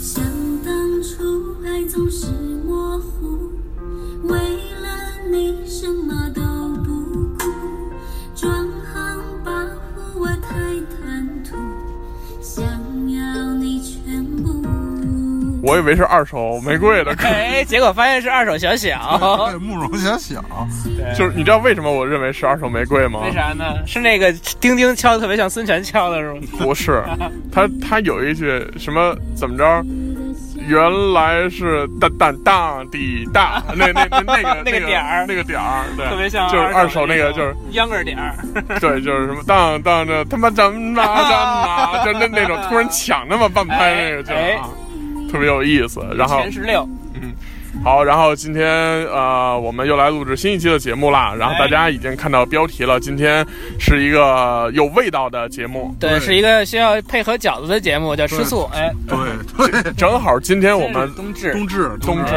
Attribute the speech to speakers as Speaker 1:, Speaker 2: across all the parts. Speaker 1: 想当初，爱总是模糊，为了你什么都不顾，装行保护我太贪图，想要你全部。
Speaker 2: 我以为是二手玫瑰 的，
Speaker 3: 哎，结果发现是二手小小
Speaker 4: 对，，慕容想想，
Speaker 2: 就是你知道为什么我认为是二手玫瑰吗？
Speaker 3: 为啥呢？是那个钉钉敲的特别像孙权敲的是吗？
Speaker 2: 不 是，他他有一句什么怎么着？原来是大大大地 大，那那那那个
Speaker 3: 那个点儿
Speaker 2: 那个点儿，对，
Speaker 3: 特别像
Speaker 2: 就是二
Speaker 3: 二
Speaker 2: 手
Speaker 3: 手
Speaker 2: 那个，就是
Speaker 3: 秧歌点儿，
Speaker 2: 对，就是什么当当着他妈咱们 呐咱们呐，就那那种突然抢那么半拍那个劲
Speaker 3: 哎
Speaker 2: 儿啊，特别有意思。然后
Speaker 3: 前十六，
Speaker 2: 好，然后今天呃，我们又来录制新一期的节目啦。然后大家已经看到标题了，今天是一个有味道的节目。
Speaker 3: 对，
Speaker 4: 对
Speaker 3: 是一个需要配合饺子的节目，叫吃素。哎，
Speaker 4: 对对，
Speaker 2: 正好今天我们
Speaker 3: 是冬至，
Speaker 4: 冬至
Speaker 2: 冬至，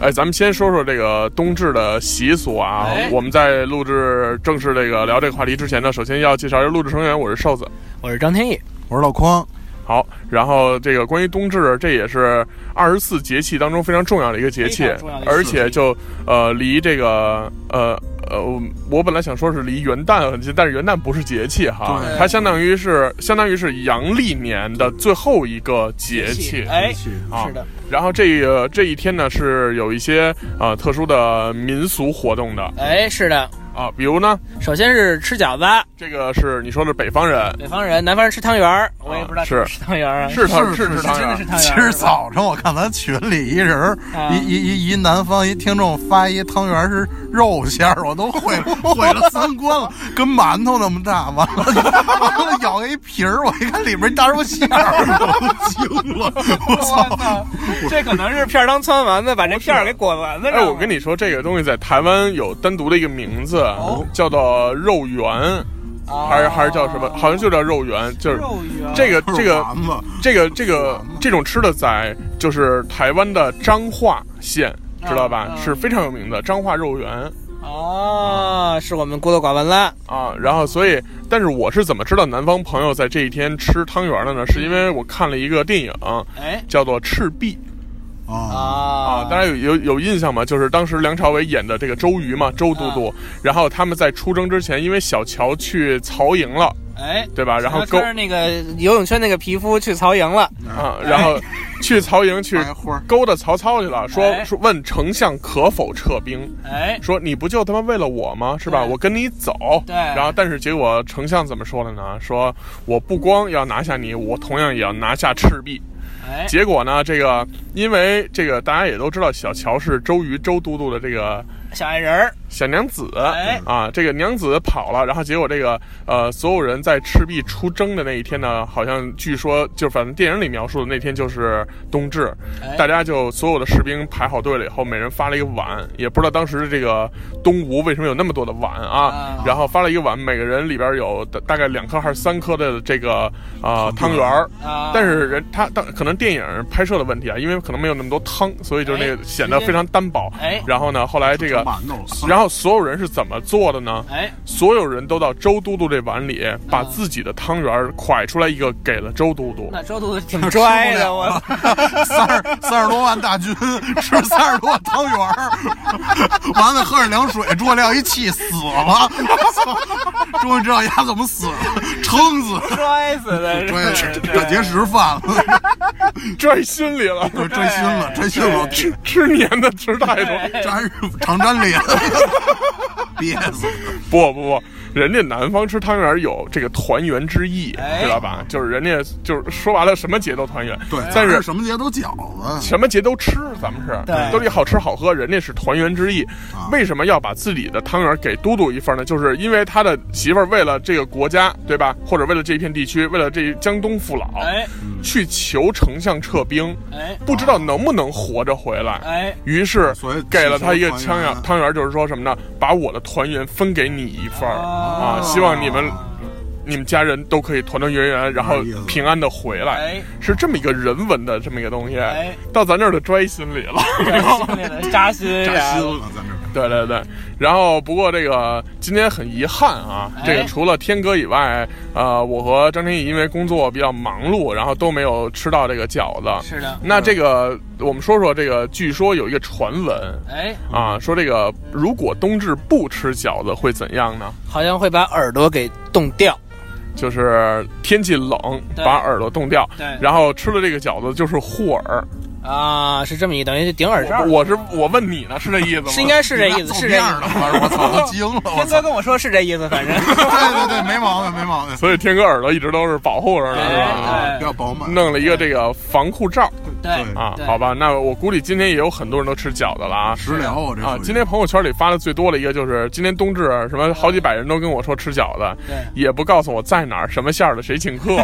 Speaker 2: 哎，咱们先说说这个冬至的习俗啊。
Speaker 3: 哎
Speaker 2: 我们在录制正式这个聊这个话题之前呢，首先要介绍一下录制成员，我是瘦子。
Speaker 3: 我是张天翼，
Speaker 4: 我是老匡，
Speaker 2: 好，然后这个关于冬至，这也是二十四节气当中非常重要的一个节气
Speaker 3: 非常重要的一，个
Speaker 2: 而
Speaker 3: 节气
Speaker 2: 且就呃离这个呃呃，我我本来想说是离元旦很近，但是元旦不是节气哈，
Speaker 4: 对
Speaker 2: 它相当于是相当于是阳历年的最后一个节气。
Speaker 3: 哎，
Speaker 2: 啊
Speaker 3: 是的，
Speaker 2: 然后这个这一天呢是有一些呃特殊的民俗活动的
Speaker 3: 哎，是的。
Speaker 2: 啊，比如呢，
Speaker 3: 首先是吃饺子，
Speaker 2: 这个是你说的北方人
Speaker 3: 北方人，南方人吃汤圆儿，我也不知道
Speaker 2: 啊
Speaker 3: 是
Speaker 2: 是
Speaker 3: 不是吃汤圆儿啊，
Speaker 2: 是他
Speaker 4: 是
Speaker 2: 是
Speaker 4: 是
Speaker 2: 是汤圆
Speaker 3: 真的
Speaker 2: 儿
Speaker 3: 是汤圆
Speaker 4: 今
Speaker 3: 儿。啊是
Speaker 4: 儿
Speaker 3: 吧，
Speaker 4: 早晨我看咱群里一人儿，
Speaker 3: 啊
Speaker 4: 一一一一南方一听众发一汤圆是肉馅儿，我都毁毁了三观了，跟馒头那么大，完了完了咬一皮儿，我一看里边一大肉馅儿，我惊了，我操！
Speaker 3: 这可能是片儿当汆丸子，把这片儿给裹丸子上
Speaker 2: 哎，
Speaker 3: 了。
Speaker 2: 我跟你说，这个东西在台湾有单独的一个名字，啊
Speaker 3: 哦
Speaker 2: 叫做肉圆，
Speaker 3: 啊，
Speaker 2: 还是还是叫什么？好像就叫肉圆，就是
Speaker 3: 肉圆。
Speaker 2: 这个这个
Speaker 4: 丸子
Speaker 2: 这个这个这种吃的在就是台湾的彰化县，知道吧
Speaker 3: 啊？
Speaker 2: 是非常有名的彰化肉圆
Speaker 3: 哦，是我们孤陋寡闻了。
Speaker 2: 啊。然后，所以，但是我是怎么知道南方朋友在这一天吃汤圆的呢？是因为我看了一个电影，
Speaker 3: 哎
Speaker 2: 叫做《赤壁》。
Speaker 4: 啊，
Speaker 3: 啊
Speaker 2: 啊，大家有有有印象吗？就是当时梁朝伟演的这个周瑜嘛，周都
Speaker 3: 嗯
Speaker 2: 督。然后他们在出征之前，因为小乔去曹营了，
Speaker 3: 哎，
Speaker 2: 对吧？然后勾
Speaker 3: 穿着那个游泳圈那个皮肤去曹营了，
Speaker 2: 啊，然后去曹营去
Speaker 4: 白花儿
Speaker 2: 勾搭曹操去了，
Speaker 3: 哎
Speaker 2: 说说问丞相可否撤兵，
Speaker 3: 哎，
Speaker 2: 说你不就他妈为了我吗？是吧？
Speaker 3: 对
Speaker 2: 我跟你走。
Speaker 3: 对
Speaker 2: 然后但是结果丞相怎么说了呢？说我不光要拿下你，我同样也要拿下赤壁。
Speaker 3: 哎，
Speaker 2: 结果呢，这个因为这个大家也都知道，小乔是周瑜周都督的这个。
Speaker 3: 小矮人儿，
Speaker 2: 小娘子，
Speaker 3: 哎
Speaker 2: 啊，这个娘子跑了，然后结果这个呃，所有人在赤壁出征的那一天呢，好像据说就反正电影里描述的那天就是冬至，
Speaker 3: 哎
Speaker 2: 大家就所有的士兵排好队了以后，每人发了一个碗，也不知道当时的这个东吴为什么有那么多的碗啊，
Speaker 3: 啊
Speaker 2: 然后发了一个碗，每个人里边有大大概两颗还是三颗的这个啊、呃汤圆儿。
Speaker 3: 嗯啊，
Speaker 2: 但是人他当可能电影拍摄的问题啊，因为可能没有那么多汤，所以就是那
Speaker 3: 哎
Speaker 2: 个显得非常单薄。
Speaker 3: 哎
Speaker 2: 然后呢，后来这个
Speaker 4: 馒头，
Speaker 2: 然后所有人是怎么做的呢？
Speaker 3: 哎，
Speaker 2: 所有人都到周都督这碗里，把自己的汤圆儿蒯出来一个给了周都督。
Speaker 3: 嗯那周肚子挺拽的，我 操，
Speaker 4: 三十三十多万大军 吃三十多万汤圆儿， 完了喝着凉水，诸葛亮一气死了， 我操！终于知道丫怎么死了，撑死了，
Speaker 3: 拽死的，
Speaker 4: 对，
Speaker 3: 是
Speaker 4: 吃这节食饭了，
Speaker 2: 拽心里了，
Speaker 4: 就真心了，真心了，
Speaker 2: 吃吃年的
Speaker 3: 哎
Speaker 2: 吃太多。
Speaker 4: 粘长粘脸，憋死了，
Speaker 2: 不不不，人家南方吃汤圆儿有这个团圆之意，
Speaker 3: 哎
Speaker 2: 知道吧？就是人家就是说白了，什么节都团圆，
Speaker 4: 对，
Speaker 2: 但是
Speaker 4: 什么节都饺子，
Speaker 2: 什么节都吃，咱们是
Speaker 3: 对
Speaker 2: 都得好吃好喝，人家是团圆之意。
Speaker 4: 啊
Speaker 2: 为什么要把自己的汤圆给嘟嘟一份呢？就是因为他的媳妇儿为了这个国家，对吧？或者为了这一片地区，为了这江东父老，
Speaker 3: 哎
Speaker 2: 去求丞相撤兵，
Speaker 3: 哎
Speaker 2: 不知道能不能活着回来。
Speaker 3: 哎，
Speaker 2: 于是
Speaker 4: 所以
Speaker 2: 给了他一个汤
Speaker 4: 祈求团圆
Speaker 2: 圆，汤圆就是说什么呢？把我的团圆分给你一份儿
Speaker 3: 哦
Speaker 2: 啊，希望你们你们家人都可以团团圆圆，然后
Speaker 4: 有意思
Speaker 2: 平安的回来
Speaker 3: 哎，
Speaker 2: 是这么一个人文的这么一个东西
Speaker 3: 哎，
Speaker 2: 到咱这儿就拽心里了。
Speaker 3: 心里的扎心
Speaker 4: 扎
Speaker 3: 呀
Speaker 2: 啊
Speaker 4: 心！了，咱这儿
Speaker 2: 对对对，然后不过这个今天很遗憾啊，
Speaker 3: 哎
Speaker 2: 这个除了天哥以外，呃，我和张天翼因为工作比较忙碌，然后都没有吃到这个饺子。
Speaker 3: 是的，
Speaker 2: 那这个我们说说这个，据说有一个传闻
Speaker 3: 哎，
Speaker 2: 啊，说这个如果冬至不吃饺子会怎样呢？
Speaker 3: 好像会把耳朵给冻掉。
Speaker 2: 就是天气冷，
Speaker 3: 对
Speaker 2: 把耳朵冻掉，
Speaker 3: 对
Speaker 2: 然后吃了这个饺子就是护耳。
Speaker 3: 啊，是这么一等于就顶耳罩了。
Speaker 2: 我是我问你呢，是这意思吗？
Speaker 3: 是应该是这意思，是这意
Speaker 4: 样
Speaker 3: 思
Speaker 4: 的。，我操，都惊了，我
Speaker 3: 天
Speaker 4: 操
Speaker 3: 哥！跟我说是这意思，反正
Speaker 4: 对对对，没毛病，没毛病，
Speaker 2: 所以天哥耳朵一直都是保护着呢，是吧？
Speaker 3: 哎
Speaker 4: 比较饱满。
Speaker 2: 弄了一个这个防护罩
Speaker 3: 对
Speaker 4: 对
Speaker 2: 啊，
Speaker 3: 对
Speaker 2: 好吧，那我估计今天也有很多人都吃饺子了啊。
Speaker 4: 食疗，我这
Speaker 2: 啊
Speaker 4: 属，于
Speaker 2: 今天朋友圈里发的最多的一个就是今天冬至，什
Speaker 3: 嗯
Speaker 2: 么好几百人都跟我说吃饺子，
Speaker 3: 对
Speaker 2: 也不告诉我在哪儿、什么馅儿的，谁请 客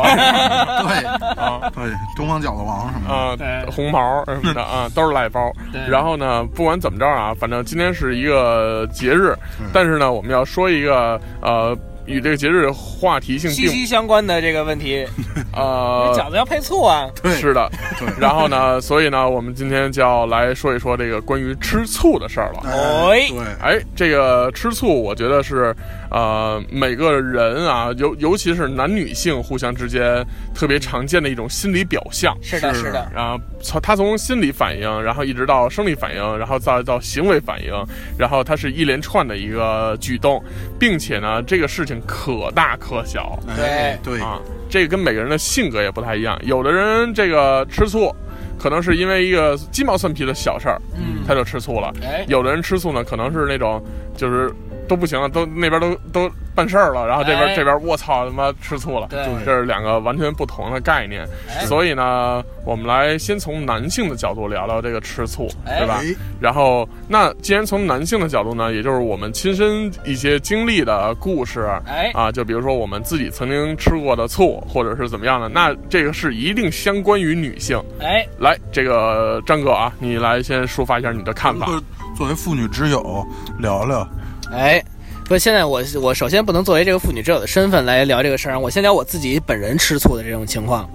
Speaker 4: 对
Speaker 2: 啊
Speaker 4: 对，东方饺子王什么的，
Speaker 2: 啊
Speaker 3: 对，
Speaker 2: 红毛什么的啊，都是赖包
Speaker 3: 对。
Speaker 2: 然后呢，不管怎么着啊，反正今天是一个节日，但是呢，我们要说一个呃，与这个节日话题性
Speaker 3: 息
Speaker 2: 并
Speaker 3: 息相关的这个问题，
Speaker 2: 呃
Speaker 3: 哎饺子要配醋啊。
Speaker 4: 对，
Speaker 2: 是的
Speaker 4: 对，
Speaker 2: 然后呢，所以呢，我们今天就要来说一说这个关于吃醋的事儿了。
Speaker 4: 哎
Speaker 3: 哎
Speaker 4: 对，
Speaker 2: 哎，这个吃醋，我觉得是，呃，每个人啊，尤尤其是男女性互相之间特别常见的一种心理表象。
Speaker 3: 是的，
Speaker 4: 是
Speaker 3: 是的，
Speaker 2: 然后从他从心理反应，然后一直到生理反应，然后再到行为反应，然后它是一连串的一个举动，并且呢，这个事情可大可小。
Speaker 4: 哎对，
Speaker 2: 啊，这个跟每个人的性格也不太一样。有的人这个吃醋，可能是因为一个鸡毛蒜皮的小事儿，
Speaker 3: 嗯，
Speaker 2: 他就吃醋了；
Speaker 3: 哎，
Speaker 2: 有的人吃醋呢，可能是那种就是都不行了，都那边都都办事儿了，然后这边、
Speaker 3: 哎
Speaker 2: 这边我操他妈吃醋了。
Speaker 3: 对，
Speaker 4: 对
Speaker 2: 这是两个完全不同的概念，
Speaker 3: 哎
Speaker 2: 所以呢，我们来先从男性的角度聊聊这个吃醋，
Speaker 3: 哎
Speaker 2: 对吧？
Speaker 4: 哎
Speaker 2: 然后，那既然从男性的角度呢，也就是我们亲身一些经历的故事，
Speaker 3: 哎
Speaker 2: 啊，就比如说我们自己曾经吃过的醋，或者是怎么样的，那这个是一定相关于女性。
Speaker 3: 哎，
Speaker 2: 来，这个张哥啊，你来先抒发一下你的看法
Speaker 4: 不。是作为妇女之友聊聊，
Speaker 3: 哎，不是，现在我我首先不能作为这个妇女之友的身份来聊这个事儿，我先聊我自己本人吃醋的这种情况。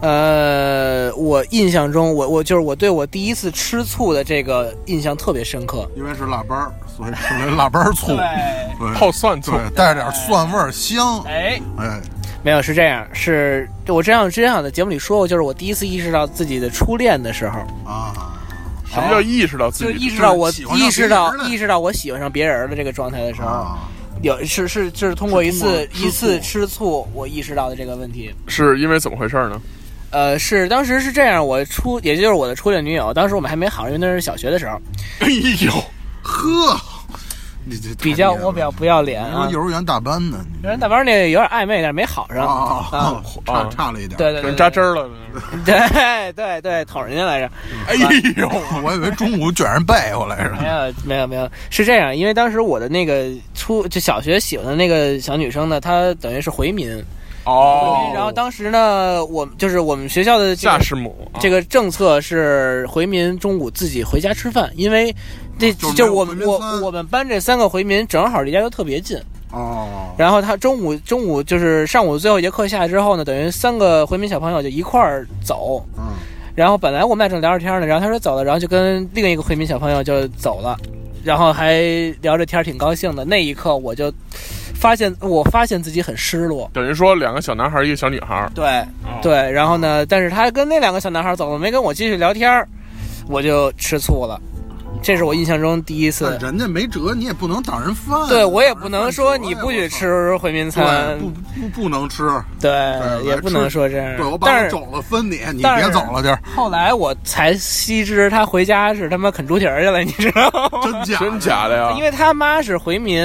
Speaker 3: 呃，我印象中，我我就是我对我第一次吃醋的这个印象特别深刻。
Speaker 4: 因为是腊八儿，所以吃了腊八儿醋，对
Speaker 2: 泡蒜醋，
Speaker 4: 对，带点蒜味儿香，
Speaker 3: 哎，
Speaker 4: 哎，
Speaker 3: 没有是这样，是我这样之前好像在节目里说过，就是我第一次意识到自己的初恋的时候，
Speaker 4: 啊，
Speaker 2: 什么叫意识到自
Speaker 3: 就
Speaker 2: 己？
Speaker 3: 意识到我
Speaker 4: 喜欢上
Speaker 3: 意识到
Speaker 4: 别人了
Speaker 3: 意识到我喜欢上别人的这个状态的时候，
Speaker 4: 啊，
Speaker 3: 有是是就是通过一次
Speaker 4: 是通过吃醋
Speaker 3: 一次吃醋，我意识到的这个问题。
Speaker 2: 是因为怎么回事呢？
Speaker 3: 呃，是当时是这样，我初也就是我的初恋女友，当时我们还没好，因为那是小学的时候，
Speaker 2: 哎呦，
Speaker 4: 呵，你这
Speaker 3: 比较我比较不要脸啊
Speaker 4: 说。幼儿园大班呢，你
Speaker 3: 人大班那有点暧昧，但是没好上
Speaker 4: 啊
Speaker 3: 啊。，
Speaker 4: 差差了一点，
Speaker 3: 对对
Speaker 2: 能
Speaker 3: 对，
Speaker 2: 扎针儿了。
Speaker 3: 对对对，捅人家来着。
Speaker 2: 哎呦，
Speaker 4: 我以为中午卷人被我来
Speaker 3: 没
Speaker 4: 着，
Speaker 3: 有没有没有，是这样，因为当时我的那个初就小学喜欢的那个小女生呢，她等于是回民，
Speaker 2: 哦，
Speaker 3: 然后当时呢，我就是我们学校的这
Speaker 2: 夏
Speaker 3: 个
Speaker 2: 师母，啊
Speaker 3: 这个政策是回民中午自己回家吃饭，因为这
Speaker 4: 哦就是没有
Speaker 3: 就我
Speaker 4: 回
Speaker 3: 们
Speaker 4: 民
Speaker 3: 我
Speaker 4: 餐
Speaker 3: 我们班这三个回民正好离家又特别近，
Speaker 4: 哦，
Speaker 3: 然后他中午中午就是上午最后一节课下来之后呢，等于三个回民小朋友就一块儿走，
Speaker 4: 嗯，
Speaker 3: 然后本来我们俩正聊着天呢，然后他说走了，然后就跟另一个回民小朋友就走了，然后还聊着天儿挺高兴的，那一刻我就发现我发现自己很失落，
Speaker 2: 等于说两个小男孩，一个小女孩。
Speaker 3: 对
Speaker 2: 哦
Speaker 3: 对，然后呢，但是他跟那两个小男孩走了，没跟我继续聊天儿，我就吃醋了。这是我印象中第一次
Speaker 4: 但。人家没辙，你也不能挡人饭。
Speaker 3: 对我也
Speaker 4: 挡人
Speaker 3: 不能
Speaker 4: 饭
Speaker 3: 说
Speaker 4: 辙
Speaker 3: 你
Speaker 4: 呀
Speaker 3: 不许，
Speaker 4: 我操
Speaker 3: 吃回民餐
Speaker 4: 对，，不不不能吃。
Speaker 3: 对
Speaker 4: 对，
Speaker 3: 也
Speaker 4: 来
Speaker 3: 不
Speaker 4: 吃
Speaker 3: 能说这样
Speaker 4: 对我。把
Speaker 3: 但
Speaker 4: 我
Speaker 3: 是
Speaker 4: 肘子分你，你
Speaker 3: 但
Speaker 4: 别
Speaker 3: 是
Speaker 4: 走 了，劲儿，
Speaker 3: 后来我才悉知他回家是他妈啃猪蹄儿去了，你知道吗？
Speaker 4: 真啊假
Speaker 2: 真假的呀？
Speaker 3: 因为他妈是回民，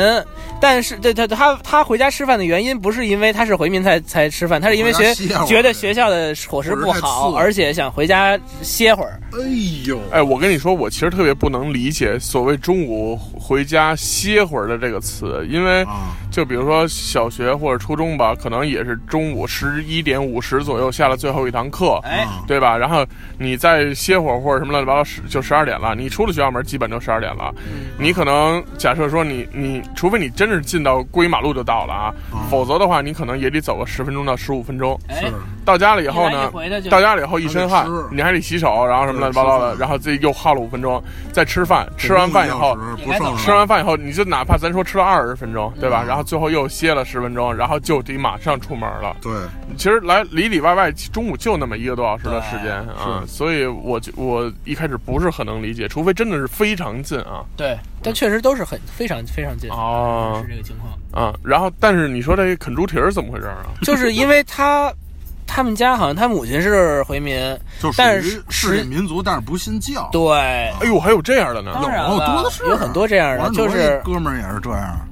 Speaker 3: 但是对他他他回家吃饭的原因不是因为他是回民才才吃饭，他是因为
Speaker 4: 回家
Speaker 3: 学
Speaker 4: 歇会儿
Speaker 3: 觉得学校的伙食不
Speaker 4: 伙食太
Speaker 3: 好，
Speaker 4: 次了
Speaker 3: 而且想回家歇会儿。
Speaker 4: 哎呦，
Speaker 2: 哎，我跟你说，我其实特别不能理解所谓中午回家歇会儿的这个词，因为
Speaker 4: 啊，
Speaker 2: 就比如说小学或者初中吧，可能也是中午十一点五十左右下了最后一堂课，
Speaker 4: 啊
Speaker 3: 哎，
Speaker 2: 对吧？然后你再歇会儿或者什么乱七八糟，十就十二点了。你出了学校门，基本就十二点了。
Speaker 4: 嗯
Speaker 3: 嗯
Speaker 2: 你可能假设说你你，除非你真是进到过一马路就到了啊，
Speaker 4: 嗯
Speaker 2: 否则的话你可能也得走个十分钟到十五分钟。
Speaker 3: 哎
Speaker 4: 是，
Speaker 2: 到家了以后
Speaker 3: 一来
Speaker 2: 呢
Speaker 3: 一回的就，
Speaker 2: 到家了以后一身汗
Speaker 4: 还得吃，
Speaker 2: 你还得洗手，然后什么乱七八糟的，然后自己又耗了五分钟，再吃饭。吃完饭以后
Speaker 3: 你
Speaker 4: 不，
Speaker 3: 该
Speaker 4: 剩
Speaker 3: 走
Speaker 4: 了
Speaker 2: 吃完饭以后，你就哪怕咱说吃了二十分钟，对吧？然后最后又歇了十分钟，然后就得马上出门了。
Speaker 4: 对，
Speaker 2: 其实来里里外外，中午就那么一个多小时的时间啊，所以我就我一开始不是很能理解，除非真的是非常近啊
Speaker 3: 对，但确实都是很非常非常近，
Speaker 2: 啊
Speaker 3: 是这个情况。
Speaker 2: 啊！然后，但是你说这啃猪蹄儿怎么回事啊？
Speaker 3: 就是因为他他们家好像他母亲是回民，
Speaker 4: 就属
Speaker 3: 但
Speaker 4: 于
Speaker 3: 是
Speaker 4: 世
Speaker 3: 实
Speaker 4: 界民族，但是不信教。
Speaker 3: 对，
Speaker 2: 哎呦，还有这样的呢
Speaker 3: 当然
Speaker 4: 有
Speaker 3: 了
Speaker 4: 哦多的是啊
Speaker 3: 有很多这样的
Speaker 4: 我
Speaker 3: 就
Speaker 4: 我一
Speaker 3: 是
Speaker 4: 哥们儿也是这样，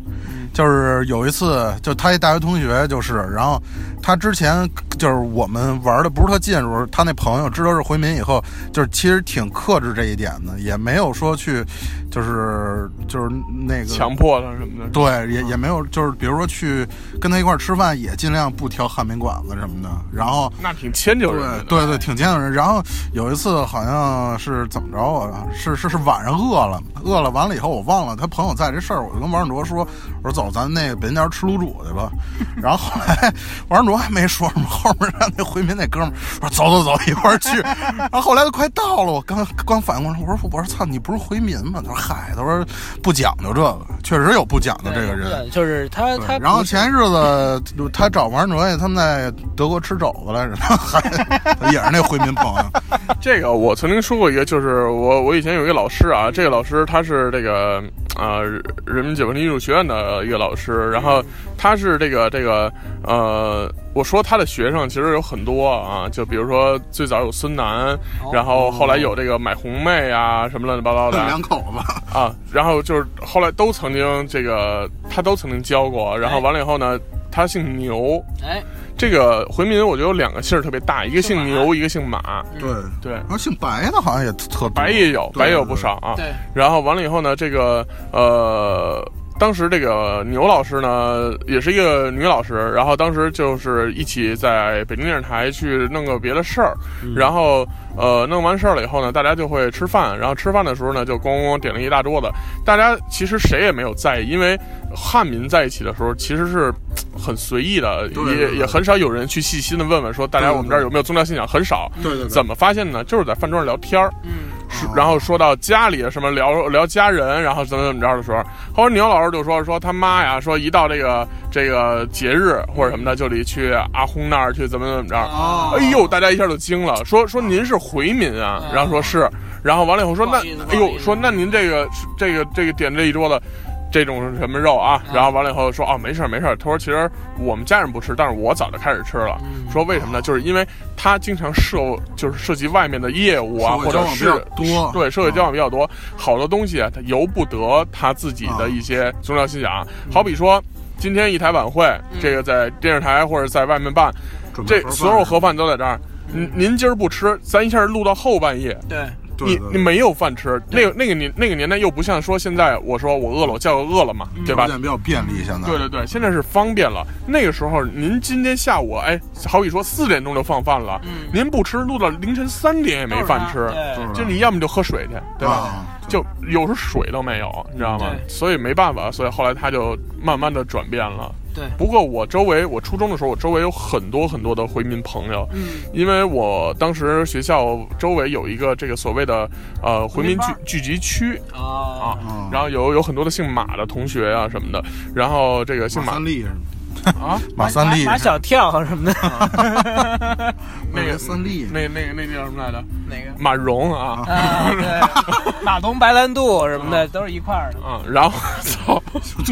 Speaker 4: 就是有一次，就他一大学同学就是，然后他之前就是我们玩的不是特近的时候，他那朋友知道是回民以后，就是其实挺克制这一点的，也没有说去，就是就是那个
Speaker 2: 强迫了什么的，
Speaker 4: 对，也也没有，就是比如说去跟他一块儿吃饭，也尽量不挑汉民馆子什么的。然后，
Speaker 2: 那挺迁就人的。
Speaker 4: 对对对，挺见的人。然后有一次好像是怎么着啊？是是是晚上饿了，饿了完了以后我忘了他朋友在这事儿，我就跟王振卓说，我说走，咱那个北京桥吃卤煮去吧。 然后后来王振卓还没说什么，后面让那回民那哥们儿说走走走，一块儿去。然后后来都快到了，我刚刚反应过来，我说我说操，你不是回民吗？他说嗨，他说不讲究这个，确实有不讲究这个人。
Speaker 3: 对就是他
Speaker 4: 对
Speaker 3: 他
Speaker 4: 然后
Speaker 3: 不是
Speaker 4: 前日子就他找王哲去，他们在德国吃肘子来着， 还也是那回民朋友。
Speaker 2: 这个我曾经说过一个，就是我我以前有一个老师啊，这个老师他是这个啊、呃人民解放军艺术学院的一个老师，然后他是这个这个呃，我说他的学生其实有很多啊，就比如说最早有孙楠，然
Speaker 4: 嗯
Speaker 2: 后后来有这个买红妹啊什么乱七八糟
Speaker 3: 嗯
Speaker 2: 的，
Speaker 4: 两口子，
Speaker 2: 啊，然后就是后来都曾经这个他都曾经教过，然后完了以后呢，他姓牛，
Speaker 3: 哎，
Speaker 2: 这个回民我觉得有两个姓儿特别大，一个
Speaker 3: 姓
Speaker 2: 姓
Speaker 3: 马
Speaker 2: 牛，一个姓马，
Speaker 4: 对，
Speaker 2: 对。
Speaker 4: 然后姓白的好像也特多
Speaker 2: 白也有，
Speaker 4: 对
Speaker 2: 白也有不少啊。
Speaker 3: 对
Speaker 2: 然后完了以后呢，这个呃，当时这个牛老师呢，也是一个女老师，然后当时就是一起在北京电视台去弄个别的事儿，
Speaker 4: 嗯
Speaker 2: 然后呃，弄完事儿了以后呢，大家就会吃饭，然后吃饭的时候呢，就咣咣咣点了一大桌子，大家其实谁也没有在意，因为汉民在一起的时候其实是。很随意的，
Speaker 4: 对对对
Speaker 2: 也也很少有人去细心的问问说大
Speaker 4: 对
Speaker 2: 家
Speaker 4: 对
Speaker 2: 我们这儿有没有宗教信仰，很少。
Speaker 4: 对对对
Speaker 2: 怎么发现呢？就是在饭桌上聊天儿，
Speaker 3: 嗯，
Speaker 2: 说
Speaker 4: 啊
Speaker 2: 然后说到家里什么聊聊家人，然后怎么怎么着的时候，后来牛老师就说说他妈呀，说一到这个这个节日或者什么的，就得去阿轰那儿去怎么怎么
Speaker 3: 啊
Speaker 2: 着。
Speaker 4: 哦
Speaker 2: 哎呦，大家一下就惊了，说说您是回民啊？
Speaker 3: 啊
Speaker 2: 然后说是，然后完了以后说
Speaker 3: 不
Speaker 2: 那
Speaker 3: 好意思
Speaker 2: 哎
Speaker 3: 不好意
Speaker 2: 呦，
Speaker 3: 思
Speaker 2: 说那您这个这个这个点这一桌子。这种是什么肉啊？
Speaker 4: 嗯
Speaker 2: 然后完了以后说啊，没事儿没事儿。他说其实我们家人不吃，但是我早就开始吃了。
Speaker 4: 嗯
Speaker 2: 说为什么呢？就是因为他经常涉就是涉及外面的业务啊，
Speaker 4: 社会
Speaker 2: 或
Speaker 4: 交
Speaker 2: 者
Speaker 4: 往比
Speaker 2: 是
Speaker 4: 较多嗯
Speaker 2: 对社会交往比较多，好多东西啊，他由不得他自己的
Speaker 4: 嗯
Speaker 2: 一些宗教信仰。好比说今天一台晚会，
Speaker 4: 嗯
Speaker 2: 这个在电视台或者在外面办，
Speaker 4: 准备
Speaker 2: 这
Speaker 4: 盒饭
Speaker 2: 所有盒饭都在这儿。您您今儿不吃，咱一下录到后半夜，
Speaker 3: 对，
Speaker 4: 对
Speaker 2: 你
Speaker 4: 对
Speaker 2: 你
Speaker 4: 对
Speaker 2: 没有饭吃。那个那个年那个年代又不像说现在，我说我饿了，我叫个饿了么，对吧
Speaker 4: 条？件比较便利，现在
Speaker 2: 对对对，现在是方便了。那个时候，您今天下午，哎，好比说四点钟就放饭了，
Speaker 3: 嗯
Speaker 2: 您不吃，录到凌晨三点也没饭吃
Speaker 3: 都是他
Speaker 2: 就
Speaker 3: 对，
Speaker 2: 你要么就喝水去，对吧？
Speaker 4: 啊
Speaker 2: 就有时候水都没有，你知道吗？
Speaker 3: 对
Speaker 2: 所以没办法，所以后来他就慢慢的转变了。
Speaker 3: 对
Speaker 2: 不过我周围，我初中的时候，我周围有很多很多的回民朋友，
Speaker 3: 嗯，
Speaker 2: 因为我当时学校周围有一个这个所谓的呃回民
Speaker 3: 回民班
Speaker 2: 聚聚集区
Speaker 3: 哦
Speaker 2: 啊，
Speaker 4: 嗯
Speaker 2: 然后有有很多的姓马的同学啊什么的，然后这个姓
Speaker 4: 马
Speaker 2: 马
Speaker 4: 三立是吗？
Speaker 2: 啊，
Speaker 4: 马三立，
Speaker 3: 马小跳啊什么的，
Speaker 4: 那
Speaker 2: 那
Speaker 4: 个
Speaker 2: 个
Speaker 3: 啊
Speaker 4: 三立，
Speaker 2: 那那个那叫什么来着？
Speaker 3: 哪个？
Speaker 2: 马蓉啊，
Speaker 3: 啊，对马东白兰度什么的都是一块儿的。
Speaker 2: 嗯，然后 操，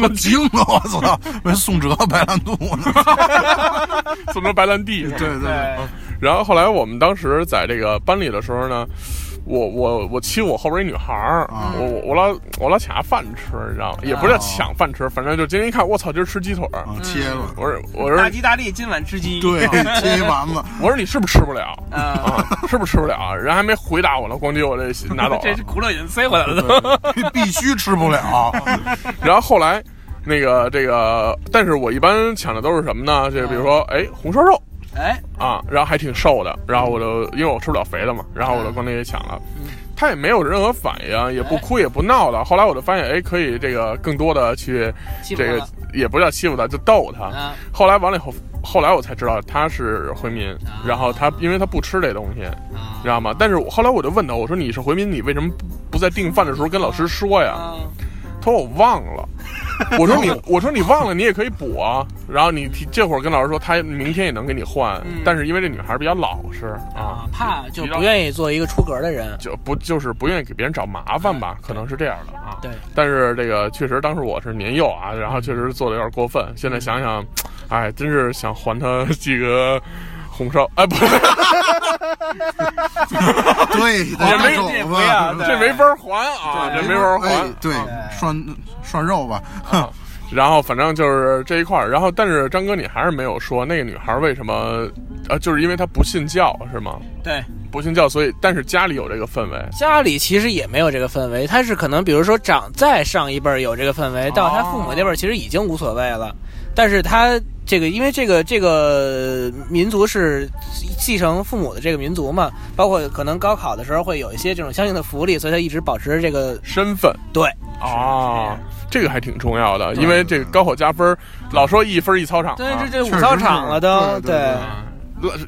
Speaker 4: 我惊了，我操！没宋哲白兰度呢？
Speaker 2: 送成白兰地。
Speaker 4: 对
Speaker 3: 嗯
Speaker 4: 对对，
Speaker 3: 对，
Speaker 2: 然后后来我们当时在这个班里的时候呢，我我我欺负我后边一女孩儿、
Speaker 4: 啊
Speaker 2: 我我我老我老抢她饭吃，你知道吗？也
Speaker 3: 啊
Speaker 2: 不是叫抢饭吃，反正就今天一看，我操，今儿吃鸡腿儿、
Speaker 4: 啊，切了，
Speaker 2: 我说我说
Speaker 3: 大吉大利，今晚吃鸡。
Speaker 4: 对，嗯切一丸子，
Speaker 2: 我说你是不是吃不 了
Speaker 3: 啊，
Speaker 2: 啊？是不是吃不了？人还没回答我呢，咣叽我 这拿走啊了
Speaker 3: 这。是轱辘已经塞回来了都。
Speaker 4: 必须吃不了。
Speaker 2: 然后后来那个这个，但是我一般抢的都是什么呢？就比如说，哎，红烧肉。
Speaker 3: 哎，
Speaker 2: 啊，然后还挺瘦的，然后我就因为我吃不了肥的嘛，然后我就
Speaker 3: 嗯
Speaker 2: 跟那也抢了，他也没有任何反应，啊也不哭也不闹的。后来我就发现，哎，可以这个更多的去
Speaker 3: 欺负
Speaker 2: 这
Speaker 3: 他
Speaker 2: 个也不叫欺负他，就逗他。
Speaker 3: 啊，
Speaker 2: 后来完了以后，后来我才知道他是回民，
Speaker 3: 啊
Speaker 2: 然后他因为他不吃这东西，你知道吗？但是我后来我就问他，我说你是回民，你为什么不不在订饭的时候跟老师说呀？
Speaker 3: 啊，
Speaker 2: 他说我忘了。我说你，我说你忘了，你也可以补啊。然后你提这会儿跟老师说，他明天也能给你换，
Speaker 3: 嗯
Speaker 2: 但是因为这女孩比较老实啊
Speaker 3: 啊，，怕就
Speaker 2: 比较
Speaker 3: 不愿意做一个出格的人。
Speaker 2: 就不就是不愿意给别人找麻烦吧，可能是这样的啊。
Speaker 3: 对，
Speaker 2: 但是这个确实当时我是年幼啊，然后确实做的有点过分。现在想想，哎，真是想还他几个红烧，哎，不是，
Speaker 4: 对，
Speaker 3: 也没
Speaker 4: 肘
Speaker 3: 这不要
Speaker 4: 子
Speaker 3: 对，
Speaker 2: 这没法还啊，这
Speaker 3: 对
Speaker 2: 没法还
Speaker 4: 哎。对，涮涮肉吧，
Speaker 2: 然后反正就是这一块儿，然后但是张哥你还是没有说那个女孩为什么，呃，就是因为她不信教是吗？
Speaker 3: 对，
Speaker 2: 不信教，所以但是家里有这个氛围，
Speaker 3: 家里其实也没有这个氛围，他是可能比如说长再上一辈儿有这个氛围，到他父母那辈儿其实已经无所谓了，但是他。这个，因为这个这个民族是继承父母的这个民族嘛，包括可能高考的时候会有一些这种相应的福利，所以他一直保持着这个
Speaker 2: 身份
Speaker 3: 对，
Speaker 2: 啊，这个还挺重要的，因为这个高考加分儿，老说一分一操场、啊，
Speaker 3: 对，这这
Speaker 4: 确
Speaker 3: 五
Speaker 4: 实
Speaker 3: 操场了都，啊
Speaker 4: 是对对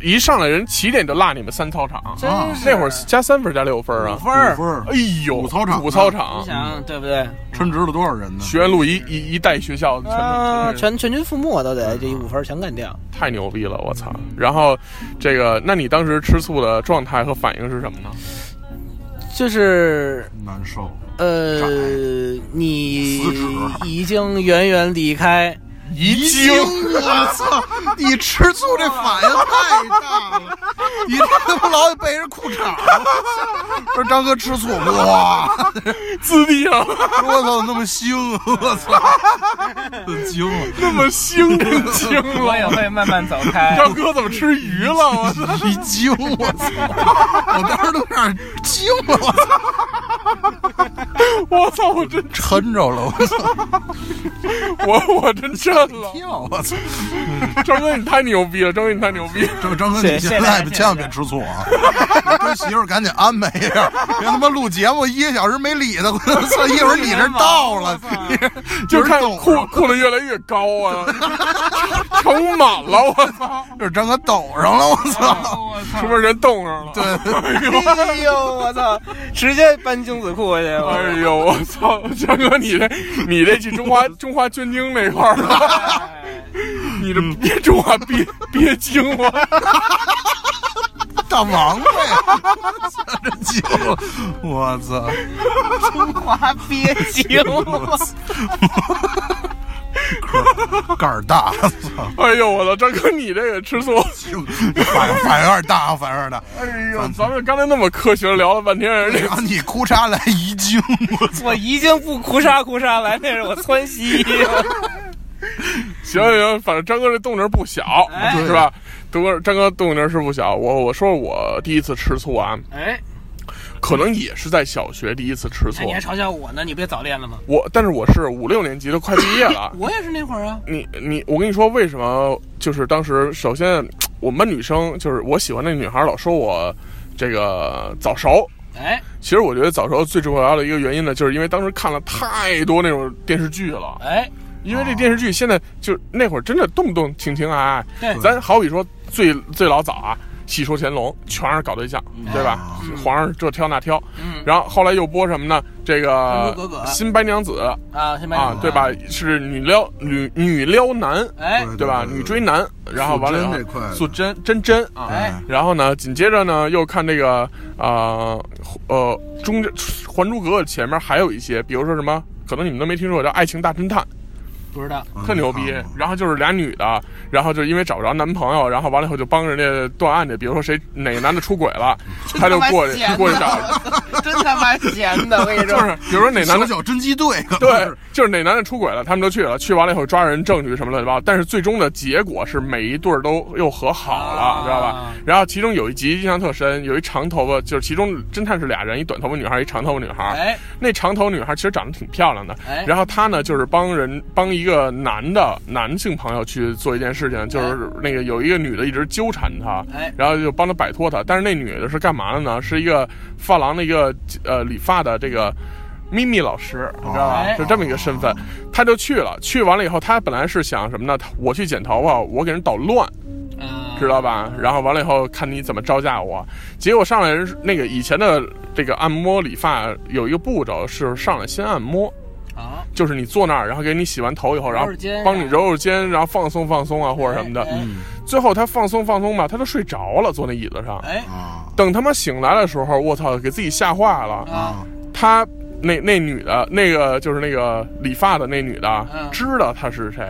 Speaker 2: 一上来人起点就落你们三操场，
Speaker 3: 真
Speaker 4: 啊
Speaker 3: 是
Speaker 2: 那会儿加三分加六分啊
Speaker 3: 五，分儿
Speaker 4: 五分，儿
Speaker 2: 哎呦，
Speaker 4: 五操场
Speaker 2: 五操
Speaker 3: 你
Speaker 2: 场，
Speaker 3: 想对不对？
Speaker 4: 称职了多少人呢？
Speaker 2: 学院路一一一带学校全都
Speaker 3: 啊，
Speaker 2: 是
Speaker 3: 全全军覆没都得这一五分儿全干掉。
Speaker 2: 太牛逼了，我操！然后，这个，那你当时吃醋的状态和反应是什么呢？
Speaker 3: 就是
Speaker 4: 难受，
Speaker 3: 呃
Speaker 4: 啥，
Speaker 3: 你
Speaker 4: 辞职
Speaker 3: 已经远远离开，
Speaker 2: 一
Speaker 4: 惊！我操！你吃醋这反应太大了，你这不老得背着裤衩吗？不是张哥吃醋，哇！
Speaker 2: 自闭啊，
Speaker 4: 我操，那么腥！我操，惊啊了！
Speaker 2: 那么腥，真惊
Speaker 3: 我也
Speaker 2: 了！
Speaker 3: 会慢慢走开。
Speaker 2: 张哥怎么吃鱼了？我操！
Speaker 4: 一惊！我操！我当时都有点惊了！我操，哎
Speaker 2: 我操！我真
Speaker 4: 抻着了！我操，
Speaker 2: 我我真震了！
Speaker 4: 跳！我操！
Speaker 2: 张哥你太牛逼了！张哥你太牛逼！了！
Speaker 4: 张张哥，
Speaker 3: 谢
Speaker 4: 你
Speaker 3: 谢
Speaker 4: 现
Speaker 3: 谢
Speaker 4: 在
Speaker 3: 谢
Speaker 4: 千万别吃醋啊！ 跟媳妇儿赶紧安排一下，别他妈录节目一个小时没理他，我操！一会儿你这到了，
Speaker 2: 就看
Speaker 4: 懂
Speaker 2: 裤裤子越来越高啊，盛满了！我操！
Speaker 4: 就是张哥抖上了，我
Speaker 2: 哎
Speaker 4: 操！
Speaker 2: 是不是人冻上了？
Speaker 4: 对，
Speaker 3: 哎呦，我操！直接搬精子裤去，我
Speaker 2: 哎呦，我操！张哥，你这你这去中 华中华捐精那块儿了，
Speaker 4: 哎
Speaker 2: 你这
Speaker 4: 嗯
Speaker 2: 憋中华憋憋精我
Speaker 4: 大王八呀！这惊了，我操！
Speaker 3: 妈憋 精，我操
Speaker 4: 杆儿大，我操！
Speaker 2: 哎呦，我操！张哥，你这个吃醋，
Speaker 4: 反反有点大，反有点大。
Speaker 2: 哎呦，咱们刚才那么科学聊了半天，人家
Speaker 4: 然后你哭嚓来一惊，我操！
Speaker 3: 我已经不哭杀哭杀来，那是我窜稀。
Speaker 2: 行行行，反正张哥这动静不小，
Speaker 3: 哎
Speaker 2: 是吧？张哥，张哥动静是不小。我我说我第一次吃醋啊，
Speaker 3: 哎，
Speaker 2: 可能也是在小学第一次吃醋
Speaker 3: 你。还嘲笑我呢？你不也早恋了吗？
Speaker 2: 我，但是我是五六年级都快毕业了，
Speaker 3: 我也是那会儿啊。
Speaker 2: 你你，我跟你说，为什么？就是当时，首先我们班女生，就是我喜欢那女孩，老说我这个早熟。
Speaker 3: 哎，
Speaker 2: 其实我觉得早熟最重要的一个原因呢，就是因为当时看了太多那种电视剧了。
Speaker 3: 哎，
Speaker 2: 因为这电视 剧现在就那会儿真的动不动情情爱爱，
Speaker 3: 对
Speaker 2: 咱好比说最最老早啊，戏说乾隆，全是搞对象，对吧？
Speaker 3: 嗯
Speaker 2: 皇上这挑那挑，
Speaker 3: 嗯
Speaker 2: 然后后来又播什么呢？这个
Speaker 3: 还珠格格
Speaker 2: 新白娘子
Speaker 3: 啊，先把
Speaker 2: 啊，对吧？是女撩女女撩男，
Speaker 3: 哎，
Speaker 2: 对吧？女追男，然后完了以
Speaker 4: 素
Speaker 2: 后
Speaker 4: 贞这块
Speaker 2: 素贞真真啊，
Speaker 3: 哎
Speaker 2: 然后呢，紧接着呢，又看这个啊呃，中间《还珠格格》前面还有一些，比如说什么，可能你们都没听说过叫《爱情大侦探》，
Speaker 3: 不知道，
Speaker 2: 特
Speaker 4: 哎
Speaker 2: 牛逼。
Speaker 4: 嗯
Speaker 2: 然后就是俩女的，然后就因为找不着男朋友，然后完了以后就帮人家断案去，比如说谁哪个男的出轨了， 他就过去过去找，
Speaker 3: 找， 真他妈闲的，我跟你
Speaker 2: 就
Speaker 3: 说，
Speaker 2: 是比如说哪男
Speaker 4: 小
Speaker 2: 的。
Speaker 4: 小侦缉队，
Speaker 2: 对，就是哪男的出轨了，他们都去了，去完了以后抓人证据什么乱七八糟，但是最终的结果是每一对儿都又和好了，
Speaker 3: 啊
Speaker 2: 知道吧？然后其中有一集印象特深，有一长头发，就是其中侦探是俩人，一短头发女孩，一长头发女孩。
Speaker 3: 哎，
Speaker 2: 那长头女孩其实长得挺漂亮的，
Speaker 3: 哎
Speaker 2: 然后她呢就是帮人帮一个男的男性朋友去做一件事情，就是那个有一个女的一直纠缠他，
Speaker 3: 哎
Speaker 2: 然后就帮他摆脱他。但是那女的是干嘛的呢？是一个发廊的一个呃理发的这个。咪咪老师，你知道吧？
Speaker 3: 哎
Speaker 2: 就这么一个身份，他就去了。去完了以后，他本来是想什么呢？我去剪头发，我给人捣乱，
Speaker 3: 嗯
Speaker 2: 知道吧？然后完了以后，看你怎么招架我。结果上来人是那个以前的这个按摩理发有一个步骤是上来先按摩，
Speaker 3: 啊，
Speaker 2: 就是你坐那儿，然后给你洗完头以后，然后
Speaker 3: 揉揉肩
Speaker 2: 帮你揉揉肩，然后放松放松啊或者什么的
Speaker 3: 哎。哎
Speaker 2: 最后他放松放松吧，他都睡着了，坐那椅子上。
Speaker 3: 哎
Speaker 4: 啊
Speaker 2: 等他妈醒来的时候，我操，给自己吓坏了。
Speaker 3: 啊，
Speaker 2: 他那那女的，那个就是那个理发的那女的，
Speaker 3: 嗯
Speaker 2: 知道他是谁，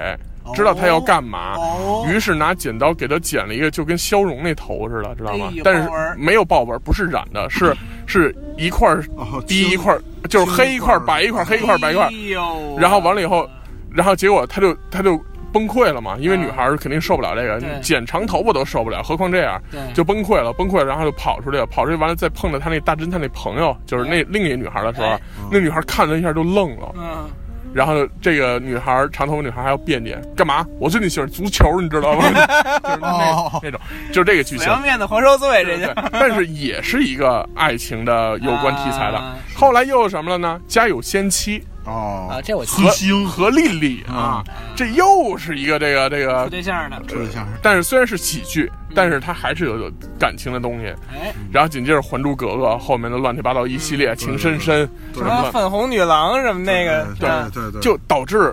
Speaker 2: 知道他要干嘛，
Speaker 3: 哦
Speaker 2: 于是拿剪刀给他剪了一个就跟消融那头似的，知道吗？
Speaker 3: 哎呦
Speaker 2: 但
Speaker 3: 豹纹
Speaker 2: 是
Speaker 3: 儿
Speaker 2: 没有豹纹，不是染的， 是是一块儿
Speaker 4: 哦
Speaker 2: 低一
Speaker 4: 青
Speaker 2: 块儿，就是黑一块儿
Speaker 4: 青一块儿
Speaker 2: 白一块儿，黑一块儿白一块儿
Speaker 3: 哎，呦
Speaker 2: 然后完了以后，然后结果他就他就崩溃了嘛，因为
Speaker 3: 嗯
Speaker 2: 女孩儿肯定受不了这个，
Speaker 3: 对
Speaker 2: 你剪长头发都受不了，何况这样
Speaker 3: 对，
Speaker 2: 就崩溃了，崩溃了，然后就跑出去了，跑出去完了再碰到他那大侦探那朋友，就是那另一个女孩的时候
Speaker 3: 哎，
Speaker 2: 那女孩看了一下就愣了，
Speaker 3: 嗯，
Speaker 2: 然后这个女孩儿长头发女孩还要辩解，干嘛？我最近喜欢足球，你知道 吗？就是那
Speaker 4: 哦
Speaker 2: 那种，就是这个剧
Speaker 3: 不
Speaker 2: 情
Speaker 3: 要。面子活受罪，这
Speaker 2: 对
Speaker 3: 就，
Speaker 2: 但是也是一个爱情的有关题材的
Speaker 3: 啊。
Speaker 2: 后来又有什么了呢？家有仙妻，
Speaker 4: 哦
Speaker 3: 啊，这我
Speaker 4: 慈星
Speaker 2: 和丽丽啊，这又是一个这个这
Speaker 3: 处
Speaker 2: 个，
Speaker 3: 对象呢，
Speaker 4: 这像是
Speaker 2: 但是虽然是喜剧，但是它还是有感情的东西。
Speaker 3: 哎，
Speaker 2: 然后紧接着《还珠格格》后面的乱七八糟一系列情深深什
Speaker 3: 什么
Speaker 2: 么的，
Speaker 3: 粉红女郎什么那个，嗯
Speaker 4: 对对对，
Speaker 2: 啊就导致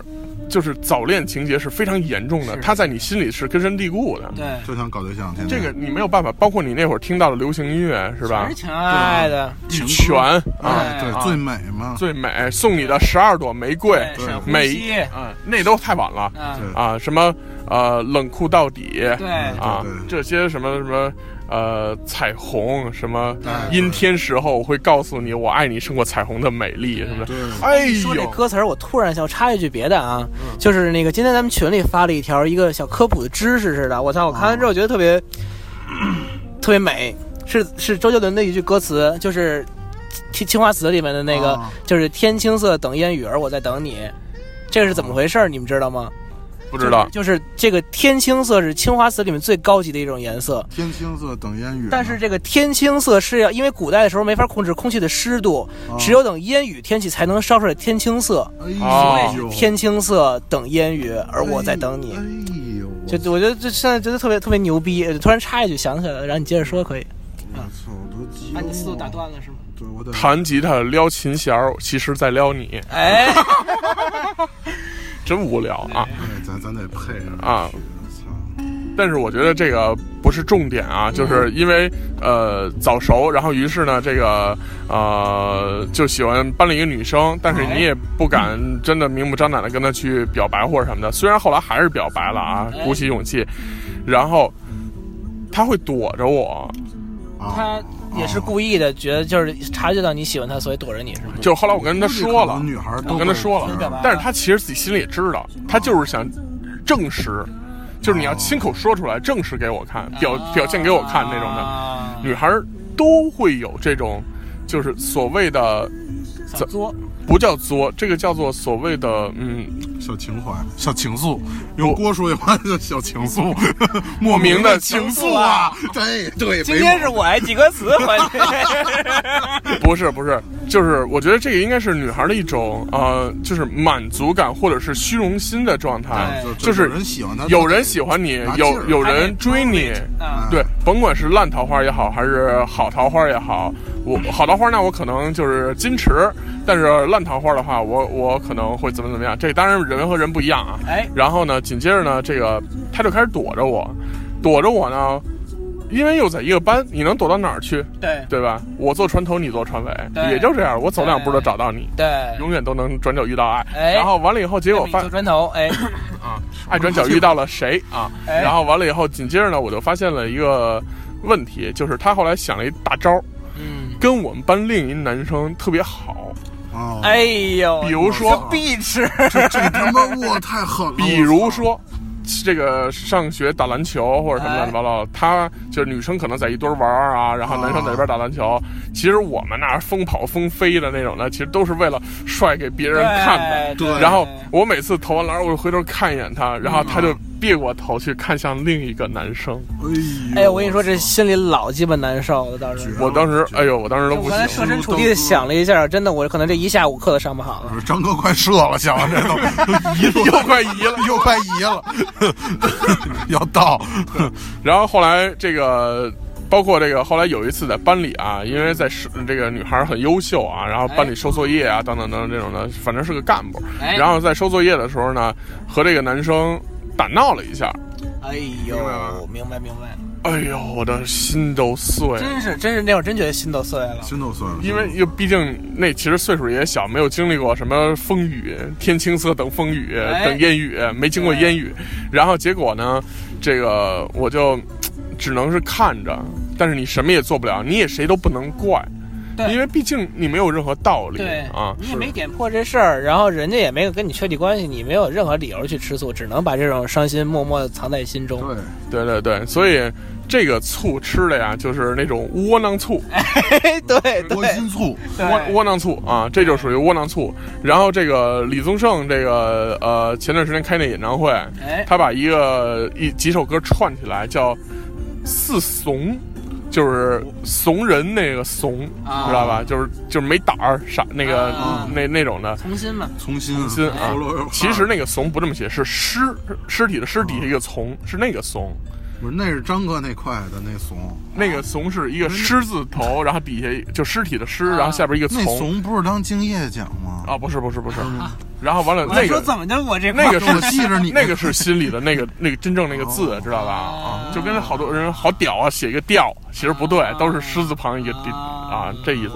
Speaker 2: 就是早恋情节是非常严重的，
Speaker 3: 是
Speaker 2: 它在你心里是根深蒂固的。
Speaker 3: 对，
Speaker 4: 就想搞对象，天
Speaker 2: 这
Speaker 4: 天
Speaker 2: 个你没有办法，包括你那会儿听到的流行音乐是吧
Speaker 3: 全是？情爱的，
Speaker 2: 羽泉啊，
Speaker 4: 哎
Speaker 2: 啊
Speaker 4: 对最美嘛，
Speaker 2: 最美送你的十二朵玫瑰
Speaker 3: 哎，沈红
Speaker 2: 美
Speaker 3: 熙
Speaker 2: 啊，那都太晚了。
Speaker 3: 嗯，
Speaker 4: 对
Speaker 2: 啊，什么呃冷酷到底，
Speaker 3: 对，
Speaker 2: 啊
Speaker 4: 对对，
Speaker 2: 这些什么什么呃彩虹，什么
Speaker 3: 对
Speaker 2: 阴天时候我会告诉你我爱你胜过彩虹的美丽什么的。
Speaker 4: 对
Speaker 2: 哎
Speaker 3: 说这
Speaker 2: 呦，嗯
Speaker 3: 歌词儿，我突然想我插一句别的啊，就是那个今天咱们群里发了一条一个小科普的知识似的，我操！我看完之后觉得特别、 特别美，是是周杰伦的一句歌词，就是《青青花瓷》里面的那个，
Speaker 4: 啊
Speaker 3: 就是天青色等烟雨儿，我在等你。这个是怎么回事儿？你们知道吗？
Speaker 2: 不知道，
Speaker 3: 就是这个天青色是青花瓷里面最高级的一种颜色，
Speaker 4: 天青色等烟雨嘛，
Speaker 3: 但是这个天青色是要，因为古代的时候没法控制空气的湿度，
Speaker 2: 啊
Speaker 4: 哦
Speaker 3: 只有等烟雨天气才能烧出来天青色。
Speaker 4: 哎呦
Speaker 3: 天青色等烟雨，而我在等你。
Speaker 4: 哎呦，
Speaker 3: 就我觉得这现在觉得特别特别牛逼，呃突然插一句想起来了，然后你接着说可以。
Speaker 4: 我操，我都急，
Speaker 3: 断了是吗？
Speaker 4: 对我得
Speaker 2: 弹吉他撩琴弦儿，其实在撩你，
Speaker 3: 哎，
Speaker 2: 真无聊啊！
Speaker 4: 对哎咱咱得配上
Speaker 2: 啊
Speaker 4: 去，操，
Speaker 2: 但是我觉得这个不是重点啊，
Speaker 4: 嗯
Speaker 2: 就是因为呃早熟，然后于是呢，这个呃就喜欢班里一个女生，但
Speaker 4: 哎
Speaker 2: 是你也不敢真的明目张胆的跟她去表白或者什么的。虽然后来还是表白了啊，
Speaker 4: 哎
Speaker 2: 鼓起勇气，然后他会躲着我，
Speaker 4: 啊
Speaker 3: 他也是故意的，觉得就是察觉到你喜欢他，所以躲着你是吗？
Speaker 2: 就后来我跟他说了，
Speaker 4: 女孩都
Speaker 2: 我跟他说
Speaker 4: 会
Speaker 3: 干嘛
Speaker 2: 了，但是他其实自己心里也知道，他就是想证实，就是
Speaker 4: 哦
Speaker 2: 你要亲口说出来，证实给我看，表表现给我看那种的。
Speaker 4: 啊
Speaker 3: 的
Speaker 2: 女孩儿都会有这种，就是所谓的嗯
Speaker 3: 想作，
Speaker 2: 不叫作，这个叫做所谓的嗯
Speaker 4: 小情怀、小情愫，用郭叔一话叫小情 愫，莫
Speaker 2: 名
Speaker 4: 名
Speaker 2: 的
Speaker 4: 的
Speaker 2: 情
Speaker 4: 情
Speaker 2: 愫
Speaker 4: 愫
Speaker 2: 啊
Speaker 4: 啊！对对，
Speaker 3: 今天
Speaker 4: 没
Speaker 3: 是我爱几个词环节。
Speaker 2: 不是不是，就是我觉得这个应该是女孩的一种呃，就是满足感或者是虚荣心的状态，
Speaker 3: 对
Speaker 4: 有
Speaker 2: 就是
Speaker 4: 哎有人喜欢他，
Speaker 2: 有人喜欢你
Speaker 4: 拿，劲
Speaker 2: 有
Speaker 4: 儿
Speaker 2: 有人追你，
Speaker 4: 哎
Speaker 3: 啊，
Speaker 2: 对，甭管是烂桃花也好，还是好桃花也好，我好桃花那我可能就是矜持，但是烂桃花的话，我我可能会怎么怎么样。这当然人和人不一样啊。
Speaker 3: 哎，
Speaker 2: 然后呢，紧接着呢，这个他就开始躲着我，躲着我呢，因为又在一个班，你能躲到哪儿去，
Speaker 3: 对
Speaker 2: 对吧？我坐船头，你坐船尾，
Speaker 3: 对
Speaker 2: 也就这样，我走两步就找到你，
Speaker 3: 对，
Speaker 2: 永远都能转角遇到爱。
Speaker 3: 哎
Speaker 2: 然后完了以后，结果
Speaker 3: 那么一
Speaker 2: 发
Speaker 3: 做砖头，哎，
Speaker 2: 爱转角遇到了谁啊？
Speaker 3: 哎
Speaker 2: 然后完了以后，紧接着呢，我就发现了一个问题，就是他后来想了一大招儿，
Speaker 3: 嗯，
Speaker 2: 跟我们班另一男生特别好，
Speaker 4: 哦，
Speaker 3: 哎呦，
Speaker 2: 比如说，
Speaker 3: 必吃，
Speaker 4: 这这他妈哇太狠了！
Speaker 2: 比如说。这个上学打篮球或者什么
Speaker 3: 哎
Speaker 2: 乱七八糟的，他就是女生可能在一堆儿玩儿啊，然后男生在一边打篮球。其实我们那疯跑疯飞的那种的，其实都是为了帅给别人看的。
Speaker 3: 对
Speaker 4: 对
Speaker 2: 然后我每次投完篮儿，我就回头看一眼他，然后他就别过头去看向另一个男生。
Speaker 4: 我操，
Speaker 3: 哎，
Speaker 4: 哎呦，
Speaker 3: 我跟你说，这心里老鸡巴难受了，当时。
Speaker 2: 我当时，哎呦，我当时都
Speaker 3: 我
Speaker 2: 不
Speaker 3: 刚
Speaker 2: 行
Speaker 3: 才
Speaker 2: 了。
Speaker 3: 设身处地的想了一下，真的，我可能这一下午课都上不好了。
Speaker 4: 张哥快射了，想这 都移了，
Speaker 2: 又快移了。
Speaker 4: 又快移了，要到，
Speaker 2: 然后后来这个，包括这个，后来有一次在班里啊，因为在是这个女孩很优秀啊，然后班里收作业啊，等等等等这种的，反正是个干部。
Speaker 3: 哎
Speaker 2: 然后在收作业的时候呢，和这个男生打闹了一下。
Speaker 3: 哎呦，明白明白，
Speaker 2: 哎呦，我的心都碎了。
Speaker 3: 真是真是那会儿真觉得心都碎了。
Speaker 4: 心都碎了，
Speaker 2: 因为又毕竟那其实岁数也小，没有经历过什么风雨，天青色等风雨，
Speaker 3: 哎
Speaker 2: 等烟雨，没经过烟雨。然后结果呢，这个我就只能是看着，但是你什么也做不了，你也谁都不能怪，
Speaker 3: 对
Speaker 2: 因为毕竟你没有任何道理
Speaker 3: 对
Speaker 2: 啊。
Speaker 3: 你也没点破这事儿，然后人家也没有跟你确立关系，你没有任何理由去吃醋，只能把这种伤心默默地藏在心中。
Speaker 4: 对，
Speaker 2: 对对对，所以这个醋吃的呀，就是那种窝囊醋，
Speaker 3: 哎 对对
Speaker 4: 多
Speaker 3: 对
Speaker 4: 心醋，
Speaker 2: 窝窝囊醋啊，这就属于窝囊醋。然后这个李宗盛这个呃，前段时间开那演唱会，
Speaker 3: 哎，
Speaker 2: 他把一个一几首歌串起来叫“四怂”，就是怂人那个怂，
Speaker 3: 啊
Speaker 2: 知道吧？就是就是没胆儿、傻那个、
Speaker 3: 啊
Speaker 2: 那那种的。
Speaker 3: 从心嘛，
Speaker 4: 从心
Speaker 2: 心啊，其实那个“怂”不这么写，是尸尸体的尸底下一个“从”，是那个“怂
Speaker 4: 不是那是张哥那块的那怂，”，
Speaker 2: 那个“怂”是一个狮字头，然后底下就尸体的“尸”，
Speaker 3: 啊
Speaker 2: 然后下边一个“
Speaker 4: 那
Speaker 2: 从
Speaker 4: 怂不是当敬业奖”。吗？
Speaker 2: 啊，不是不是不是，然后完了那
Speaker 3: 我说
Speaker 2: 个
Speaker 3: 怎么就我这
Speaker 2: 那个
Speaker 4: 我
Speaker 2: 是
Speaker 4: 记着你
Speaker 2: 那个是心里的那个那个真正那个字，知道吧？啊，就跟好多人好屌啊，写一个调，其实不对，都是狮字旁一个丁啊，这意思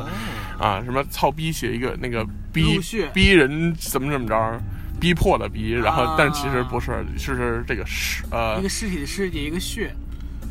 Speaker 2: 啊，什么操逼写一个那个逼
Speaker 3: 陆续
Speaker 2: 逼人怎么怎么着，逼迫的逼，然后
Speaker 3: 啊
Speaker 2: 但其实不是，是是这个是呃
Speaker 3: 尸体的尸体，一个血，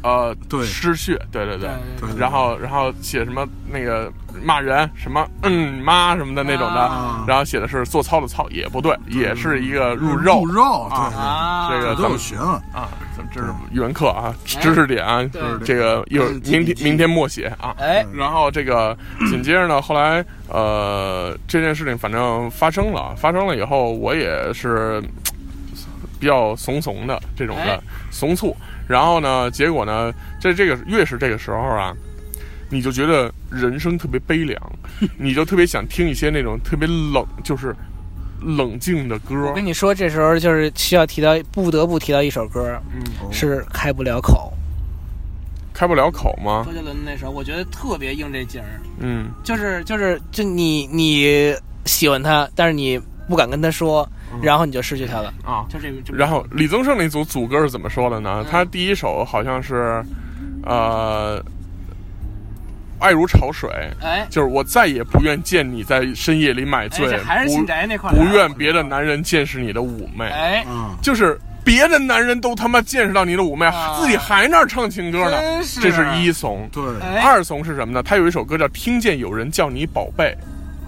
Speaker 2: 呃
Speaker 4: 对
Speaker 2: 失血，对对对。
Speaker 4: 对
Speaker 2: 然后，然后写什么那个骂人什么嗯妈什么的那种
Speaker 3: 啊
Speaker 2: 的，然后写的是做操的操也不对，也是一个入肉
Speaker 4: 入肉，对
Speaker 2: 啊
Speaker 3: 啊
Speaker 2: 这个
Speaker 4: 我
Speaker 2: 咱
Speaker 4: 都有
Speaker 2: 们
Speaker 4: 学问，
Speaker 2: 啊，咱们这是语文课啊，知识点啊
Speaker 3: 哎对，
Speaker 2: 这个一会儿
Speaker 4: 嗯记
Speaker 2: 明
Speaker 4: 笔
Speaker 2: 天
Speaker 4: 记
Speaker 2: 明天默写啊。
Speaker 3: 哎，
Speaker 2: 然后这个紧接着呢，后来呃这件事情反正发生了，发生了以后我也是嘖比较怂怂的这种
Speaker 3: 哎
Speaker 2: 的怂醋，然后呢，结果呢，在这个越是这个时候啊。你就觉得人生特别悲 凉，你就特别想听一些那种特别冷，就是冷静的歌。
Speaker 3: 我跟你说，这时候就是需要提到，不得不提到一首歌，
Speaker 2: 嗯，
Speaker 4: 哦
Speaker 3: 是开不了口，
Speaker 2: 开不了口吗
Speaker 3: 周？杰伦的那首，我觉得特别应这景儿，
Speaker 2: 嗯，
Speaker 3: 就是就是就你你喜欢他，但是你不敢跟他说，然后你就失去他了，
Speaker 2: 嗯啊，
Speaker 3: 就这个，就
Speaker 2: 然后李宗盛那组组歌是怎么说的
Speaker 3: 嗯
Speaker 2: 呢？他第一首好像是，呃，爱如潮水，
Speaker 3: 哎，
Speaker 2: 就是我再也不愿见你在深夜里买醉，不
Speaker 3: 那块啊
Speaker 2: 不愿别的男人见识你的妩媚，
Speaker 3: 哎，
Speaker 4: 嗯，
Speaker 2: 就是别的男人都他妈见识到你的妩媚，
Speaker 3: 啊
Speaker 2: 自己还那儿唱情歌呢
Speaker 3: 真，是啊
Speaker 2: 这是一怂。
Speaker 4: 对，
Speaker 3: 哎
Speaker 2: 二怂是什么呢？他有一首歌叫《听见有人叫你宝贝》，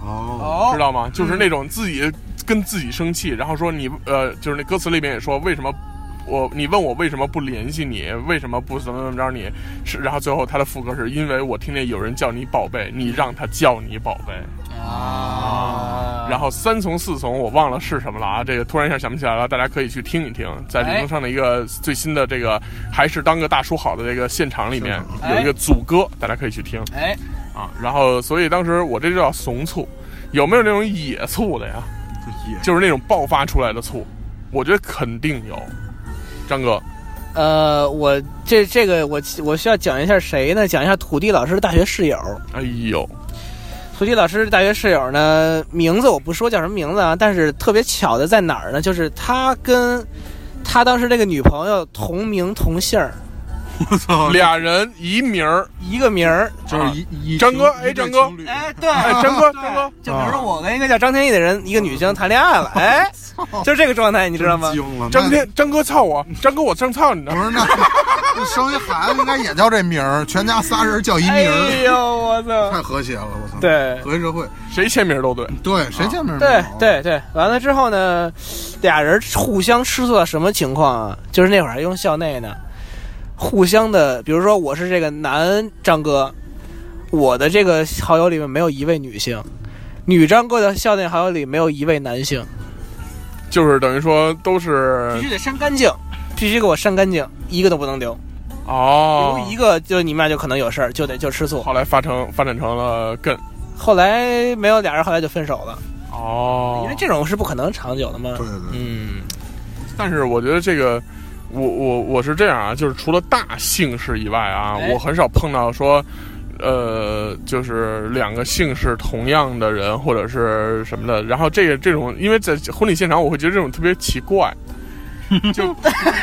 Speaker 4: 哦，
Speaker 3: 哦
Speaker 2: 知道吗？就是那种自己跟自己生气，然后说你呃，就是那歌词里面也说为什么。我你问我为什么不联系你，为什么不怎么怎么着你？是，然后最后他的副歌是因为我听见有人叫你宝贝，你让他叫你宝贝。
Speaker 3: 啊
Speaker 2: 然后三从四从我忘了是什么了啊，这个突然一下想不起来了，大家可以去听一听，在李宗盛的一个最新的这个还是当个大叔好的这个现场里面
Speaker 4: 现
Speaker 3: 场
Speaker 2: 有一个组歌，大家可以去听
Speaker 3: 哎，
Speaker 2: 啊。然后所以当时我这就叫怂醋，有没有那种野醋的呀？
Speaker 4: 这也
Speaker 2: 就是那种爆发出来的醋，我觉得肯定有。张哥，
Speaker 3: 呃，我这这个我我需要讲一下谁呢？讲一下土地老师的大学室友。
Speaker 2: 哎呦，
Speaker 3: 土地老师的大学室友呢，名字我不说叫什么名字啊，但是特别巧的在哪儿呢？就是他跟他当时那个女朋友同名同姓儿，
Speaker 4: 我操，
Speaker 2: 俩人一名儿，
Speaker 3: 一个名儿。
Speaker 4: 就是一一
Speaker 2: 张哥
Speaker 4: 情
Speaker 2: 哎
Speaker 4: 一对
Speaker 2: 张哥
Speaker 4: 情侣
Speaker 3: 啊哎，对，
Speaker 2: 哎，张哥，张哥，
Speaker 3: 就比如说我跟一个叫张天翼的人，一个女生谈恋爱了，哎，就这个状态，你知道吗
Speaker 4: 真？惊了，
Speaker 2: 张
Speaker 4: 那
Speaker 2: 天，张哥操我，张哥我正操你呢
Speaker 4: 不。是那那生一孩子应该也叫这名儿，全家仨人叫一名
Speaker 3: 哎
Speaker 4: 儿，
Speaker 3: 呦，我操！
Speaker 4: 太和谐了，我操，
Speaker 3: 对
Speaker 4: 和谐社会，
Speaker 2: 谁签名都对，
Speaker 4: 对，谁见面
Speaker 2: 哦
Speaker 3: 对对对，完了之后呢，俩人互相吃醋到什么情况啊？就是那会儿还用校内呢，互相的，比如说我是这个男张哥，我的这个好友里面没有一位女性，女张哥的校内好友里没有一位男性，
Speaker 2: 就是等于说都
Speaker 3: 必
Speaker 2: 是
Speaker 3: 须得删干净，必须给我删干净，一个都不能留。
Speaker 2: 哦
Speaker 3: 留，一个就你们俩就可能有事儿，就得就吃醋。
Speaker 2: 后来发成发展成了更
Speaker 3: 后来没有俩人，后来就分手了，
Speaker 2: 哦，
Speaker 3: 因为这种是不可能长久的嘛
Speaker 4: 对。对
Speaker 3: 嗯，
Speaker 2: 但是我觉得这个，我我我是这样啊，就是除了大姓氏以外啊，
Speaker 3: 哎
Speaker 2: 我很少碰到说，呃，就是两个姓氏同样的人或者是什么的。然后这个这种，因为在婚礼现场，我会觉得这种特别奇怪。就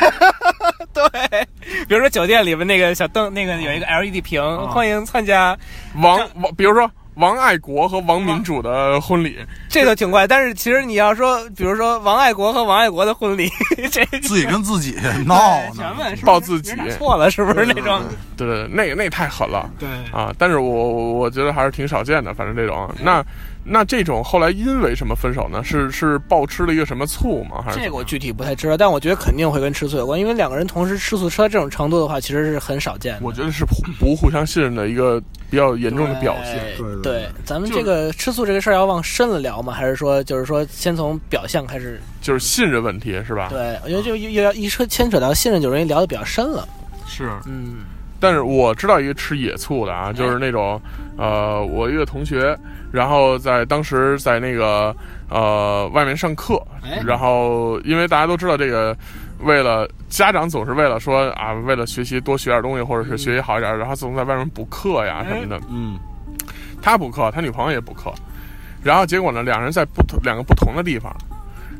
Speaker 3: 对。比如说酒店里面那个小凳，那个有
Speaker 2: 哦
Speaker 3: 一个 LED 屏，欢迎参加，
Speaker 2: 王王，比如说王爱国和王民主的婚礼，
Speaker 3: 这个挺怪。但是其实你要说，比如说王爱国和王爱国的婚礼， 这哎
Speaker 4: 对，自己跟自己闹
Speaker 3: 全
Speaker 4: 呢，
Speaker 3: 问
Speaker 2: 哦
Speaker 3: 是不是
Speaker 2: 报自己
Speaker 3: 别人打错了，是不是那种？
Speaker 2: 对对，对那个那太狠了。
Speaker 3: 对，
Speaker 2: 啊，但是我我我觉得还是挺少见的，反正这种，那那这种后来因为什么分手呢？是是暴吃了一个什么醋吗？还是
Speaker 3: 这个我具体不太知道，但我觉得肯定会跟吃醋有关，因为两个人同时吃醋吃到这种程度的话，其实是很少见的。
Speaker 2: 我觉得是不不互相信任的一个比较严重的表现。
Speaker 3: 对
Speaker 4: 对对
Speaker 3: 对，咱们
Speaker 2: 就是
Speaker 3: 这个吃醋这个事儿要往深了聊吗？还是说就是说先从表象开始？
Speaker 2: 就是信任问题，是吧？
Speaker 3: 对，我觉得就又又要一说牵扯到信任，就容易聊得比较深了。
Speaker 2: 是。
Speaker 3: 嗯，
Speaker 2: 但是我知道一个吃野醋的啊，
Speaker 3: 哎
Speaker 2: 就是那种，呃，我一个同学，然后在当时在那个呃外面上课
Speaker 3: 哎，
Speaker 2: 然后因为大家都知道这个，为了家长总是为了说啊，为了学习多学点东西，或
Speaker 3: 嗯
Speaker 2: 者是学习好一点，然后总在外面补课呀什
Speaker 3: 哎
Speaker 2: 么的。
Speaker 4: 嗯，
Speaker 2: 他补课，他女朋友也补课，然后结果呢，两人在不同两个不同的地方，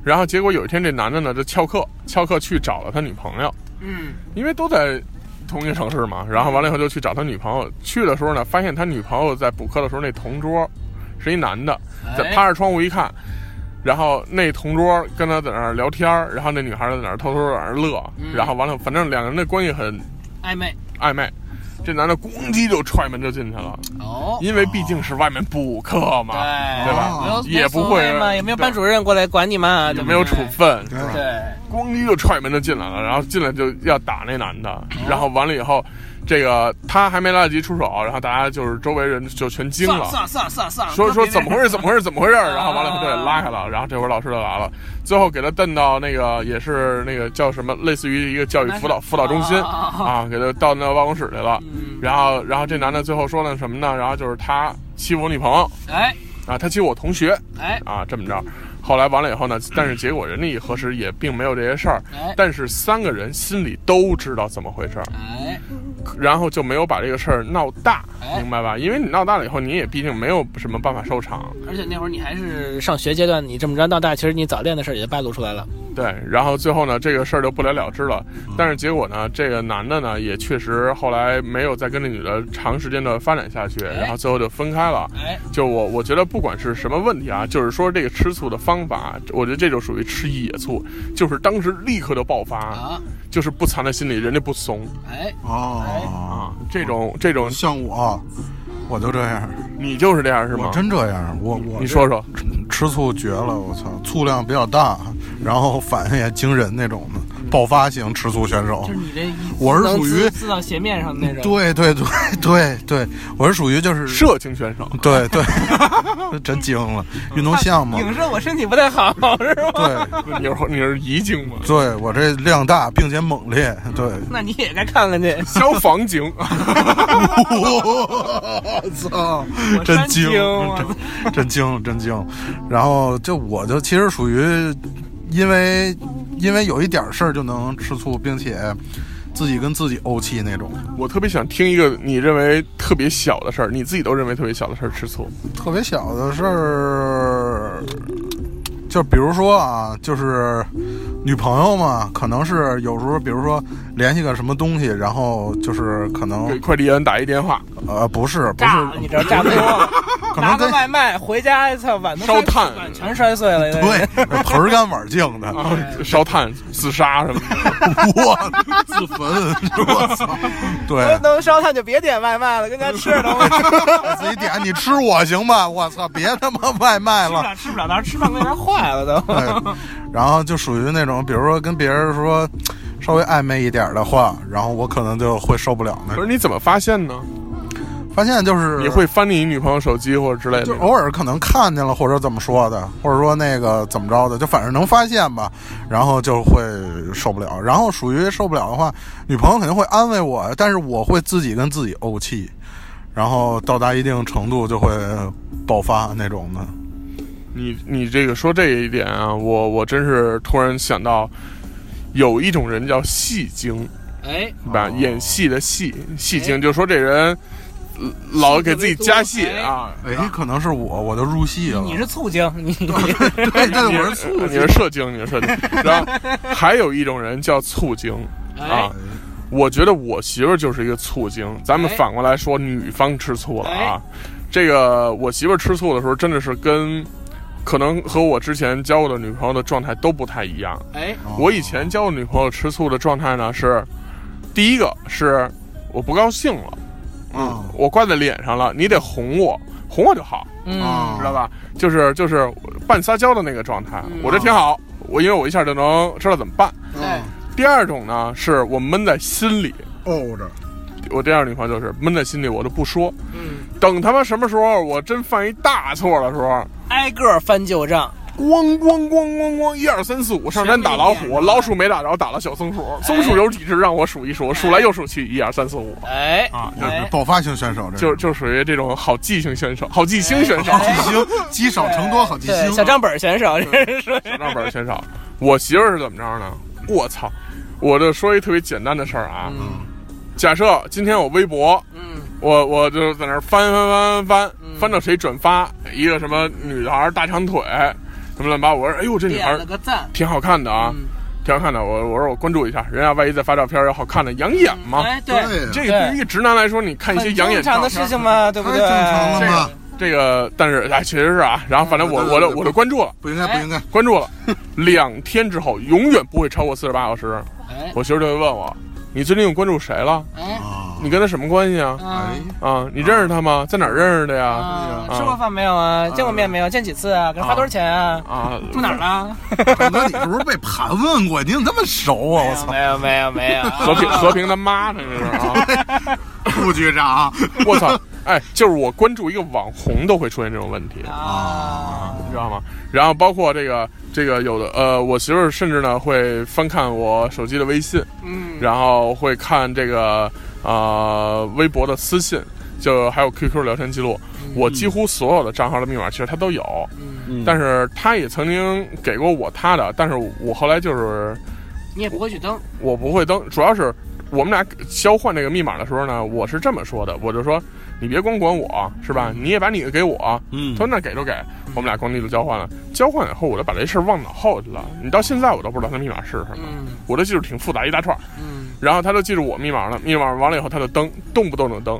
Speaker 2: 然后结果有一天这男的呢就翘课，翘课去找了他女朋友，
Speaker 3: 嗯，
Speaker 2: 因为都在同一个城市嘛，然后完了以后就去找他女朋友，去的时候呢，发现他女朋友在补课的时候那同桌是一男的，在趴着窗户一看。然后那同桌跟他在那儿聊天儿，然后那女孩在那儿偷偷在那儿乐，然后完了，反正两个人的关系很
Speaker 3: 暧昧
Speaker 2: 暧昧。这男的咣叽就踹门就进去了，
Speaker 3: 哦，
Speaker 2: 因为毕竟是外面补课嘛，对吧？
Speaker 4: 哦
Speaker 2: 也不会
Speaker 3: 嘛，也没有班主任过来管你嘛，
Speaker 2: 也
Speaker 3: 对不
Speaker 2: 没有
Speaker 3: 对
Speaker 2: 处分，
Speaker 4: 对
Speaker 3: 对，
Speaker 2: 咣叽就踹门就进来了，然后进来就要打那男
Speaker 3: 哦
Speaker 2: 的，然后完了以后，这个他还没来得及出手，然后大家就是周围人就全惊
Speaker 3: 算了
Speaker 2: 了，
Speaker 3: 算了算了算了算了，
Speaker 2: 说
Speaker 3: 那
Speaker 2: 说
Speaker 3: 别
Speaker 2: 怎么回 事？怎么回事？怎么回事？
Speaker 3: 啊
Speaker 2: 然后完了，他就给拉开了。然后这会儿老师就来了，最后给他蹬到那个也是那个叫什么，类似于一个教育辅导辅导中心
Speaker 3: 啊啊嗯
Speaker 2: 啊，给他到那个办公室去了。然后，然后这男的最后说了什么呢？然后就是他欺负我女朋友
Speaker 3: 哎
Speaker 2: 啊，他欺负我同学
Speaker 3: 哎
Speaker 2: 啊，这么着。后来完了以后呢，但是结果人家一核实也并没有这些事儿，
Speaker 3: 哎
Speaker 2: 但是三个人心里都知道怎么回事儿，
Speaker 3: 哎，
Speaker 2: 然后就没有把这个事儿闹大
Speaker 3: 哎，
Speaker 2: 明白吧？因为你闹大了以后，你也毕竟没有什么办法收场。
Speaker 3: 而且那会儿你还是上学阶段，你这么着闹大，其实你早恋的事儿也就暴露出来了。
Speaker 2: 对，然后最后呢，这个事儿就不了了之了。但是结果呢，这个男的呢，也确实后来没有再跟这女的长时间的发展下去，然后最后就分开了。
Speaker 3: 哎，
Speaker 2: 就我我觉得不管是什么问题啊，就是说这个吃醋的方法，我觉得这就属于吃野醋，就是当时立刻就爆发，
Speaker 3: 啊
Speaker 2: 就是不藏在心里，人家不怂
Speaker 3: 哎
Speaker 4: 哦，
Speaker 2: 啊。这种这种，
Speaker 4: 像我，我就这样，
Speaker 2: 你就是这样是
Speaker 4: 我
Speaker 2: 吗？
Speaker 4: 真这样，我我
Speaker 2: 你说说，
Speaker 4: 吃醋绝了，我操，醋量比较大，然后反应也惊人那种的，爆发型吃醋选手
Speaker 3: 就。是你这一
Speaker 4: 我是
Speaker 3: 能
Speaker 4: 属于
Speaker 3: 滋滋到鞋面上的那种。
Speaker 4: 对对对对对，我是属于就是
Speaker 2: 射精选 手。
Speaker 4: 对对，真惊了，运动项 目。
Speaker 3: 影射我身体不太好是吗？
Speaker 4: 对
Speaker 2: 你是你是遗精吗？
Speaker 4: 对，我这量大并且猛烈，对。
Speaker 3: 那你也该看看去。
Speaker 2: 消防警。
Speaker 4: 我操！真惊，
Speaker 3: 我真
Speaker 4: 真真惊，真惊。然后就我就其实属于，因为因为有一点事儿就能吃醋，并且自己跟自己怄气那种，
Speaker 2: 我特别想听一个你认为特别小的事儿，你自己都认为特别小的事儿，吃醋。
Speaker 4: 特别小的事儿，就比如说啊，就是女朋友嘛，可能是有时候，比如说联系个什么东西，然后就是可
Speaker 2: 给
Speaker 4: 能
Speaker 2: 快递员打一电话，
Speaker 4: 呃，不是不
Speaker 3: 炸，你
Speaker 4: 是，
Speaker 3: 知道炸锅 了，
Speaker 4: 可
Speaker 3: 拿
Speaker 4: 能
Speaker 3: 个
Speaker 4: 跟
Speaker 3: 外卖回家，操，碗都
Speaker 2: 烧
Speaker 3: 摔
Speaker 2: 炭
Speaker 3: 碗全摔碎了，
Speaker 4: 对，盆儿干碗儿净的，
Speaker 2: 啊，烧炭、自杀什么的。
Speaker 4: 我自焚，我操，对
Speaker 3: 能。能烧炭就别点外卖了，跟家吃着东 西，
Speaker 4: 自己点，你吃我行吧？我操，别他妈外卖了。
Speaker 3: 吃不了，到时候吃饭快点坏了都。
Speaker 4: 对，然后就属于那种，比如说跟别人说稍微暧昧一点的话，然后我可能就会受不了那
Speaker 2: 可
Speaker 4: 种。
Speaker 2: 是你怎么发现呢？
Speaker 4: 发现就是
Speaker 2: 你会翻你女朋友手机或者之类
Speaker 4: 就
Speaker 2: 的？
Speaker 4: 偶尔可能看见了，或者怎么说的，或者说那个怎么着的，就反正能发现吧，然后就会受不了。然后属于受不了的话，女朋友肯定会安慰我，但是我会自己跟自己怄气，然后到达一定程度就会爆发那种的。
Speaker 2: 你你这个说这一点啊，我我真是突然想到，有一种人叫戏精，
Speaker 3: 哎，
Speaker 2: 对吧？演戏的戏，戏
Speaker 3: 哎
Speaker 2: 精，就说这人呃老给自己加戏啊。
Speaker 4: 哎，可能是我，我就入戏了。
Speaker 3: 你是醋精，你
Speaker 4: 对，对，
Speaker 2: 你
Speaker 4: 我是醋
Speaker 2: 你是射精，你是射精。然后还有一种人叫醋精啊
Speaker 3: 哎，
Speaker 2: 我觉得我媳妇儿就是一个醋精。咱们
Speaker 3: 哎
Speaker 2: 反过来说，女方吃醋了啊。这个我媳妇儿吃醋的时候，真的是跟可能和我之前交过的女朋友的状态都不太一样。
Speaker 3: 哎，
Speaker 4: 哦
Speaker 2: 我以前交过女朋友吃醋的状态呢是，第一个是我不高兴了，
Speaker 4: 啊
Speaker 2: 我挂在脸上了，你得哄我，哄我就好。
Speaker 3: 嗯，嗯
Speaker 4: 啊，
Speaker 2: 知道？吧？就是就是半撒娇的那个状态，我这挺好，我因为我一下就能知道怎么办。
Speaker 4: 嗯
Speaker 3: 对，
Speaker 2: 第二种呢，是我闷在心里，
Speaker 4: 怄着，
Speaker 2: 我这样的女朋友就是闷在心里，我都不说，
Speaker 3: 嗯，
Speaker 2: 等他妈什么时候我真犯一大错的时候，
Speaker 3: 挨个翻旧账，
Speaker 2: 咣咣咣咣咣，一二三四五，上山打老
Speaker 3: 全
Speaker 2: 虎，
Speaker 3: 面
Speaker 2: 老鼠没打着，打了小松鼠，
Speaker 3: 哎
Speaker 2: 松鼠有几只让我数一数，数来又数去，一二三四五
Speaker 3: 哎，
Speaker 2: 啊，就
Speaker 3: 哎
Speaker 4: 爆发型选手，这
Speaker 2: 就就属于这种好记性选手，好记星选
Speaker 3: 哎
Speaker 2: 手。
Speaker 4: 好记星，积少成多，好记
Speaker 3: 对，
Speaker 4: 星。
Speaker 3: 小账本选手，这是
Speaker 2: 手账本先少。我媳妇儿是怎么着呢？我操！我就说一特别简单的事儿啊，
Speaker 4: 嗯
Speaker 2: 假设今天我微博，
Speaker 3: 嗯，
Speaker 2: 我我就在那儿翻翻翻翻翻，翻到谁转发一个什么女孩儿大长腿，什么乱七八，糟，我说哎呦这女孩
Speaker 3: 点
Speaker 2: 儿
Speaker 3: 了个赞，
Speaker 2: 挺好看的啊，
Speaker 3: 啊嗯
Speaker 2: 挺好看的，我我说我关注一下，人家万一再发照片儿有好看的养眼嘛。
Speaker 3: 哎，对，
Speaker 4: 对，啊
Speaker 2: 这个对于一个直男来说，你看一些
Speaker 3: 很
Speaker 2: 养眼
Speaker 3: 正常
Speaker 2: 照
Speaker 3: 啊的
Speaker 2: 片
Speaker 3: 事
Speaker 2: 儿，
Speaker 3: 情嘛，对不
Speaker 4: 太
Speaker 3: 对？
Speaker 4: 正常了嘛，
Speaker 2: 这个但是哎确实是啊，然后反正我
Speaker 4: 嗯
Speaker 2: 我就
Speaker 4: 对对对
Speaker 2: 我就关注了。
Speaker 4: 不应该，不应
Speaker 3: 哎
Speaker 4: 该。
Speaker 2: 关注了，两天之后永远不会超过四十八小时。
Speaker 3: 哎
Speaker 2: 我媳妇儿就会问我，你最近又关注谁了？
Speaker 3: 哎，
Speaker 4: 啊，
Speaker 2: 你跟他什么关系啊？
Speaker 3: 啊
Speaker 4: 哎，
Speaker 2: 啊，你认识他吗？在哪儿认识的呀？
Speaker 3: 啊，
Speaker 2: 啊
Speaker 3: 吃过饭没有
Speaker 4: 哎
Speaker 3: 啊？见过面没有？见几次啊？给他花多少钱啊？
Speaker 2: 啊，
Speaker 3: 住哪儿？了？
Speaker 4: 大哥，你是不是被盘问过？你怎么这么熟啊？ 我操，
Speaker 3: 没有没有没有，
Speaker 2: 和平和平他妈呢，这是啊！
Speaker 4: 副局长
Speaker 2: 我操！哎，就是我关注一个网红都会出现这种问题，
Speaker 3: 啊，
Speaker 2: 你知道吗？然后包括这个这个有的呃，我媳妇儿甚至呢会翻看我手机的微信，
Speaker 3: 嗯，
Speaker 2: 然后会看这个呃微博的私信，就还有 QQ 聊天记录。我几乎所有的账号的密码其实他都有，
Speaker 3: 嗯
Speaker 2: 但是他也曾经给过我他的，但是我后来就是
Speaker 3: 你也不会去登，
Speaker 2: 我不会登，主要是我们俩交换这个密码的时候呢，我是这么说的，我就说你别光管我是吧，
Speaker 3: 嗯
Speaker 2: 你也把你的给我。
Speaker 4: 嗯
Speaker 2: 他说那给就给，我们俩光利就交换了。交换以后，我就把这事儿忘脑后去了。你到现在我都不知道他密码是什么，
Speaker 3: 嗯
Speaker 2: 我这记住挺复杂一大串儿。
Speaker 3: 嗯，
Speaker 2: 然后他就记住我密码了，密码完了以后他就登，动不动就登，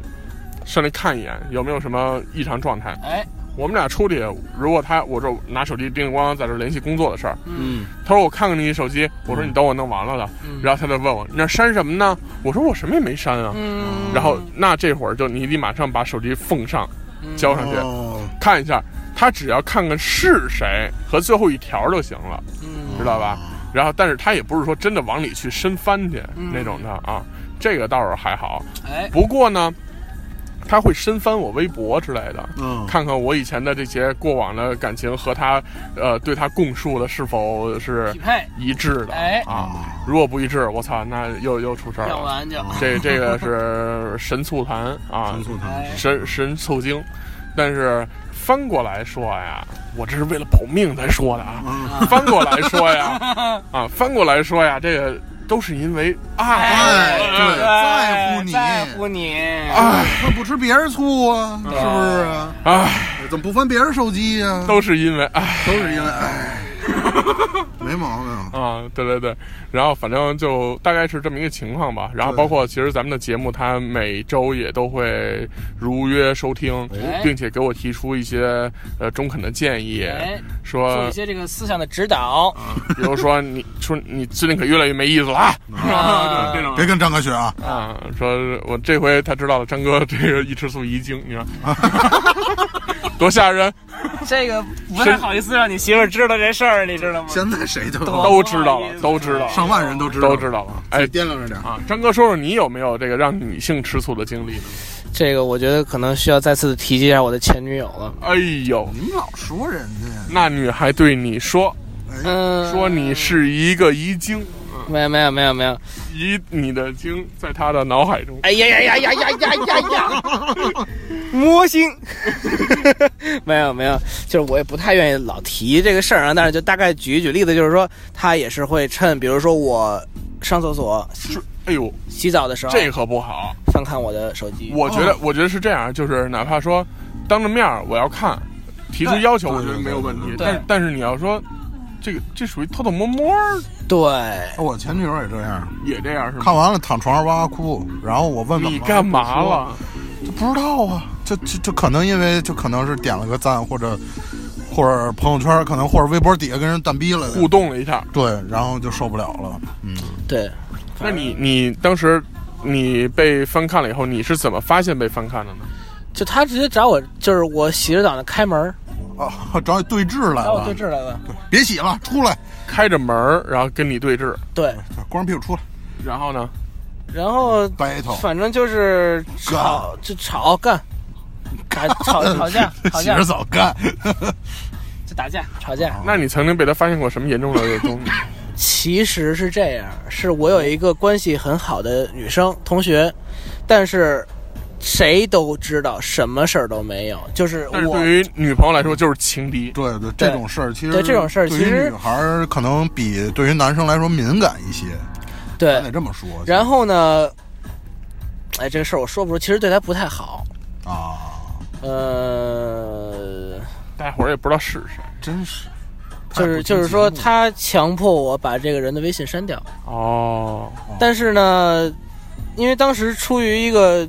Speaker 2: 上来看一眼有没有什么异常状态。
Speaker 3: 哎，
Speaker 2: 我们俩出去，如果他我这拿手机叮叮咣咣在这联系工作的事儿，
Speaker 4: 嗯，
Speaker 2: 他说我看看你手机，我说你等我弄完了的，
Speaker 3: 嗯
Speaker 2: 然后他就问我你那删什么呢？我说我什么也没删啊。
Speaker 3: 嗯，
Speaker 2: 然后那这会儿就你得马上把手机奉上，
Speaker 3: 嗯
Speaker 2: 交上去
Speaker 4: 哦，
Speaker 2: 看一下，他只要看看是谁和最后一条就行了。
Speaker 3: 嗯
Speaker 2: 知道吧？然后，但是他也不是说真的往里去深翻去那种的啊，这个倒是还好。
Speaker 3: 哎，
Speaker 2: 不过呢，他会深翻我微博之类的，
Speaker 4: 嗯，
Speaker 2: 看看我以前的这些过往的感情和他，呃，对他供述的是否是
Speaker 3: 匹配，
Speaker 2: 一致的
Speaker 3: 哎
Speaker 4: 嗯
Speaker 2: 啊。如果不一致，我操，那又又出事儿
Speaker 3: 要不
Speaker 2: 了。
Speaker 3: 然就
Speaker 2: 这这个是神醋坛啊
Speaker 4: 陈，醋他
Speaker 3: 哎，
Speaker 2: 神神醋精。但是翻过来说呀，我这是 啊为了保命才说的啊。翻过来说呀，啊，翻过来说呀，这个都是因为爱。
Speaker 4: 哎对在乎
Speaker 3: 哎
Speaker 4: 你
Speaker 3: 在乎你，
Speaker 2: 啊
Speaker 4: 哎他不吃别人醋啊，是不是啊？
Speaker 2: 唉，
Speaker 4: 怎么不翻别人手机呀、
Speaker 2: 哎都是因为爱
Speaker 4: 都是因 为哎，没毛病。
Speaker 2: 啊，对对对，然后反正就大概是这么一个情况吧。然后包括其实咱们的节目，它每周也都会如约收听，
Speaker 3: 哎
Speaker 2: 并且给我提出一些呃中肯的建议，
Speaker 3: 哎，做
Speaker 2: 说
Speaker 3: 一些这个思想的指导，
Speaker 2: 比如说你说你最近可越来越没意思了啊，
Speaker 3: 啊
Speaker 2: 对这种
Speaker 4: 别跟张哥学啊！
Speaker 2: 啊，说我这回他知道了，张哥这个一吃素一惊，你看多吓人，
Speaker 3: 这个不太好意思让你媳妇儿知道这事儿，你知道吗？
Speaker 4: 现在谁都
Speaker 3: 都
Speaker 2: 都知道了，都知道
Speaker 4: 上
Speaker 2: 了，
Speaker 4: 万人都知道，
Speaker 2: 都知道了。
Speaker 4: 哎，
Speaker 2: 哎
Speaker 4: 掂量着点。
Speaker 2: 啊，张哥，说说你有没有这个让女性吃醋的经历呢？
Speaker 3: 这个我觉得可能需要再次提及一下我的前女友了。
Speaker 2: 哎呦，
Speaker 4: 你们老说人家，
Speaker 2: 那女孩对你说
Speaker 3: 嗯，
Speaker 2: 说你是一个遗精，
Speaker 3: 没有没有没有没有，
Speaker 2: 遗你的精在她的脑海中。
Speaker 3: 哎呀呀呀呀呀呀呀呀！魔星， 没有没有，就是我也不太愿意老提这个事儿啊，但是就大概举一举例子，就是说他也是会趁，比如说我上厕所、洗
Speaker 2: 是，哎呦，
Speaker 3: 洗澡的时候，
Speaker 2: 这可不好。
Speaker 3: 翻看我的手机。
Speaker 2: 我觉得，我觉得是这样，就是哪怕说当着面儿我要看，提出要求，我觉得没有问题。
Speaker 3: 对
Speaker 2: 但但是你要说这个，这属于偷偷摸摸儿
Speaker 3: 对，
Speaker 4: 哦我前女友也这样，
Speaker 2: 也这样是吗
Speaker 4: 看？完了躺床上哇哇哭，然后我问怎么
Speaker 2: 你
Speaker 4: 了
Speaker 2: 干嘛？了？
Speaker 4: 就不知道啊，就就就可能因为就可能是点了个赞，或者或者朋友圈，可能或者微博底下跟人蛋逼了的
Speaker 2: 互，动了一下，
Speaker 4: 对，然后就受不了了。嗯，
Speaker 3: 对，
Speaker 2: 那你你当时你被翻看了以后，你是怎么发现被翻看的呢？
Speaker 3: 就他直接找我，就是我洗着澡呢，开门儿
Speaker 4: 啊，找你对峙来
Speaker 3: 找我
Speaker 2: 啊
Speaker 4: 了，
Speaker 3: 哦对峙来了。
Speaker 4: 别洗了，出来，
Speaker 2: 开着门儿，然后跟你对峙，
Speaker 3: 对，
Speaker 4: 光着屁股出来
Speaker 2: 然后呢？
Speaker 3: 然后
Speaker 4: ，battle，
Speaker 3: 反正就是吵，就 吵干，打吵吵 架，吵
Speaker 4: 洗
Speaker 3: 架
Speaker 4: 着澡干，
Speaker 3: 就打架，吵架。
Speaker 2: 那你曾经被他发现过什么严重的东西？
Speaker 3: 其实是这样，是我有一个关系很好的女生同学，但是谁都知道，什么事儿都没有，就是
Speaker 2: 但是
Speaker 3: 我
Speaker 2: 对于女朋友来说，就是情敌。
Speaker 4: 对对，这种事儿其实
Speaker 3: 对这种事儿其实
Speaker 4: 对于女孩儿可能比对于男生来说敏感一些，咱
Speaker 3: 对
Speaker 4: 得，这么说。
Speaker 3: 然后呢，哎，这个事儿我说不出，其实对她不太好，
Speaker 4: 啊，
Speaker 3: 呃。
Speaker 2: 大伙儿也不知道是谁。
Speaker 4: 真是
Speaker 3: 就是就是说，他强迫我把这个人的微信删掉，
Speaker 2: 哦，
Speaker 3: 但是呢，因为当时出于一个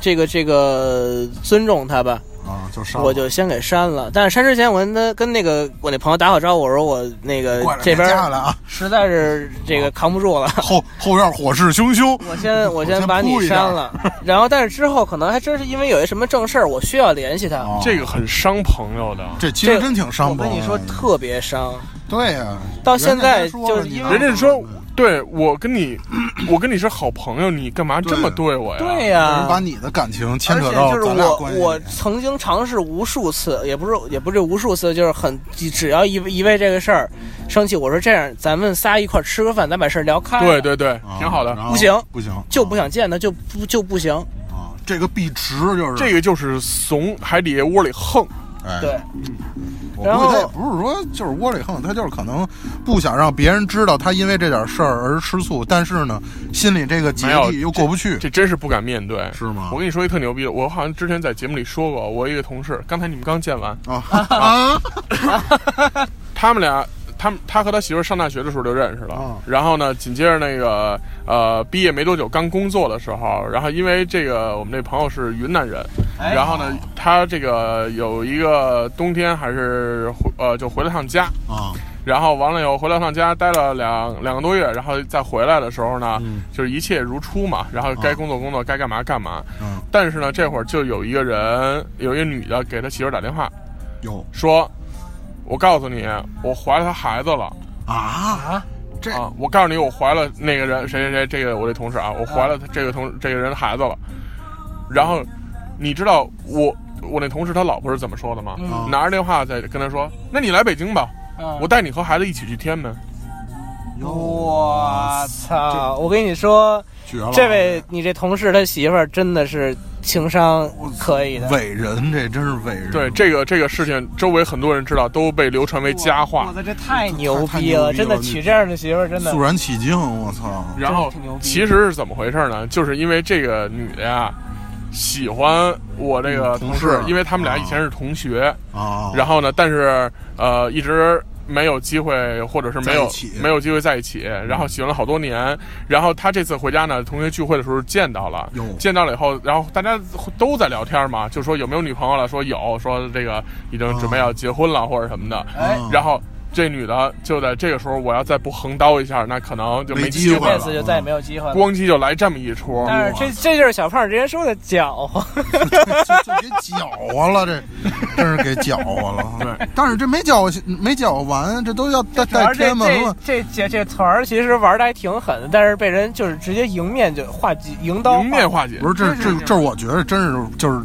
Speaker 3: 这个这个尊重他吧，
Speaker 4: 啊，就上
Speaker 3: 我就先给删了。但是删之前，我跟他跟那个我那朋友打好招呼，我说我那个
Speaker 4: 过来
Speaker 3: 这边
Speaker 4: 下来啊，
Speaker 3: 实在是这
Speaker 4: 哦
Speaker 3: 个扛不住了，
Speaker 4: 后后院火势汹汹，
Speaker 3: 我先我先把
Speaker 4: 扑
Speaker 3: 你
Speaker 4: 一下
Speaker 3: 删了。 然后，但是之后可能还真是因为有些什么正事儿，我需要联系他。
Speaker 4: 啊
Speaker 2: 这个很伤朋友的。
Speaker 4: 这其
Speaker 3: 这
Speaker 4: 实
Speaker 3: 个
Speaker 4: 真挺伤
Speaker 3: 我
Speaker 4: 朋
Speaker 3: 跟
Speaker 4: 友
Speaker 3: 你
Speaker 4: 的。
Speaker 3: 说，特别伤。
Speaker 4: 对呀，
Speaker 3: 到现在
Speaker 4: 人家说了
Speaker 3: 就是
Speaker 4: 你
Speaker 3: 因
Speaker 4: 拿
Speaker 3: 为
Speaker 2: 人家说
Speaker 4: 人，
Speaker 2: 对我跟你， 我跟你是好朋友，你干嘛这么对
Speaker 4: 哎
Speaker 2: 我呀？
Speaker 3: 对呀、
Speaker 4: 把你的感情牵
Speaker 3: 啊而且
Speaker 4: 扯到
Speaker 3: 就是
Speaker 4: 咱俩
Speaker 3: 我
Speaker 4: 关系里，
Speaker 3: 我曾经尝试无数次，也不是也不是无数次，就是很只要一一为这个事儿生气，我说这样，咱们仨一块儿吃个饭，咱把事儿聊开。
Speaker 2: 对，对对
Speaker 4: 啊，
Speaker 2: 嗯挺好的。
Speaker 4: 然后
Speaker 3: 不行
Speaker 4: 不行，
Speaker 3: 就不想见他，就不就不行。
Speaker 4: 啊，这个必值就是
Speaker 2: 这个就是怂，还得窝里 横。
Speaker 4: 哎
Speaker 3: 对，
Speaker 4: 我
Speaker 3: 然
Speaker 4: 估计他
Speaker 3: 后
Speaker 4: 也不是说就是窝里横，他就是可能不想让别人知道他因为这点事儿而吃醋，但是呢，心里这个芥
Speaker 2: 没有
Speaker 4: 蒂又过不去。
Speaker 2: 这真是不敢面对，
Speaker 4: 是吗
Speaker 2: 我跟你说一特牛逼的，我好像之前在节目里说过，我一个同事，刚才你们刚见完，
Speaker 4: 啊啊！
Speaker 2: 他们俩，他们他和他媳妇儿上大学的时候就认识了，
Speaker 4: 啊
Speaker 2: 然后呢，紧接着那个呃毕业没多久，刚工作的时候，然后因为这个我们那朋友是云南人，然后呢，他这个有一个冬天还是回呃就回了趟家，
Speaker 4: 啊，
Speaker 2: 然后完了以后回到趟家待了两两个多月，然后再回来的时候呢，就是一切如初嘛，然后该工作工作，该干嘛干嘛。
Speaker 4: 嗯，
Speaker 2: 但是呢，这会儿就有一个人，有一个女的给他媳妇儿打电话
Speaker 4: 有
Speaker 2: 说：“我告诉你，我怀了他孩子了
Speaker 4: 啊，这
Speaker 2: 啊！我告诉你，我怀了那个人谁谁谁，这个我这同事啊，我怀了
Speaker 3: 嗯
Speaker 2: 他这个同这个人的孩子了。”然后你知道我我那同事他老婆是怎么说的吗？
Speaker 3: 嗯
Speaker 2: 拿着电话在跟他说：“那你来北京吧，我
Speaker 3: 我
Speaker 2: 带你和孩子一起去天安门。”
Speaker 3: 我操！我跟你说，
Speaker 4: 绝了！
Speaker 3: 这位你这同事他媳妇儿真的是情商可以的。
Speaker 4: 伟人，这真是伟人。
Speaker 2: 对这个这个事情，周围很多人知道，都被流传为佳话
Speaker 3: 我。操，这太牛
Speaker 4: 牛
Speaker 3: 逼
Speaker 4: 逼
Speaker 3: 了！
Speaker 4: 了
Speaker 3: 真的娶这样的媳妇儿，真的
Speaker 4: 肃然起敬，我操！
Speaker 2: 然后
Speaker 3: 挺牛逼
Speaker 2: 其实是怎么回事呢？就是因为这个女的呀，喜欢我这个
Speaker 4: 嗯
Speaker 2: 同
Speaker 4: 同
Speaker 2: 事，
Speaker 4: 事
Speaker 2: 因为他们俩以前是同学。
Speaker 4: 啊，
Speaker 2: 然后呢，但是呃，一直没有机会，或者是没
Speaker 4: 在
Speaker 2: 有
Speaker 4: 一起嗯
Speaker 2: 没有机会在一起。然后喜欢了好多年。然后他这次回家呢，同学聚会的时候见到了
Speaker 4: 哟，
Speaker 2: 见到了以后，然后大家都在聊天嘛，就说有没有女朋友了，说有，说这个已经准备要结婚了或者什么的。
Speaker 3: 哎
Speaker 4: 嗯
Speaker 2: 然后这女的就在这个时候，我要再不横刀一下，那可能就没
Speaker 4: 没
Speaker 2: 机
Speaker 4: 机
Speaker 2: 会
Speaker 4: 会
Speaker 3: 这
Speaker 2: 了。
Speaker 3: 次就再也没有机会了。
Speaker 2: 咣叽就来这么一出，
Speaker 3: 但是这这就是小胖之前说的搅和，
Speaker 4: 就就给搅和 了，这真是给搅和了。对，但是这没搅和没搅和完，这都要带
Speaker 3: 主要
Speaker 4: 带
Speaker 3: 是这
Speaker 4: 天嘛。
Speaker 3: 这这这这团儿其实玩的还挺狠的，但是被人就是直接迎面就化解，迎刀
Speaker 2: 迎面化解
Speaker 4: 不。是，这
Speaker 2: 真
Speaker 4: 这
Speaker 2: 是
Speaker 4: 这，我觉得真是就是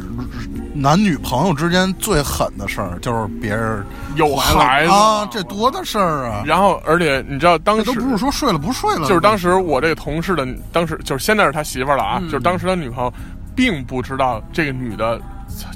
Speaker 4: 男女朋友之间最狠的事儿，就是别人
Speaker 2: 有孩子
Speaker 4: 啊，这多大事儿啊！
Speaker 2: 然后而且你知道当
Speaker 4: 这
Speaker 2: 时
Speaker 4: 都不是说睡了不睡了，
Speaker 2: 就是当时我这个同事的，当时就是现在是他媳妇儿了啊，就是当时的女朋友，并不知道这个女的，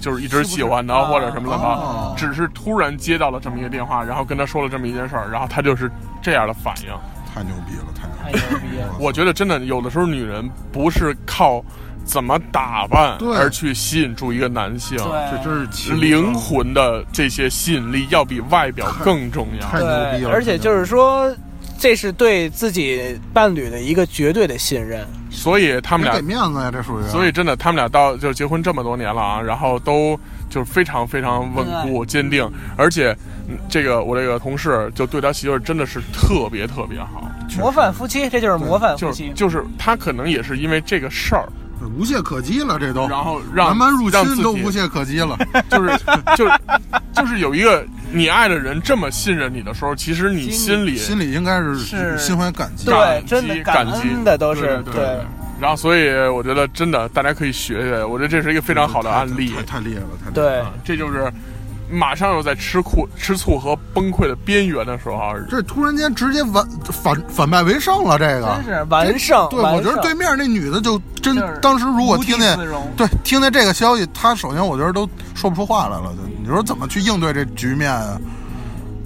Speaker 2: 就是一直喜欢他
Speaker 3: 是不是
Speaker 2: 或者什么的吧，
Speaker 4: 哦
Speaker 2: 只是突然接到了这么一个电话，然后跟他说了这么一件事儿，然后他就是这样的反应。
Speaker 4: 太牛逼了，太牛逼
Speaker 3: 太
Speaker 4: 了。
Speaker 3: 牛逼了！
Speaker 2: 我觉得真的有的时候女人不是靠怎么打扮
Speaker 4: 对
Speaker 2: 而去吸引住一个男性，
Speaker 4: 这
Speaker 3: 对，
Speaker 4: 真是情商
Speaker 2: 灵魂的这些吸引力要比外表更重要。
Speaker 4: 太牛
Speaker 3: 对，
Speaker 4: 逼了！
Speaker 3: 而且就是说，这是对自己伴侣的一个绝对的信任。
Speaker 2: 所以他
Speaker 4: 他
Speaker 2: 们俩
Speaker 4: 给面子呀，这属于。
Speaker 2: 所以真的，他们俩到就结婚这么多年了啊，然后都就是非常非常稳固、坚定，而且嗯这个我这个同事就对他媳妇儿真的是特别特别好，
Speaker 3: 模范夫妻，这就是模范夫
Speaker 2: 就是
Speaker 3: 妻。
Speaker 2: 就是他可能也是因为这个事儿，
Speaker 4: 无懈可击了，这都。
Speaker 2: 然后让
Speaker 4: 南蛮入
Speaker 2: 让自己
Speaker 4: 侵都无懈可击了。
Speaker 2: 就是就是就是有一个你爱的人这么信任你的时候，其实你心里
Speaker 4: 心里应该是
Speaker 3: 是
Speaker 4: 心怀感激。
Speaker 3: 对，
Speaker 2: 感激
Speaker 3: 真的
Speaker 2: 感激
Speaker 3: 恩的都是
Speaker 2: 对对对然后所以我觉得真的大家可以学学，我觉得这是一个非常好的案例
Speaker 4: 太，太太厉害了，太厉害了
Speaker 3: 对
Speaker 2: 啊这就是。马上又在吃苦、吃醋和崩溃的边缘的时候，啊
Speaker 4: 这突然间直接完反反败为胜了，这个
Speaker 3: 真是完胜。
Speaker 4: 对，
Speaker 3: 完
Speaker 4: 我觉得
Speaker 3: 胜
Speaker 4: 对面那女的就真
Speaker 3: 就是，
Speaker 4: 当时如果听见
Speaker 3: 无地自容
Speaker 4: 对听见这个消息，她首先我觉得都说不出话来了，就你说怎么去应对这局面啊？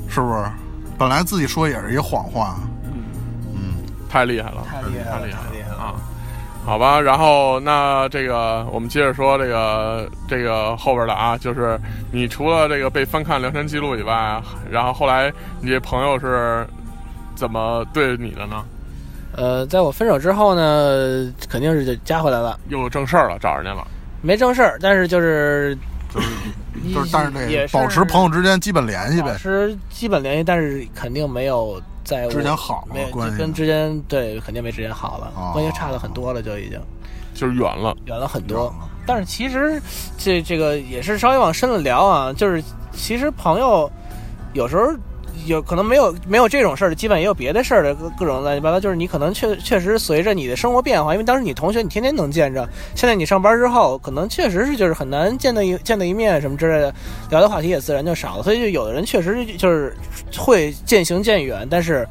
Speaker 4: 是不是？本来自己说也是一谎话，
Speaker 2: 太厉害了，
Speaker 3: 太厉害
Speaker 2: 太
Speaker 3: 了，
Speaker 2: 厉害
Speaker 3: 太厉害了。
Speaker 2: 啊！好吧，然后那这个我们接着说这个这个后边的啊，就是你除了这个被翻看聊天记录以外，然后后来你这朋友是怎么对你的呢？
Speaker 3: 呃，在我分手之后呢，肯定是就加回来了，
Speaker 2: 又有正事儿了，找人家了，
Speaker 3: 没正事儿，但是就是
Speaker 4: 就是
Speaker 3: 一
Speaker 4: 就是，但是
Speaker 3: 也
Speaker 4: 得
Speaker 3: 是
Speaker 4: 保持朋友之间基本联系呗
Speaker 3: 保。持基本联系，但是肯定没有在我
Speaker 4: 之前好了
Speaker 3: 没有就
Speaker 4: 关系
Speaker 3: 跟之前对肯定没之前好了，
Speaker 4: 哦
Speaker 3: 关系差了很多了，就已经
Speaker 2: 就是远了。
Speaker 3: 远了很
Speaker 4: 远
Speaker 3: 多
Speaker 4: 了。
Speaker 3: 但是其实这这个也是稍微往深了聊啊，就是其实朋友有时候。有可能没有没有这种事儿的，基本也有别的事儿的各各种乱七八糟，就是你可能确确实随着你的生活变化，因为当时你同学你天天能见着，现在你上班之后，可能确实是就是很难见到一见到一面什么之类的，聊的话题也自然就少了，所以就有的人确实就是会渐行渐远，但是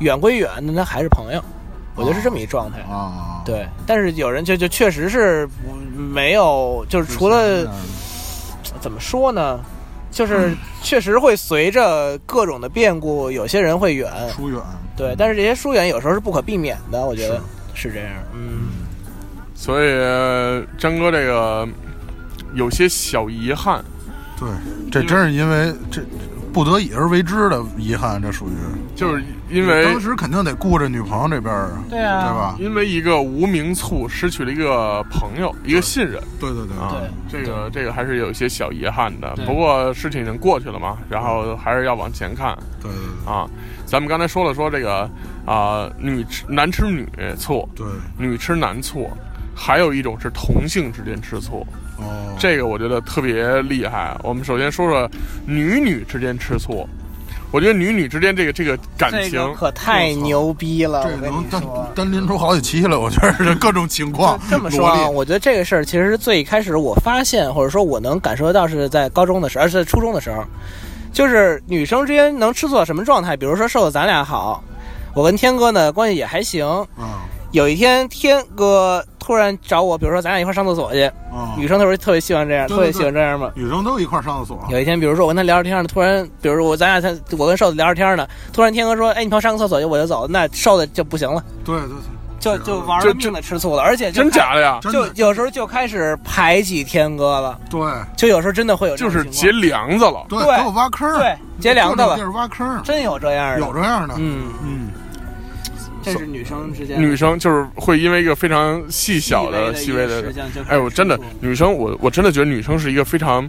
Speaker 3: 远归远，那他还是朋友，我觉得是这么一状态。
Speaker 4: 啊，
Speaker 3: 对，但是有人就就确实是不没有，就是除了
Speaker 4: 啊
Speaker 3: 怎么说呢，就是确实会随着各种的变故，有些人会远，
Speaker 4: 疏远，
Speaker 3: 对，但是这些疏远有时候是不可避免的，我觉得是这样，嗯，
Speaker 2: 所以张哥这个有些小遗憾，
Speaker 4: 对，这真是因为这不得已而为之的遗憾，这属于。
Speaker 2: 就是因为
Speaker 4: 当时肯定得顾着女朋友这边儿啊，
Speaker 3: 对啊
Speaker 4: 对吧？
Speaker 2: 因为一个无名醋失去了一个朋友，一个信任。
Speaker 4: 对对对
Speaker 2: 啊
Speaker 3: 对，
Speaker 2: 这个这个还是有一些小遗憾的
Speaker 3: 对，
Speaker 2: 不过事情已经过去了嘛，然后还是要往前看
Speaker 4: 对对
Speaker 2: 啊。咱们刚才说了说这个啊、女吃男吃女醋，
Speaker 4: 对，
Speaker 2: 女吃男醋，还有一种是同性之间吃醋，
Speaker 4: 哦，
Speaker 2: 这个我觉得特别厉害。啊我们首先说说女女之间吃醋，我觉得女女之间这个这个感
Speaker 3: 这
Speaker 2: 情
Speaker 3: 个可太牛逼了，
Speaker 4: 这
Speaker 3: 啊我跟
Speaker 4: 能
Speaker 3: 你
Speaker 4: 单
Speaker 3: 说。
Speaker 4: 单拎出好几期来，我觉得是各种情况。
Speaker 3: 这么说啊，
Speaker 4: 罗列
Speaker 3: 我觉得这个事儿其实最开始我发现，或者说我能感受得到是在高中的时候，而是在初中的时候，就是女生之间能吃醋到什么状态？比如说瘦子咱俩好，我跟天哥呢关系也还行。
Speaker 4: 嗯，
Speaker 3: 有一天天哥突然找我，比如说咱俩一块儿上厕所去，
Speaker 4: 啊，
Speaker 3: 女生特别特别喜欢这样，
Speaker 4: 对
Speaker 3: 特别
Speaker 4: 对
Speaker 3: 喜欢这样嘛。
Speaker 4: 女生都一块儿上厕所，
Speaker 3: 有一天，比如说我跟他聊着天呢，突然，比如说我咱俩他我跟瘦子聊着天呢，突然天哥说：“哎，你陪我上个厕所去。”我就走，那瘦子就不行了，
Speaker 4: 对对对，
Speaker 3: 就就玩
Speaker 2: 就
Speaker 3: 了命的吃醋了，而且就
Speaker 2: 真假的呀？
Speaker 4: 真
Speaker 3: 就
Speaker 4: 的
Speaker 3: 有时候就开始排挤天哥了，
Speaker 4: 对
Speaker 3: 就有时候真的会有这
Speaker 2: 就
Speaker 3: 种
Speaker 2: 是
Speaker 3: 情
Speaker 2: 结梁子了。
Speaker 4: 对，
Speaker 3: 对
Speaker 4: 给我挖坑儿，
Speaker 3: 况对结梁的
Speaker 4: 就这地
Speaker 3: 了，
Speaker 4: 儿挖坑儿，
Speaker 3: 真有这样的
Speaker 4: 有，这样的，
Speaker 3: 嗯，
Speaker 4: 嗯，
Speaker 3: 这是女生之间
Speaker 2: 女生就是会因为一个非常细小的、
Speaker 3: 细
Speaker 2: 细
Speaker 3: 微
Speaker 2: 微
Speaker 3: 的一个
Speaker 2: 的
Speaker 3: 事，情就开始
Speaker 2: 哎，我真的
Speaker 3: 吃醋
Speaker 2: 女生，我我真的觉得女生是一个非常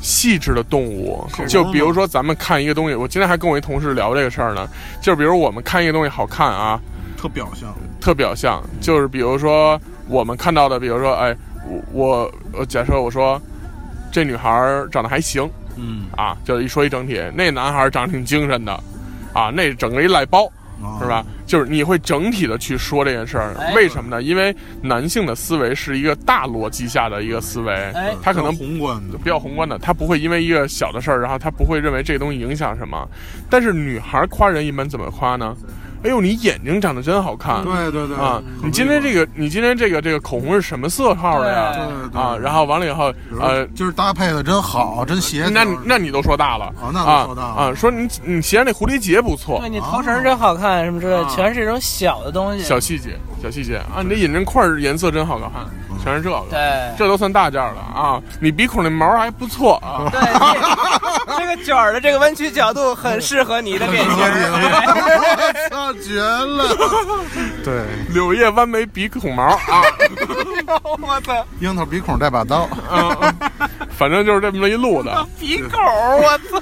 Speaker 2: 细致的动物。就比如说咱们看一个东西，我今天还跟我一同事聊这个事儿呢，就比如我们看一个东西好看啊，
Speaker 4: 特表象，
Speaker 2: 特表象，就是比如说我们看到的，比如说哎，我我呃假设我说这女孩儿长得还行
Speaker 4: 嗯，
Speaker 2: 啊，就是一说一整体，那男孩儿长得挺精神的，啊，那整个一赖包。
Speaker 4: 啊
Speaker 2: 是吧？？就是你会整体的去说这件事儿
Speaker 3: 哎，
Speaker 2: 为什么呢？因为男性的思维是一个大逻辑下的一个思维，
Speaker 3: 哎
Speaker 2: 他可能
Speaker 4: 宏观的，
Speaker 2: 比较宏观的，他不会因为一个小的事儿，然后他不会认为这个东西影响什么。但是女孩夸人一般怎么夸呢？哎呦，你眼睛长得真好看，
Speaker 4: 对对对
Speaker 2: 啊，你今天这个，你今天这个这个口红是什么色号的
Speaker 4: 对
Speaker 2: 呀？
Speaker 4: 对
Speaker 2: 啊，然后完了以后，呃
Speaker 4: 呃，，就是搭配的真好，真协调，
Speaker 2: 那你那你都说大了
Speaker 4: 哦那都
Speaker 2: 啊
Speaker 4: 说大了
Speaker 2: 啊，说你你鞋上那蝴蝶结不错
Speaker 3: 对，你头绳真好看什么之类的，全是这种小的东西，
Speaker 2: 啊小细节，小细节啊！你这眼睛块儿颜色真好看，全是这个，
Speaker 3: 嗯 对。
Speaker 2: 这都算大件儿了啊！你鼻孔那毛还不错啊，
Speaker 3: 对，这这个卷儿的这个弯曲角度很适合你的脸型儿。
Speaker 4: 我操，绝了！对，
Speaker 2: 柳叶弯眉鼻孔毛啊，
Speaker 3: 我操，
Speaker 4: 樱桃鼻孔带 把刀，
Speaker 2: 嗯反正就是这么一路的。
Speaker 3: 鼻口儿，我操，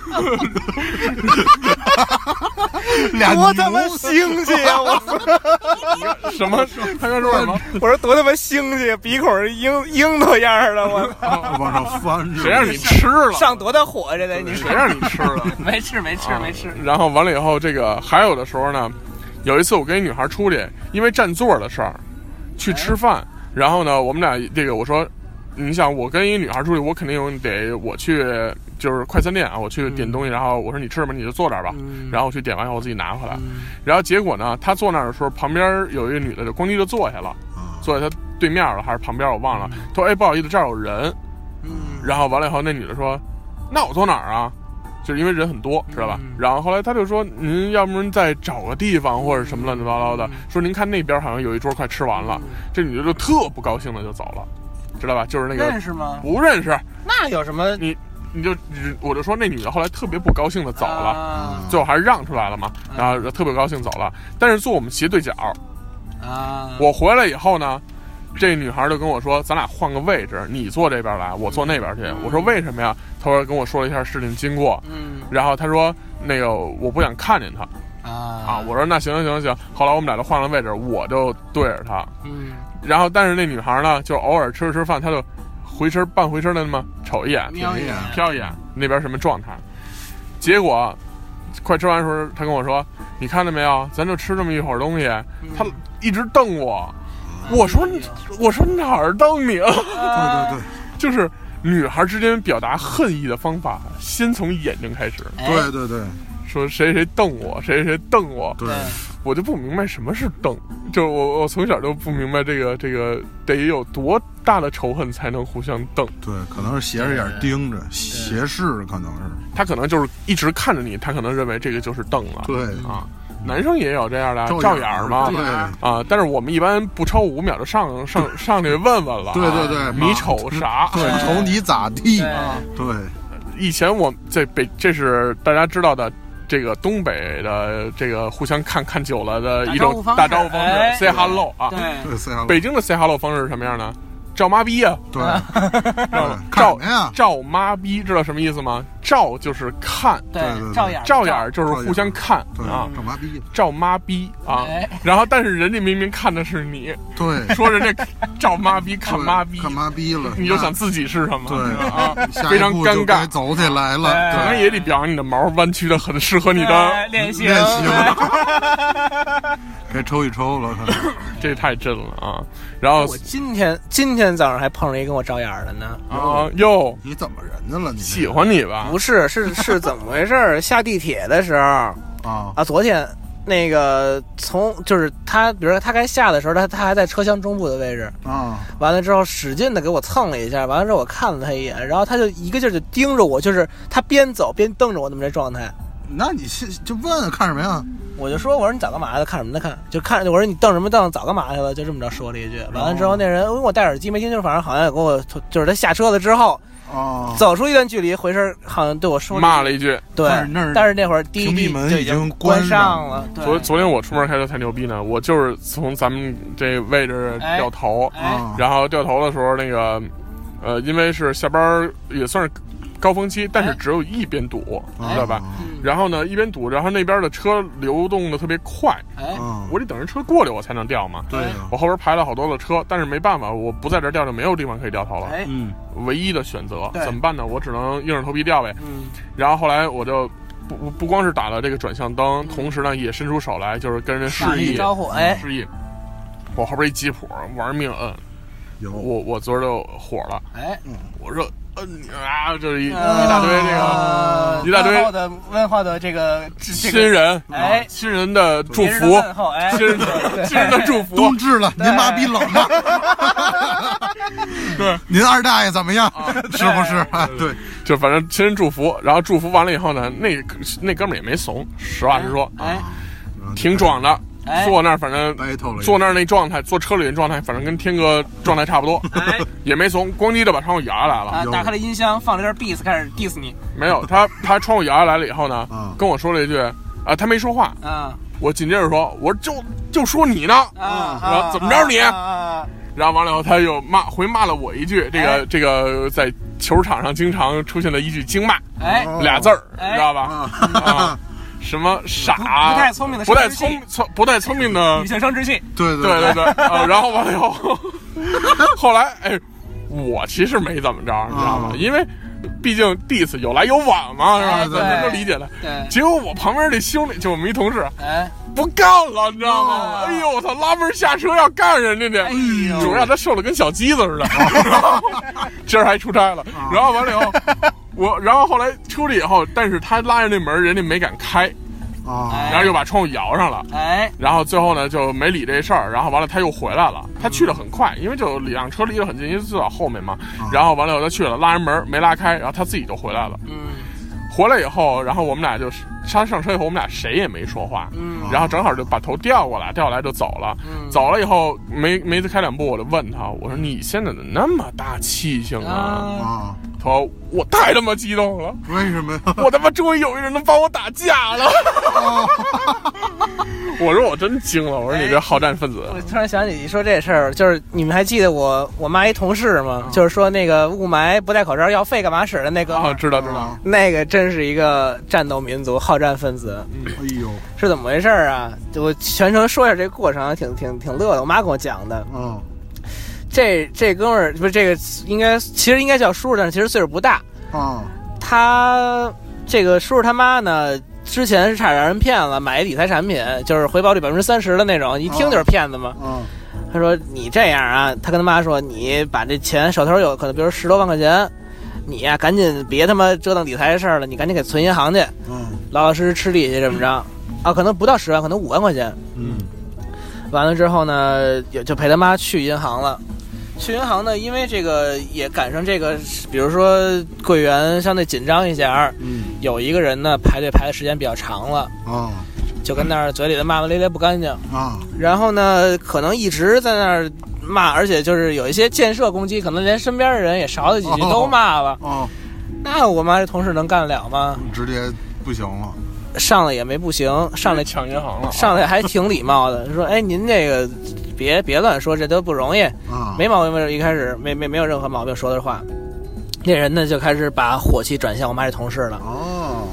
Speaker 4: 俩
Speaker 3: 多他妈
Speaker 4: 牛
Speaker 3: 腥气啊！我操，
Speaker 2: 什么？他刚说什么？
Speaker 3: 我说多他妈腥气，鼻孔是樱樱桃样儿的，我操，
Speaker 4: 啊往上翻，
Speaker 2: 谁让你吃了？
Speaker 3: 上多大火这得你
Speaker 2: 谁让你吃了？
Speaker 3: 没吃没吃没吃，
Speaker 2: 然后完了以后，这个还有的时候呢，有一次我跟一女孩出去，因为占座的事儿去吃饭，然后呢，我们俩这个我说，你想我跟一女孩出去，我肯定得我去就是快餐店啊，我去点东西，然后我说你吃什么你就坐这儿吧，
Speaker 3: 嗯
Speaker 2: 然后我去点完以后我自己拿回来，然后结果呢，她坐那儿的时候，旁边有一个女的就咣叽就坐下了，坐在她对面了还是旁边我忘了，她说哎不好意思这儿有人，
Speaker 3: 嗯
Speaker 2: 然后完了以后那女的说，那我坐哪儿啊？就是因为人很多，知道吧？然后后来他就说，您要不然再找个地方或者什么乱七八糟的，说您看那边好像有一桌快吃完了，
Speaker 3: 嗯
Speaker 2: 这女的就特不高兴的就走了，知道吧？就是那个
Speaker 3: 识吗？
Speaker 2: 不认识
Speaker 3: 那有什么
Speaker 2: 你，你就你我就说那女的后来特别不高兴的走了，
Speaker 3: 啊
Speaker 2: 最后还是让出来了嘛，然后特别高兴走了，但是坐我们斜对角，
Speaker 3: 啊？
Speaker 2: 我回来以后呢，这女孩就跟我说：“咱俩换个位置，你坐这边来，我坐那边去。”我说：“为什么呀？”她说：“跟我说了一下事情经过。”
Speaker 3: 嗯
Speaker 2: 然后她说：“那个我不想看见她啊
Speaker 3: 啊。”
Speaker 2: 我说：“那行行行行。”后来我们俩就换了位置，我就对着她。
Speaker 3: 嗯
Speaker 2: 然后，但是那女孩呢，就偶尔吃着吃饭，她就回身半回身的那么瞅一眼，
Speaker 3: 瞄一眼
Speaker 2: 瞟一眼那边什么状态。结果快吃完的时候，她跟我说：“你看见没有？咱就吃这么一会儿东西。
Speaker 3: 嗯
Speaker 2: 她一直瞪我，我说你：“我说哪儿瞪你了啊
Speaker 4: 对对？”
Speaker 2: 就是女孩之间表达恨意的方法，先从眼睛开始，
Speaker 4: 对对对对
Speaker 2: 说谁谁瞪我，谁谁瞪我。
Speaker 3: 哎
Speaker 4: 对，
Speaker 2: 我就不明白什么是瞪，就是我我从小就不明白这个这个得有多大的仇恨才能互相瞪。
Speaker 4: 对，可能是斜着眼盯着，斜视可能是，
Speaker 2: 他可能就是一直看着你，他可能认为这个就是瞪了。
Speaker 4: 对
Speaker 2: 啊，男生也有这样的
Speaker 4: 照
Speaker 2: 照眼儿嘛。
Speaker 4: 对
Speaker 2: 啊，但是我们一般不超五秒就上上上去问问了啊。
Speaker 4: 对对对
Speaker 2: 你瞅啥？
Speaker 4: 对，瞅你咋地？对，
Speaker 2: 以前我在北，这是大家知道的。这个东北的这个互相看看久了的一种
Speaker 3: 打
Speaker 2: 大
Speaker 3: 招
Speaker 2: 招
Speaker 3: 呼
Speaker 2: 呼
Speaker 3: 方
Speaker 2: 方
Speaker 3: 式
Speaker 2: 式
Speaker 3: 哎
Speaker 2: ，say hello 啊。
Speaker 3: 对，
Speaker 4: 对，四下楼
Speaker 2: 北京的 say hello 方式是什么样呢？照妈逼呀，
Speaker 4: 对，看
Speaker 2: 照
Speaker 4: 什么呀？
Speaker 2: 照妈逼，知道什么意思吗？照就是看，
Speaker 4: 对对
Speaker 3: 照眼儿
Speaker 2: 照眼儿就是互相看
Speaker 4: 对
Speaker 2: 啊，，
Speaker 4: 干嘛逼？
Speaker 2: 照妈逼啊
Speaker 3: 哎。
Speaker 2: 然后，但是人家明明看的是你，
Speaker 4: 对，
Speaker 2: 说人 家照妈逼看妈逼，
Speaker 4: 看妈逼了，
Speaker 2: 你就想自己是什么？
Speaker 4: 对
Speaker 2: 啊，
Speaker 4: 下
Speaker 2: 非
Speaker 4: 一
Speaker 2: 常
Speaker 4: 步
Speaker 2: 尴
Speaker 4: 就该
Speaker 2: 尬。哎
Speaker 4: 走起来了，
Speaker 2: 可能
Speaker 4: 对，
Speaker 2: 也得表扬你的毛弯曲的很适合你
Speaker 3: 哎
Speaker 2: 的，
Speaker 3: 练习
Speaker 4: 练习了， 该抽一抽了，可能
Speaker 2: 这太真了啊！然后
Speaker 3: 我今天今天早上还碰上一哎个跟我照眼儿的呢，
Speaker 2: 啊哟，
Speaker 4: 你怎么人家了？你
Speaker 2: 喜欢你吧？
Speaker 3: 不是，是是怎么回事儿？下地铁的时候
Speaker 4: 啊
Speaker 3: 啊，昨天那个从就是他，比如说他该下的时候，他他还在车厢中部的位置，
Speaker 4: 啊，
Speaker 3: 完了之后使劲的给我蹭了一下，完了之后我看了他一眼，然后他就一个劲儿就盯着我，就是他边走边瞪着我那么这状态。
Speaker 4: 那你先就问看什么呀？
Speaker 3: 我就说，我说你早干嘛去？看什么呢？看就看，我说你瞪什么瞪？早干嘛去了？就这么着说了一句。完了
Speaker 4: 哦
Speaker 3: 之后，那人因为我戴耳机没听清，反正好像也跟我，就是他下车了之后，
Speaker 4: 啊，
Speaker 3: 走出一段距离，回身好像对我说
Speaker 2: 骂
Speaker 3: 了
Speaker 2: 了一句。
Speaker 3: 一句，对
Speaker 4: 但是那儿，
Speaker 3: 但是那会儿滴滴
Speaker 4: 屏蔽门
Speaker 3: 就
Speaker 4: 已经
Speaker 3: 经
Speaker 4: 关
Speaker 3: 关
Speaker 4: 上
Speaker 3: 了，对
Speaker 2: 昨昨天我出门开车太牛逼呢，我就是从咱们这位置
Speaker 3: 哎
Speaker 2: 掉头，
Speaker 3: 哎
Speaker 4: 啊
Speaker 2: 然后掉头的时候，那个，呃，因为是下班儿也算是高峰期，但是
Speaker 3: 哎
Speaker 2: 只有一边堵，
Speaker 4: 啊
Speaker 2: 知道吧？
Speaker 3: 嗯
Speaker 2: 然后呢，一边堵，然后那边的车流动的特别快，
Speaker 3: 哎
Speaker 4: 啊，
Speaker 2: 我得等人车过来我才能掉嘛。
Speaker 4: 对啊呀，
Speaker 2: 我后边排了好多的车，但是没办法，我不在这儿掉就没有地方可以掉头了，
Speaker 3: 哎
Speaker 4: 嗯，
Speaker 2: 唯一的选择
Speaker 3: 对
Speaker 2: 怎么办呢？我只能硬着头皮掉呗。
Speaker 3: 嗯
Speaker 2: 然后后来我就不不不光是打了这个转向灯，同时呢也伸出手来，就是跟人示
Speaker 3: 打
Speaker 2: 意
Speaker 3: 嗯
Speaker 2: 嗯
Speaker 3: 一招呼哎
Speaker 2: 示意。我后边一吉普玩命摁，
Speaker 4: 有
Speaker 2: 我我昨儿就火了，
Speaker 3: 哎，
Speaker 2: 我说摁你啊，就是一一
Speaker 3: 嗯
Speaker 2: 大堆这个
Speaker 3: 呃
Speaker 2: 一大堆
Speaker 3: 问候的问候的这个这
Speaker 2: 亲
Speaker 3: 个
Speaker 2: 人，啊
Speaker 3: 哎
Speaker 2: 亲人的祝
Speaker 3: 别人的
Speaker 2: 福，
Speaker 3: 问候哎，
Speaker 2: 亲人 的亲人的祝福
Speaker 4: 哎冬，至了，您妈逼冷吗？ 对，您二大爷怎么样？
Speaker 2: 啊
Speaker 4: 是不是？哎对，
Speaker 2: 就反正亲人祝福，然后祝福完了以后呢，那个那哥们儿也没怂，实话实说，
Speaker 3: 哎
Speaker 2: 挺壮的，
Speaker 3: 哎
Speaker 2: 坐那儿反正
Speaker 4: battle 了一
Speaker 2: 坐那儿那状态，坐车里那状态，反正跟天哥状态差不多，
Speaker 3: 哎
Speaker 2: 也没怂，咣叽就把窗户摇下来了。
Speaker 3: 啊，打开了音箱，放了点 beats，开始 diss 你
Speaker 2: 没有，他他窗户摇下来了以后呢
Speaker 4: 啊，
Speaker 2: 跟我说了一句，啊，他没说话，
Speaker 3: 啊
Speaker 2: 我紧接着说，我说就就说你呢，
Speaker 3: 啊啊
Speaker 2: 说嗯怎么着你
Speaker 3: 啊啊
Speaker 2: 然后完了以后他又骂回骂了我一句，这
Speaker 3: 哎
Speaker 2: 个这个在球场上经常出现的一句经骂，
Speaker 3: 哎，
Speaker 4: 哦
Speaker 2: 俩字儿，
Speaker 3: 哎
Speaker 2: 你知道吧？啊，什么傻，啊
Speaker 3: 不太聪明的
Speaker 2: 不太
Speaker 3: 生殖器
Speaker 2: 聪聪不太聪明的
Speaker 3: 哎女性生殖器，
Speaker 4: 对对
Speaker 2: 对对对，啊， 然后完了以后，后来哎，我其实没怎么着，你知道吗
Speaker 4: 啊？
Speaker 2: 因为毕竟 diss 有来有往嘛，是吧？
Speaker 3: 哎
Speaker 2: 咱咱都
Speaker 3: 对
Speaker 2: 理解的。
Speaker 3: 对，
Speaker 2: 结果我旁边那兄弟，就我们一同事，
Speaker 3: 哎，
Speaker 2: 不干了，你知道吗？
Speaker 3: 哇
Speaker 2: 哎呦，我操，拉门下车要干人家去，
Speaker 3: 啊哎呦
Speaker 2: 主要他瘦的跟小鸡子似 的，今儿还出差了，
Speaker 3: 啊
Speaker 2: 然后完了以后，我然后后来出去以后，但是他拉着那门，人家没敢开，
Speaker 4: 啊，
Speaker 2: 然后又把窗户摇上了。
Speaker 3: 哎，
Speaker 2: 然后最后呢就没理这事儿，然后完了他又回来了，他去的很快，因为就两车离得很近，因为坐在后面嘛。
Speaker 3: 啊
Speaker 2: 然后完了以后他去了，拉人门没拉开，然后他自己就回来了。
Speaker 3: 嗯
Speaker 2: 回来以后，然后我们俩就是他上车以后，我们俩谁也没说话，
Speaker 3: 嗯
Speaker 2: 然后正好就把头调过来，调过来就走了。
Speaker 3: 嗯
Speaker 2: 走了以后没没开两步，我就问他，我说你现在怎么那么大气性啊？
Speaker 3: 啊，
Speaker 4: 啊，
Speaker 2: 他说我太他妈激动了，
Speaker 4: 为什么 呀？
Speaker 2: 我他妈终于有一个人能帮我打架了。我说我真惊了，我说你这好战分子。
Speaker 3: 我突然想起你说这事儿，就是你们还记得我我妈一同事吗？就是说那个雾霾不戴口罩要肺干嘛使的那个。
Speaker 2: 啊，知道知道，
Speaker 3: 那个真是一个战斗民族、好战分子，
Speaker 4: 哎呦，
Speaker 3: 是怎么回事儿啊？我全程说一下这个过程，啊挺挺挺乐的。我妈跟我讲的，
Speaker 4: 啊，
Speaker 3: 这这哥们儿不是这个，应该其实应该叫叔叔，但是其实岁数不大。
Speaker 4: 啊，
Speaker 3: 他这个叔叔他妈呢，之前是差点让人骗了，买一理财产品，就是回报率百分之三十的那种，一听就是骗子嘛。
Speaker 4: 啊，
Speaker 3: 他说你这样啊，他跟他妈说，你把这钱手头有可能，比如十多万块钱，你呀、赶紧别他妈折腾理财的事儿了，你赶紧给存银行去，
Speaker 4: 啊，
Speaker 3: 老老实实吃利息这么着。啊，可能不到十万，可能五万块钱。
Speaker 4: 嗯，
Speaker 3: 完了之后呢，也就陪他妈去银行了。去银行呢，因为这个也赶上这个，比如说柜员相对紧张一点儿，
Speaker 4: 嗯，
Speaker 3: 有一个人呢排队排的时间比较长了，
Speaker 4: 啊，
Speaker 3: 就跟那儿嘴里的骂骂咧咧不干净。
Speaker 4: 啊，
Speaker 3: 然后呢，可能一直在那儿骂，而且就是有一些建设攻击，可能连身边的人也勺他几句
Speaker 4: 哦
Speaker 3: 都骂了。
Speaker 4: 哦，
Speaker 3: 那我妈这同事能干得了吗？
Speaker 4: 直接不行了，
Speaker 3: 上来也没不行，上来
Speaker 2: 抢银行了，
Speaker 3: 上来还挺礼貌的，说：“哎，您这个别别乱说，这都不容易。”
Speaker 4: 啊，
Speaker 3: 没毛病，没有一开始没没没有任何毛病说的话。那人呢就开始把火气转向我妈这同事了，
Speaker 4: 哦，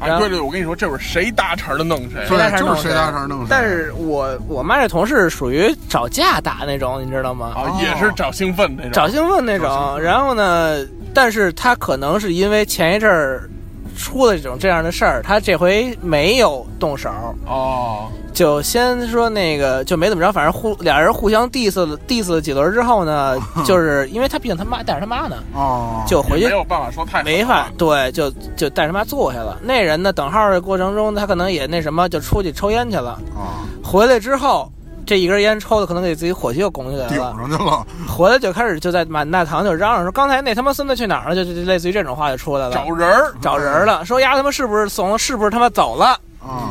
Speaker 2: 哎，对对，我跟你说，这会儿谁搭茬儿的弄谁。
Speaker 4: 对，就是谁搭茬弄谁，
Speaker 3: 但是我我妈这同事属于找架打那种，你知道吗？
Speaker 2: 啊，也是找兴奋那种。
Speaker 3: 找兴奋那种。然后呢，但是她可能是因为前一阵儿出了这种这样的事儿，他这回没有动手，
Speaker 2: 哦，
Speaker 3: 就先说那个就没怎么着，反正互俩人互相 diss 了 diss 了几轮之后呢，就是因为他毕竟他妈带着他妈呢，
Speaker 4: 哦，
Speaker 3: 就回
Speaker 2: 也
Speaker 3: 去
Speaker 2: 没有办法说 太狠
Speaker 3: 没法对，就就带着他妈坐下了。那人呢，等号的过程中，他可能也那什么，就出去抽烟去了。
Speaker 4: 啊，
Speaker 3: 回来之后，这一根烟抽的，可能给自己火气又拱起来
Speaker 4: 顶
Speaker 3: 了。
Speaker 4: 上去了，啊
Speaker 3: 回来就开始就在满大堂就嚷嚷说：“刚才那他妈孙子去哪儿了？”就就就类似于这种话就出来了
Speaker 2: 找，人儿，
Speaker 3: 找人了，说丫他妈是不是怂了？是不是他妈走了？
Speaker 4: 啊，
Speaker 3: 嗯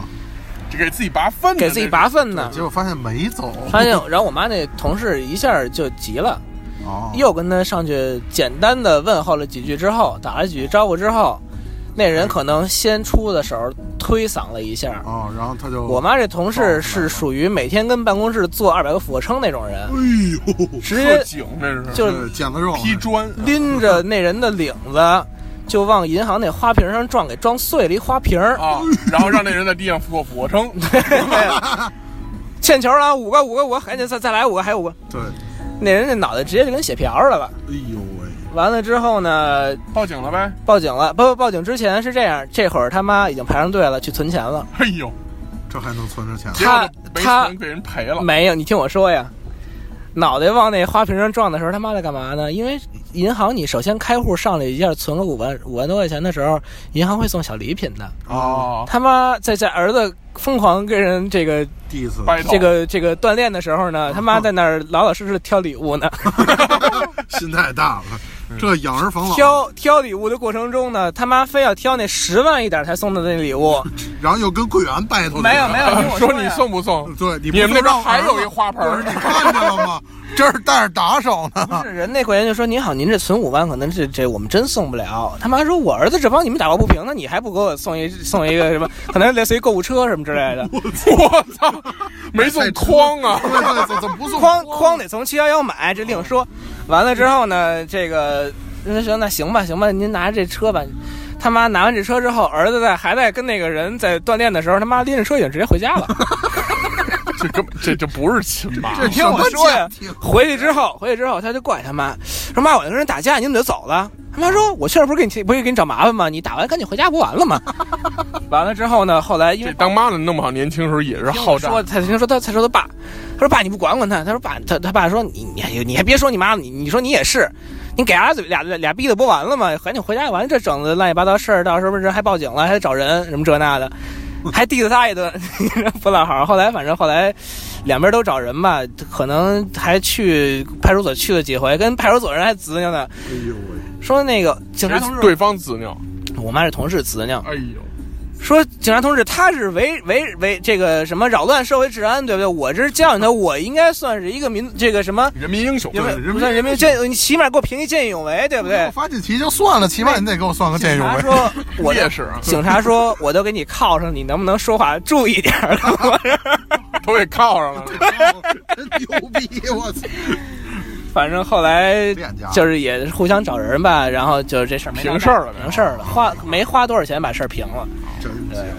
Speaker 2: 就给自己拔粪的
Speaker 3: 给
Speaker 2: 那种，
Speaker 3: 自己拔粪呢
Speaker 4: 结？果发现没走，
Speaker 3: 发现，然后我妈那同事一下就急了。
Speaker 4: 哦，
Speaker 3: 又跟他上去简单的问候了几句之后，打了几句招呼之后，那人可能先出的手推搡了一下。
Speaker 4: 哦，然后他就
Speaker 3: 我，妈这同事是属于每天跟办公室做二百个俯卧撑那种人
Speaker 4: 哎，呦，
Speaker 3: 直
Speaker 2: 特
Speaker 3: 接
Speaker 2: 警，那是
Speaker 3: 就
Speaker 4: 这腱子肉
Speaker 2: 劈砖，
Speaker 3: 拎着那人的领子就往银行那花瓶上撞，给撞碎了一花瓶。儿。
Speaker 2: 啊，然后让那人在地上做俯卧 撑，
Speaker 3: 欠球了，五个五个五个，赶紧再再来五个，还有五个。
Speaker 4: 对，
Speaker 3: 那人那脑袋直接就跟血瓢似的了。
Speaker 4: 哎呦喂，
Speaker 3: 完了之后呢，
Speaker 2: 报警了呗。
Speaker 3: 报警了。报报警之前是这样，这会儿他妈已经排上队了，去存钱了。
Speaker 2: 哎呦，
Speaker 4: 这还能存着钱？
Speaker 2: 结果
Speaker 3: 他
Speaker 2: 就没
Speaker 3: 他
Speaker 2: 钱给人赔了，
Speaker 3: 没有，你听我说呀，脑袋往那花瓶上撞的时候，他妈在干嘛呢？因为银行你首先开户上来一下存个五万五万多块钱的时候，银行会送小礼品的。
Speaker 4: 啊
Speaker 2: 哦，
Speaker 3: 他妈在家儿子疯狂跟人这个
Speaker 4: 第一次，
Speaker 2: 掰头
Speaker 3: 这个这个锻炼的时候
Speaker 2: 哦
Speaker 3: 呢，他妈在那儿老老实实地挑礼物 呢。
Speaker 4: 心太大了，这养儿防老，
Speaker 3: 嗯挑挑礼物的过程中呢，他妈非要挑那十万一点才送的那礼 物。
Speaker 4: 然后又跟柜员拜托，
Speaker 3: 没有没有，听我
Speaker 2: 啊说
Speaker 3: 呀
Speaker 2: 你送不送？
Speaker 4: 对，你
Speaker 2: 你们那边
Speaker 4: 让
Speaker 2: 还有一花盆
Speaker 4: 不
Speaker 2: 儿
Speaker 4: 是你看见了吗？这是带着打手 呢，
Speaker 3: 是人那会员就说：“您好，您这存五万，可能这这我们真送不了。”他妈说：“我儿子这帮你们打抱不平呢，你还不给我送一送一个什么，可能类似于购物车什么之类的。
Speaker 2: 我操， 没送筐啊！
Speaker 4: 对对，怎怎么不送
Speaker 3: 框框得从七幺幺买，这另说。完了之后呢，这个人说那行吧，行吧，您拿着这车吧。他妈拿完这车之后，儿子在还在跟那个人在锻炼的时候，他妈拎着车已经直接回家了。
Speaker 2: 这根本这这不是亲妈，啊
Speaker 4: 这
Speaker 3: 听我说呀
Speaker 4: 什么家庭，
Speaker 3: 回去之后，回去之后他就怪他妈，说妈，我就跟人打架，你怎么就走了？他妈说，我去了不是给你不是给你找麻烦吗？你打完赶紧回家不完了吗？ 完了之后呢，后来因
Speaker 2: 这
Speaker 3: 为
Speaker 2: 当妈的弄不好年轻时候也是好战
Speaker 3: 说，他听说他他说他爸，他说爸你不管管他，他说爸他他爸说你你还你还别说你妈了，你你说你也是，你给伢嘴俩俩俩逼的不完了吗？赶紧回家，完了这整的乱七八糟事儿，到时候不是还报警了，还得找人什么这那的， 还 diss 他一顿，不落好。后来反正后来两边都找人吧，可能还去派出所去了几回，跟派出所人还执拗呢，
Speaker 4: 哎呦喂，
Speaker 3: 说那个警察同志，
Speaker 2: 对方执拗，
Speaker 3: 我妈是同事执拗，
Speaker 2: 哎呦，
Speaker 3: 说警察同志，他是违违违这个什么扰乱社会治安，对不对？我这是教训他，我应该算是一个民这个什么，
Speaker 2: 人民英雄
Speaker 3: 因为
Speaker 4: 人民
Speaker 3: 不算人民见，你起码给我评一见义勇为，对 不对
Speaker 4: 我？
Speaker 2: 哎
Speaker 4: 发锦旗就算了，起码你得给我算个这
Speaker 3: 警
Speaker 4: 种
Speaker 3: 察
Speaker 4: 呗。
Speaker 3: 说，我
Speaker 2: 也
Speaker 3: 这
Speaker 2: 是 啊，
Speaker 3: 警察说，我都给你铐上，你能不能说话注意点儿？
Speaker 2: 都给铐上了。
Speaker 4: 哎真牛逼！我 操，
Speaker 3: 反正后来
Speaker 4: 练家
Speaker 3: 就是也是互相找人吧，然后就是这事儿没闹大
Speaker 2: 平事儿了没有
Speaker 3: 平事儿了，花没花多少钱把事儿平了。
Speaker 4: 真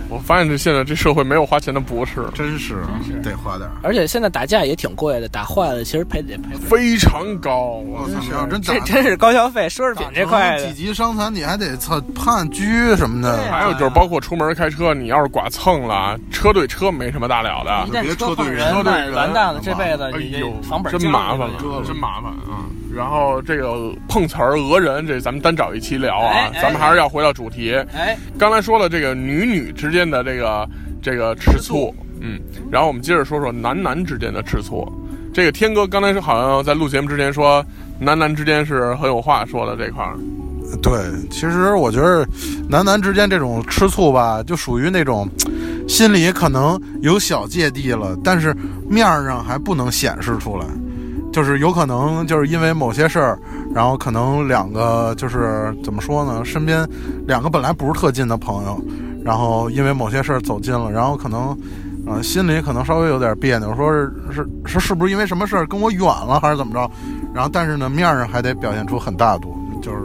Speaker 2: 我发现这现在这社会没有花钱的博士，
Speaker 4: 真是得花点儿。
Speaker 3: 而且现在打架也挺贵的，打坏了其实赔得赔。
Speaker 2: 非常高。
Speaker 4: 我操，你要真打
Speaker 3: 这真是高消费，奢侈品
Speaker 4: 打
Speaker 3: 这块
Speaker 4: 成
Speaker 3: 的
Speaker 4: 几。级伤残你还得操判拘什么
Speaker 3: 对
Speaker 4: 的。
Speaker 3: 啊
Speaker 2: 还有就是，包括出门开车，你要是剐蹭了，车对车没什么大了
Speaker 3: 一
Speaker 2: 的。
Speaker 3: 旦
Speaker 4: 别
Speaker 3: 车
Speaker 4: 车
Speaker 3: 碰
Speaker 4: 队
Speaker 3: 人，
Speaker 4: 车队
Speaker 3: 那
Speaker 4: 人
Speaker 3: 完蛋了，
Speaker 4: 完
Speaker 3: 这辈子
Speaker 2: 哎
Speaker 3: 你
Speaker 2: 呦
Speaker 3: 这房，本
Speaker 2: 真
Speaker 3: 交
Speaker 2: 麻
Speaker 3: 了
Speaker 2: 烦
Speaker 3: 这
Speaker 2: 了，真麻烦啊！然后这个碰瓷儿、讹人，这咱们单找一期聊啊
Speaker 3: 哎。哎
Speaker 2: 咱们还是要回到主题。
Speaker 3: 哎，
Speaker 2: 刚才说了这个女女之间的这个这个吃醋，嗯，然后我们接着说说男男之间的吃醋。这个天哥刚才是好像在录节目之前说，男男之间是很有话说的这块儿，
Speaker 4: 对，其实我觉得男男之间这种吃醋吧，就属于那种心里可能有小芥蒂了，但是面儿上还不能显示出来。就是有可能就是因为某些事儿，然后可能两个就是怎么说呢，身边两个本来不是特近的朋友，然后因为某些事儿走近了，然后可能。啊，心里可能稍微有点别扭，说是是是是不是因为什么事儿跟我远了，还是怎么着？然后但是呢，面儿上还得表现出很大度，就是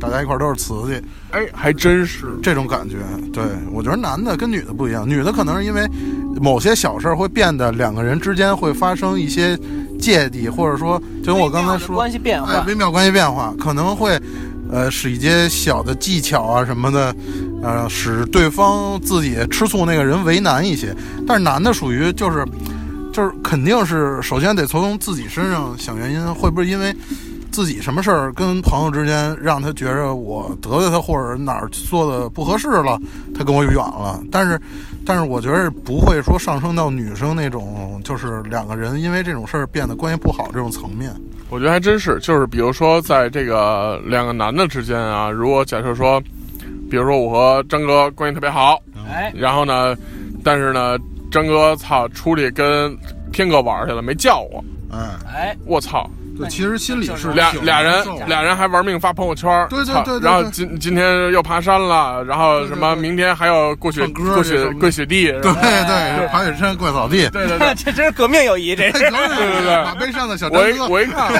Speaker 4: 大家一块儿都是瓷器
Speaker 2: 哎，还真是。
Speaker 4: 这种感觉。对我觉得男的跟女的不一样，女的可能是因为某些小事儿会变得两个人之间会发生一些芥蒂，或者说就跟我刚才说
Speaker 3: 关系变
Speaker 4: 哎，
Speaker 3: 化，
Speaker 4: 微妙关系变化，可能会，呃，使一些小的技巧啊什么的，呃，使对方自己吃醋那个人为难一些。但是男的属于就是，就是肯定是首先得从自己身上想原因，会不会因为自己什么事儿跟朋友之间让他觉着我得罪他或者哪儿做的不合适了，他跟我远了。但是，但是我觉得不会说上升到女生那种，就是两个人因为这种事儿变得关系不好这种层面。
Speaker 2: 我觉得还真是，就是比如说在这个两个男的之间啊，如果假设说，比如说我和张哥关系特别好，
Speaker 3: 哎，
Speaker 2: 然后呢，但是呢，张哥操出去跟天哥玩去了，没叫我，
Speaker 4: 哎，
Speaker 3: 哎，
Speaker 2: 我操，
Speaker 4: 对，其实心里是
Speaker 2: 俩
Speaker 4: 挺
Speaker 2: 俩
Speaker 4: 难
Speaker 2: 人
Speaker 4: 受的
Speaker 2: 俩人还玩命发朋友圈，
Speaker 4: 对对
Speaker 2: 操
Speaker 4: 对对对
Speaker 2: 然后今今天又爬山了，然后什么
Speaker 4: 对对对
Speaker 2: 明天还要过雪
Speaker 4: 唱歌
Speaker 2: 过
Speaker 4: 去
Speaker 2: 雪
Speaker 4: 什么的
Speaker 2: 过雪地，对
Speaker 4: 对对，爬雪山跪草地，
Speaker 2: 对对对，
Speaker 3: 这真是革命友谊，这
Speaker 4: 哎
Speaker 3: 是。
Speaker 4: 可以
Speaker 2: 对对
Speaker 4: 马背上的小张
Speaker 2: 我一
Speaker 4: 哥，
Speaker 2: 我一看，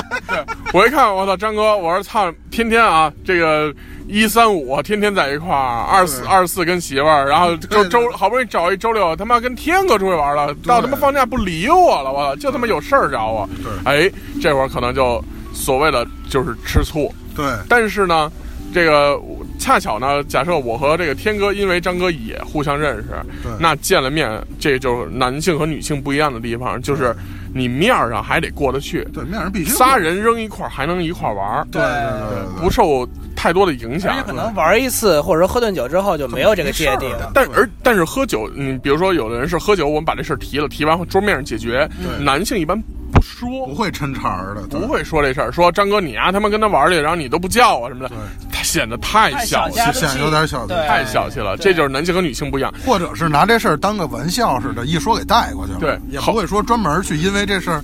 Speaker 2: 对，我一看，我操，张哥，我说操，天天啊，这个一三五啊天天在一块儿，二四
Speaker 4: 对
Speaker 2: 二四跟媳妇儿，然后
Speaker 4: 对
Speaker 2: 周
Speaker 4: 对
Speaker 2: 周好不容易找一周六，他妈跟天哥出去玩了，到他妈放假不理我了，我操，就他妈有事儿找我，哎，这会儿可能就所谓的就是吃醋，
Speaker 4: 对
Speaker 2: 但是呢，这个恰巧呢，假设我和这个天哥因为张哥也互相认识
Speaker 4: 对，
Speaker 2: 那见了面，这就是男性和女性不一样的地方，就是你面儿上还得过得去，
Speaker 4: 对，面人必须
Speaker 2: 仨，人扔一块儿还能一块儿玩儿，
Speaker 4: 对对对对
Speaker 2: 不受太多的影
Speaker 3: 而
Speaker 2: 响
Speaker 4: 哎
Speaker 3: 且。可能玩一次或者说喝顿酒之后就没有这个芥蒂了。
Speaker 2: 但而但是喝酒，你比如说有的人是喝酒，我们把这事儿提了，提完后桌面上解决，
Speaker 4: 对
Speaker 2: 男性一般不说
Speaker 4: 不。会抻茬儿的，对
Speaker 2: 不。会说这事儿，说张哥你啊，他妈跟他玩儿去，然后你都不叫我什么的
Speaker 4: 对，
Speaker 2: 他显得太
Speaker 3: 太
Speaker 2: 小
Speaker 3: 小
Speaker 2: 气
Speaker 3: 家
Speaker 4: 就
Speaker 3: 子
Speaker 4: 显有点小气
Speaker 3: 对
Speaker 2: 太小气了，这就是男性和女性不一样。
Speaker 4: 或者是拿这事儿当个玩笑似的，一说给带过去了，
Speaker 2: 对
Speaker 4: 也
Speaker 2: 好
Speaker 4: 不会说专门去因为这事儿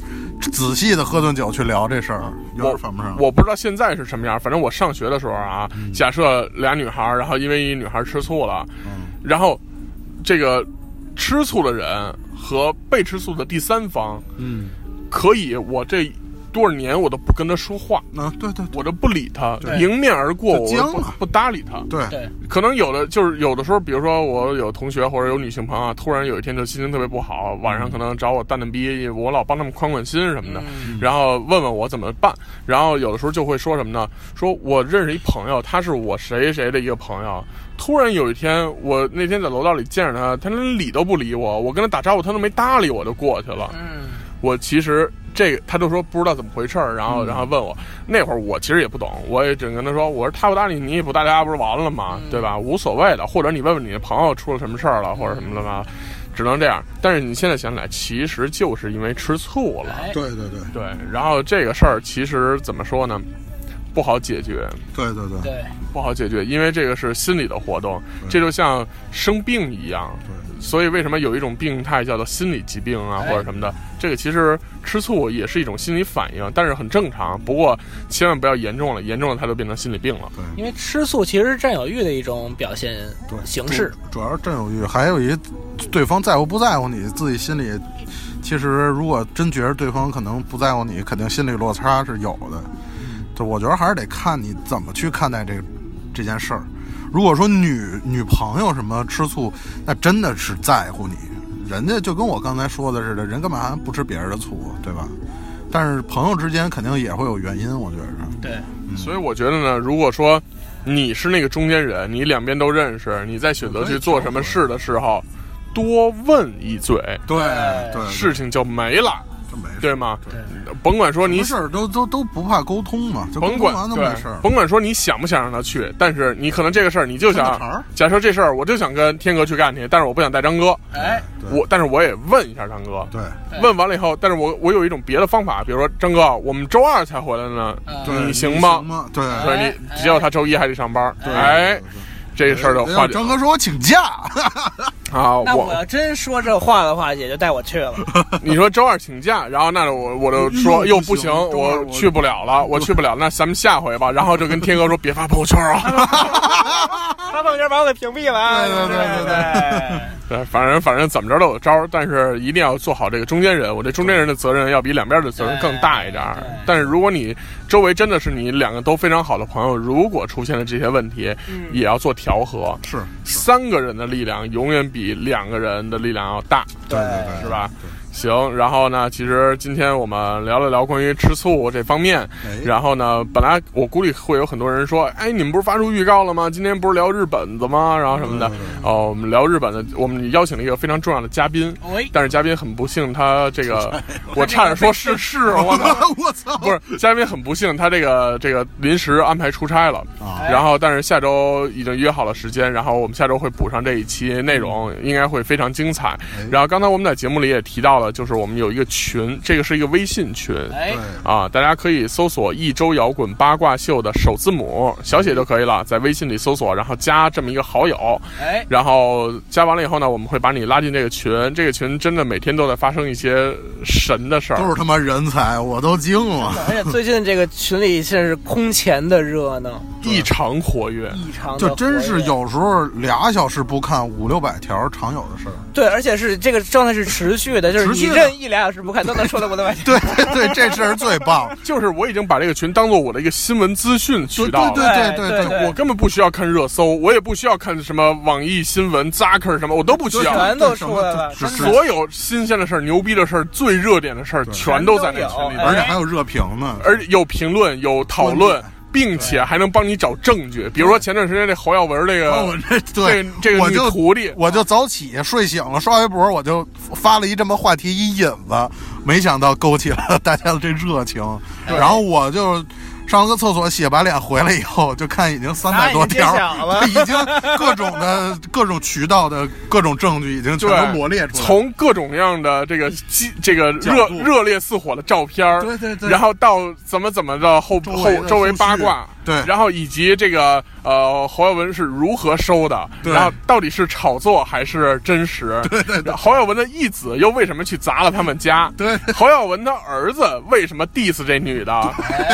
Speaker 4: 仔细的喝顿酒去聊这事儿，嗯有
Speaker 2: 我
Speaker 4: 点犯不上。
Speaker 2: 我不知道现在是什么样，反正我上学的时候啊，假设俩女孩儿，然后因为一女孩儿吃醋了，
Speaker 4: 嗯
Speaker 2: 然后这个吃醋的人和被吃醋的第三方，
Speaker 4: 嗯，
Speaker 2: 可以我这多少年我都不跟他说话，
Speaker 4: 啊，对对
Speaker 2: 我都不理他，
Speaker 3: 对
Speaker 2: 迎面而过，
Speaker 4: 就
Speaker 2: 我
Speaker 4: 僵
Speaker 2: 不
Speaker 4: 了
Speaker 2: 不搭理他。
Speaker 4: 对对
Speaker 3: 对，
Speaker 2: 可能有的就是有的时候，比如说我有同学或者有女性朋友啊，突然有一天就心情特别不好，晚上可能找我蛋蛋逼，我老帮他们宽宽心什么的，然后问问我怎么办。然后有的时候就会说什么呢？说我认识一朋友，他是我谁谁的一个朋友。突然有一天，我那天在楼道里见着他，他连理都不理我，我跟他打招呼，他都没搭理我就过去了。
Speaker 3: 嗯，
Speaker 2: 我其实这个他就说不知道怎么回事儿，然后然后问我那会儿我其实也不懂，我也只能跟他说，我说他不搭理你，你也不搭理他，不是完了吗？对吧？无所谓的，或者你问问你的朋友出了什么事儿了，或者什么了吗？只能这样。但是你现在想起来，其实就是因为吃醋了，
Speaker 3: 哎，
Speaker 4: 对对对
Speaker 2: 对。然后这个事儿其实怎么说呢？不好解决，
Speaker 4: 对对对，
Speaker 3: 对，
Speaker 2: 不好解决，因为这个是心理的活动，这就像生病一样。所以为什么有一种病态叫做心理疾病啊，
Speaker 3: 哎
Speaker 2: 或者什么的？这个其实吃醋也是一种心理反应，但是很正常。不过千万不要严重了，严重了它就变成心理病了。
Speaker 3: 因为吃醋其实是占有欲的一种表现形式。
Speaker 4: 主主要是占有欲，还有一对方在乎不在乎你，自己心里其实如果真觉着对方可能不在乎你，肯定心理落差是有的。
Speaker 3: 嗯
Speaker 4: 就我觉得还是得看你怎么去看待这这件事儿。如果说女女朋友什么吃醋，那真的是在乎你，人家就跟我刚才说的似的，人干嘛不吃别人的醋，啊对吧？但是朋友之间肯定也会有原因，我觉着。
Speaker 3: 对，
Speaker 2: 所以我觉得呢，如果说你是那个中间人，你两边都认识，你在选择去做什么事的时候，多问一嘴，
Speaker 4: 对对，
Speaker 2: 事情就没了，
Speaker 4: 这没事
Speaker 2: 嗯对吗？甭管说你
Speaker 4: 没事儿，都都都不怕沟通嘛，就沟
Speaker 2: 甭
Speaker 4: 通
Speaker 2: 管
Speaker 4: 完都
Speaker 2: 对
Speaker 4: 没事儿。
Speaker 2: 甭管说你想不想让他去，但是你可能这个事儿你就
Speaker 4: 看个
Speaker 2: 想
Speaker 4: 茬儿，
Speaker 2: 假设这事儿我就想跟天哥去干去，但是我不想带张哥，
Speaker 3: 哎，
Speaker 4: 对
Speaker 2: 我但是我也问一下张哥，
Speaker 4: 对，
Speaker 2: 问完了以后，但是我我有一种别的方法，比如说张哥，啊我们周二才回来呢，
Speaker 3: 嗯
Speaker 4: 对
Speaker 2: 你行
Speaker 4: 吗？
Speaker 2: 吗？
Speaker 4: 对，
Speaker 2: 对
Speaker 3: 哎
Speaker 2: 你，结果他周一还得上班，哎，这事儿就化
Speaker 4: 让
Speaker 2: 解
Speaker 4: 张哥说我请假，
Speaker 2: 啊！
Speaker 3: 那我
Speaker 2: 我
Speaker 3: 要真说这话的话，也就带我去了。
Speaker 2: 你说周二请假，然后那我我就说
Speaker 4: 嗯
Speaker 2: 又
Speaker 4: 不
Speaker 2: 不
Speaker 4: 行
Speaker 2: 行，
Speaker 4: 周二
Speaker 2: 我
Speaker 4: 我
Speaker 2: 去不了了，我去不了，那咱们下回吧。然后就跟天哥说别发朋友圈啊，
Speaker 3: 发朋友圈把我给屏蔽了啊。
Speaker 4: 对对对对
Speaker 3: 对对。
Speaker 2: 对，呃反正反正怎么着都有招儿，但是一定要做好这个中间人。我这中间人的责任要比两边的责任更大一点儿
Speaker 3: 对对。
Speaker 2: 但是如果你周围真的是你两个都非常好的朋友，如果出现了这些问题，
Speaker 3: 嗯
Speaker 2: 也要做调和。
Speaker 4: 是，
Speaker 2: 三个人的力量永远比两个人的力量要大，
Speaker 4: 哎对对对，
Speaker 2: 是吧？行，然后呢，其实今天我们聊了聊关于吃醋这方面，
Speaker 4: 哎，
Speaker 2: 然后呢，本来我估计会有很多人说，哎，你们不是发出预告了吗？今天不是聊日本的吗？然后什么的
Speaker 4: 嗯，
Speaker 2: 哦，我们聊日本的，我们邀请了一个非常重要的嘉宾，
Speaker 3: 哎喂，
Speaker 2: 但是嘉宾很不幸，他这个哦 我差点说是是， 我 操！
Speaker 4: 我操，
Speaker 2: 不是，嘉宾很不幸，他这个这个临时安排出差了，
Speaker 4: 啊
Speaker 2: 然后但是下周已经约好了时间，然后我们下周会补上这一期内容，应该会非常精彩。然后刚才我们在节目里也提到了，就是我们有一个群，这个是一个微信群。
Speaker 3: 哎
Speaker 4: 对，
Speaker 2: 啊，大家可以搜索“一周摇滚八卦秀”的首字母小写就可以了，在微信里搜索，然后加这么一个好友，
Speaker 3: 哎，
Speaker 2: 然后加完了以后呢，我们会把你拉进这个群。这个群真的每天都在发生一些神的事儿，
Speaker 4: 都是他妈人才，我都惊了。
Speaker 3: 而且最近这个群里现在是空前的热闹，
Speaker 2: 异常活跃。
Speaker 3: 异常的
Speaker 4: 就真
Speaker 3: 活
Speaker 4: 是
Speaker 3: 跃
Speaker 4: 有时候俩小时不看五六百条常有的事儿，
Speaker 3: 对，而且是这个状态是持续的，就是
Speaker 4: 持
Speaker 3: 你
Speaker 4: 续的
Speaker 3: 任意俩小时不看都能说到我 的外
Speaker 4: 对对对，这事儿最棒，
Speaker 2: 就是我已经把这个群当做我的一个新闻资讯渠道了。
Speaker 4: 对
Speaker 3: 对
Speaker 4: 对
Speaker 3: 对
Speaker 4: 对
Speaker 2: 我根本不需要看热搜，我也不需要看什么网易新闻、Zucker 什么，我都不需要。
Speaker 3: 全都出来了
Speaker 4: 只是
Speaker 2: 所有新鲜的事儿、牛逼的事儿、最热点的事儿，全都在那个群里边
Speaker 3: 全都有哎
Speaker 4: 而且还有热评呢。
Speaker 2: 而且有评论、有讨论，并且还能帮你找证据。比如说前段时间这侯耀文这
Speaker 4: 哦我
Speaker 2: 个，
Speaker 4: 这对
Speaker 2: 这这个
Speaker 4: 我
Speaker 2: 女
Speaker 4: 就
Speaker 2: 徒弟
Speaker 4: 我就早起睡醒了，刷微博，我就发了一这么话题一引子，没想到勾起了 大家的这热情。然后我就上了个厕所洗把脸，回来以后就看已经三百多条，
Speaker 3: 了
Speaker 4: 已经各种的各种渠道的各种证据已经全
Speaker 2: 对
Speaker 4: 都罗列出来了。
Speaker 2: 从各种各样的这个激这个热
Speaker 4: 角度
Speaker 2: 热烈似火的照片儿
Speaker 4: 对对对
Speaker 2: 然后到怎么怎么的后
Speaker 4: 周
Speaker 2: 后
Speaker 4: 围的
Speaker 2: 周围
Speaker 4: 数据
Speaker 2: 八卦，
Speaker 4: 对
Speaker 2: 然后以及这个呃侯耀文是如何收的，
Speaker 4: 对
Speaker 2: 然后到底是炒作还是真实？对
Speaker 4: 对对
Speaker 2: 侯耀文的义子又为什么去砸了他们家？
Speaker 4: 对
Speaker 2: 侯耀文的儿子为什么 diss 这女的？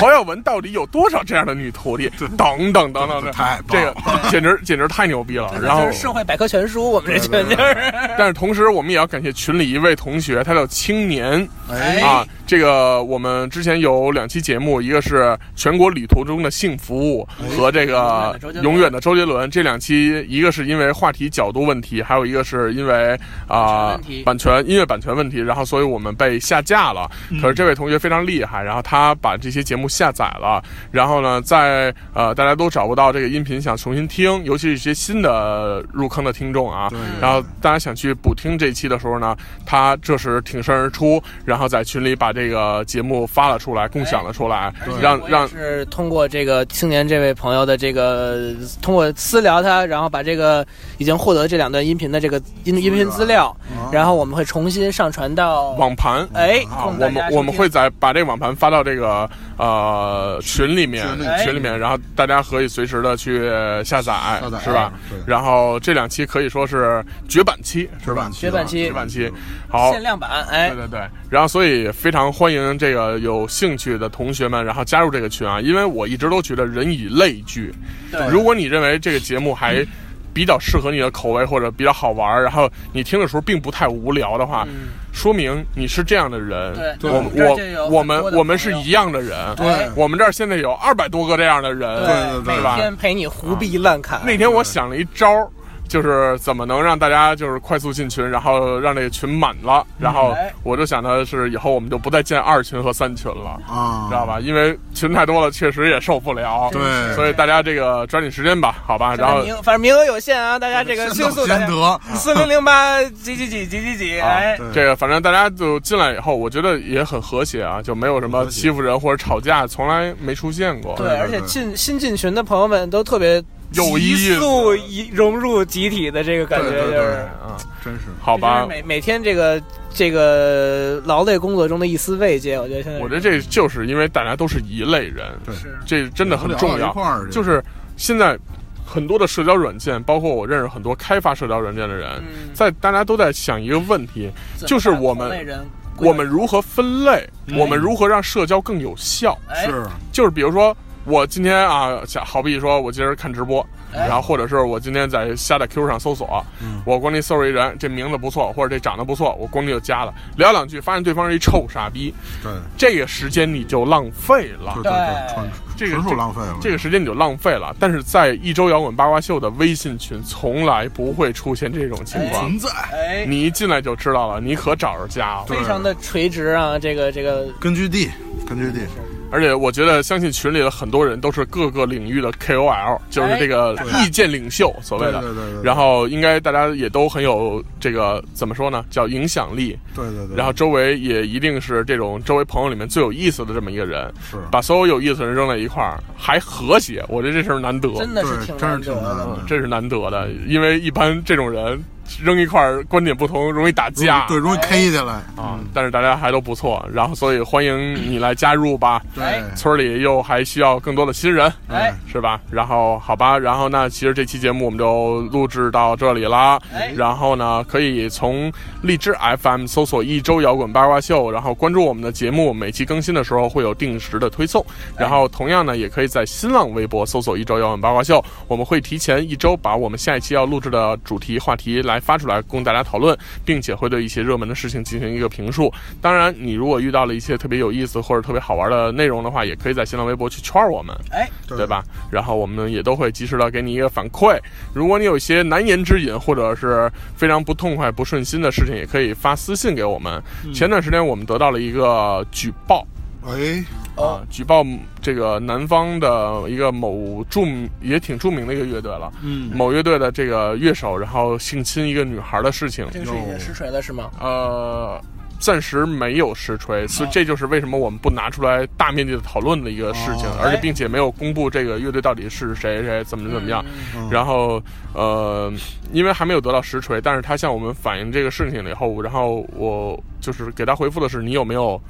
Speaker 2: 侯耀文到底有多少这样的女徒弟？等等等等，
Speaker 4: 太
Speaker 2: 这
Speaker 4: 棒
Speaker 2: 个
Speaker 4: 了
Speaker 2: 简直简直太牛逼了！然后
Speaker 3: 就是社会百科全书，我们这群就是
Speaker 2: 但是同时，我们也要感谢群里一位同学，他叫青年
Speaker 4: 哎
Speaker 2: 啊。这个我们之前有两期节目，一个是全国旅途中的性服务和这个哎永远的周杰伦这两期，一个是因为话题角度问题，还有一个是因为啊
Speaker 3: 版权
Speaker 2: 版
Speaker 3: 问题
Speaker 2: 权音乐版权问题，然后所以我们被下架了。可是这位同学非常厉害，然后他把这些节目下载了，然后呢，在呃大家都找不到这个音频，想重新听，尤其是一些新的入坑的听众啊，然后大家想去补听这期的时候呢，他这时挺身而出，然后在群里把这个节目发了出来，共享了出来，让
Speaker 3: 我也
Speaker 2: 让
Speaker 3: 是通过这个青年这位朋友的这个通过私聊他，然后把这个已经获得这两段音频的这个音音频资料，然后我们会重新上传到
Speaker 2: 啊网盘。
Speaker 3: 哎，
Speaker 2: 啊，
Speaker 3: 供
Speaker 2: 我
Speaker 3: 大家
Speaker 2: 们
Speaker 3: 收
Speaker 2: 我们
Speaker 3: 听
Speaker 2: 会在把这个网盘发到这个呃群里面，
Speaker 4: 群哎
Speaker 3: 里
Speaker 2: 群里面，然后大家可以随时的去下载，
Speaker 4: 下载啊
Speaker 2: 是吧
Speaker 4: 对？
Speaker 2: 然后这两期可以说是绝版期，是
Speaker 4: 绝
Speaker 2: 吧
Speaker 4: 版？期，
Speaker 3: 绝版期
Speaker 2: 绝版期，好
Speaker 3: 限。量版，哎
Speaker 2: 对，对对，然后所以非常欢迎这个有兴趣的同学们，然后加入这个群啊，因为我一直都觉得人以类聚，
Speaker 3: 对
Speaker 2: 如果你认为这个节目还比较适合你的口味或者比较好玩儿，然后你听的时候并不太无聊的话，说明你是这样的人。
Speaker 3: 嗯
Speaker 2: 我
Speaker 3: 对对我们这儿就有
Speaker 2: 我我们
Speaker 3: 很多的
Speaker 2: 我们是
Speaker 3: 朋友
Speaker 2: 一样的人。
Speaker 3: 哎
Speaker 2: 我们这儿现在有二百多个这样的人，
Speaker 4: 对对对
Speaker 2: 是
Speaker 3: 每
Speaker 2: 吧？啊
Speaker 3: 天陪你胡逼乱侃，
Speaker 2: 那天我想了一招儿，就是怎么能让大家就是快速进群，然后让这个群满了，然后
Speaker 3: 哎
Speaker 2: 我就想的是以后我们就不再建二群和三群了。
Speaker 4: 啊，
Speaker 2: 嗯知道？吧？因为群太多了，确实也受不了。
Speaker 4: 对
Speaker 2: 所以大家这个抓紧时间吧，好吧。然后
Speaker 3: 名反正名额有限啊，大家这个迅
Speaker 4: 先
Speaker 3: 速
Speaker 4: 走
Speaker 3: 大
Speaker 4: 先
Speaker 3: 家
Speaker 2: 嗯
Speaker 4: 得，啊
Speaker 3: 四零零八几几几几几几，
Speaker 2: 啊
Speaker 3: 哎，
Speaker 4: 对
Speaker 2: 这个反正大家就进来以后，我觉得也很和谐啊，就没有什么
Speaker 4: 和谐
Speaker 2: 欺负人或者吵架，从来没出现过。
Speaker 3: 对，而且进新进群的朋友们都特别
Speaker 2: 有意
Speaker 3: 急
Speaker 2: 思
Speaker 3: 速一融入集体的这个感觉，
Speaker 4: 对对
Speaker 3: 就
Speaker 4: 对
Speaker 3: 是
Speaker 2: 嗯，
Speaker 4: 真是
Speaker 2: 好
Speaker 3: 这就
Speaker 2: 吧
Speaker 3: 是。每每天这个这个劳累工作中的一丝慰藉，我觉得现在
Speaker 2: 我觉得这就是因为大家都是一类人，
Speaker 4: 对
Speaker 3: 是
Speaker 2: 这真的很重
Speaker 4: 聊到一
Speaker 2: 要
Speaker 4: 块。儿去
Speaker 2: 就是现在很多的社交软件，包括我认识很多开发社交软件的人，
Speaker 3: 嗯
Speaker 2: 在大家都在想一个问题，就是我们
Speaker 3: 怎么把同类人归
Speaker 2: 我们如何分类，我们如何让社交更有效。
Speaker 3: 哎
Speaker 4: 是
Speaker 2: 啊就是比如说，我今天啊，假好比说，我今儿看直播，然后或者是我今天在瞎在 Q 上搜索，我咣叽搜着一人，这名字不错，或者这长得不错，我咣叽就加了，聊两句，发现对方是一臭傻逼，
Speaker 4: 对
Speaker 2: 这个时间你就浪费了
Speaker 4: 对对。
Speaker 3: 对
Speaker 4: 对，纯
Speaker 2: 哎这个
Speaker 4: 纯
Speaker 2: 这
Speaker 4: 属浪费了。
Speaker 2: 这个时间你就浪费了，但是在一周摇滚八卦秀的微信群，从来不会出现这种情况。
Speaker 4: 存在
Speaker 3: 哎，
Speaker 2: 你一进来就知道了，你可找着家了。
Speaker 4: 对
Speaker 3: 非常的垂直啊，这个这个
Speaker 4: 根据地，根据地，
Speaker 2: 而且我觉得，相信群里的很多人都是各个领域的 KOL，就是这个意见领袖所谓的。
Speaker 4: 对对对对对
Speaker 2: 然后应该大家也都很有这个怎么说呢，叫影响力。
Speaker 4: 对对对。
Speaker 2: 然后周围也一定是这种周围朋友里面最有意思的这么一个人，
Speaker 4: 是
Speaker 2: 把所有有意思的人扔在一块儿，还和谐，我觉得这事儿难得。
Speaker 3: 真的是
Speaker 4: 对
Speaker 3: 挺，
Speaker 4: 真
Speaker 3: 难
Speaker 4: 是挺
Speaker 3: 得
Speaker 4: 难
Speaker 3: 的。
Speaker 4: 的
Speaker 2: 嗯，，这是难得的，因为一般这种人扔一块儿观点不同，容易打架。
Speaker 4: 对，容易 K 起来。
Speaker 2: 啊，但是大家还都不错，然后所以欢迎你来加入吧。
Speaker 4: 对，
Speaker 2: 村里又还需要更多的新人，
Speaker 3: 哎
Speaker 2: 是吧？然后好吧，然后那其实这期节目我们就录制到这里啦。
Speaker 3: 哎
Speaker 2: 然后呢，可以从荔枝 FM 搜索“一周摇滚八卦秀”，然后关注我们的节目，每期更新的时候会有定时的推送。
Speaker 3: 哎
Speaker 2: 然后同样呢，也可以在新浪微博搜索“一周摇滚八卦秀”，我们会提前一周把我们下一期要录制的主题话题来发出来供大家讨论，并且会对一些热门的事情进行一个评述。当然，你如果遇到了一些特别有意思或者特别好玩的内容的话，也可以在新浪微博去圈儿我们。
Speaker 3: 哎，
Speaker 4: 对
Speaker 2: 对吧？然后我们也都会及时的给你一个反馈。如果你有一些难言之隐，或者是非常不痛快、不顺心的事情，也可以发私信给我们。前段时间我们得到了一个举报。
Speaker 4: 哎，
Speaker 2: 啊，举报这个南方的一个某著名也挺著名的一个乐队了，嗯，某乐队的这个乐手，然后性侵一个女孩的事情，
Speaker 3: 这个是已经实锤了是吗？
Speaker 2: 呃，暂时没有实锤，
Speaker 3: 哦
Speaker 2: 所以这就是为什么我们不拿出来大面积的讨论的一个事情，
Speaker 4: 哦
Speaker 2: 而且并且没有公布这个乐队到底是谁谁怎么怎么样。
Speaker 3: 嗯
Speaker 2: 然后呃，因为还没有得到实锤，但是他向我们反映这个事情了以后，然后我就是给他回复的是你有没有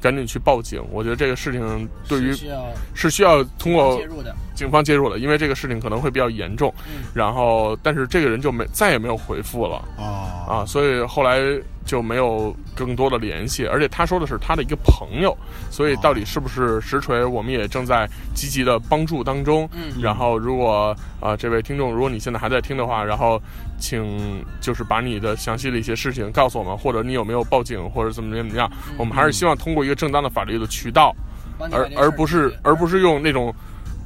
Speaker 2: 赶紧去报警？我觉得这个事情对于呃
Speaker 3: 是需要
Speaker 2: 是需要通过
Speaker 3: 介入的，
Speaker 2: 警方介入的，因为这个事情可能会比较严重。
Speaker 3: 嗯
Speaker 2: 然后，但是这个人就没再也没有回复了。
Speaker 4: 哦，
Speaker 2: 啊，所以后来就没有更多的联系。而且他说的是他的一个朋友，所
Speaker 3: 哦
Speaker 2: 以到底是不是实锤，我们也正在积极的帮助当中。
Speaker 3: 嗯
Speaker 2: 然后如果啊、呃这位听众，如果你现在还在听的话，然后请就是把你的详细的一些事情告诉我们，或者你有没有报警，或者怎么怎么样，
Speaker 3: 嗯
Speaker 2: 我们还是希望通过一个正当的法律的渠道，
Speaker 3: 帮你把
Speaker 2: 而
Speaker 3: 嗯这事儿
Speaker 2: 而不是
Speaker 3: 解决
Speaker 2: 而不是用那种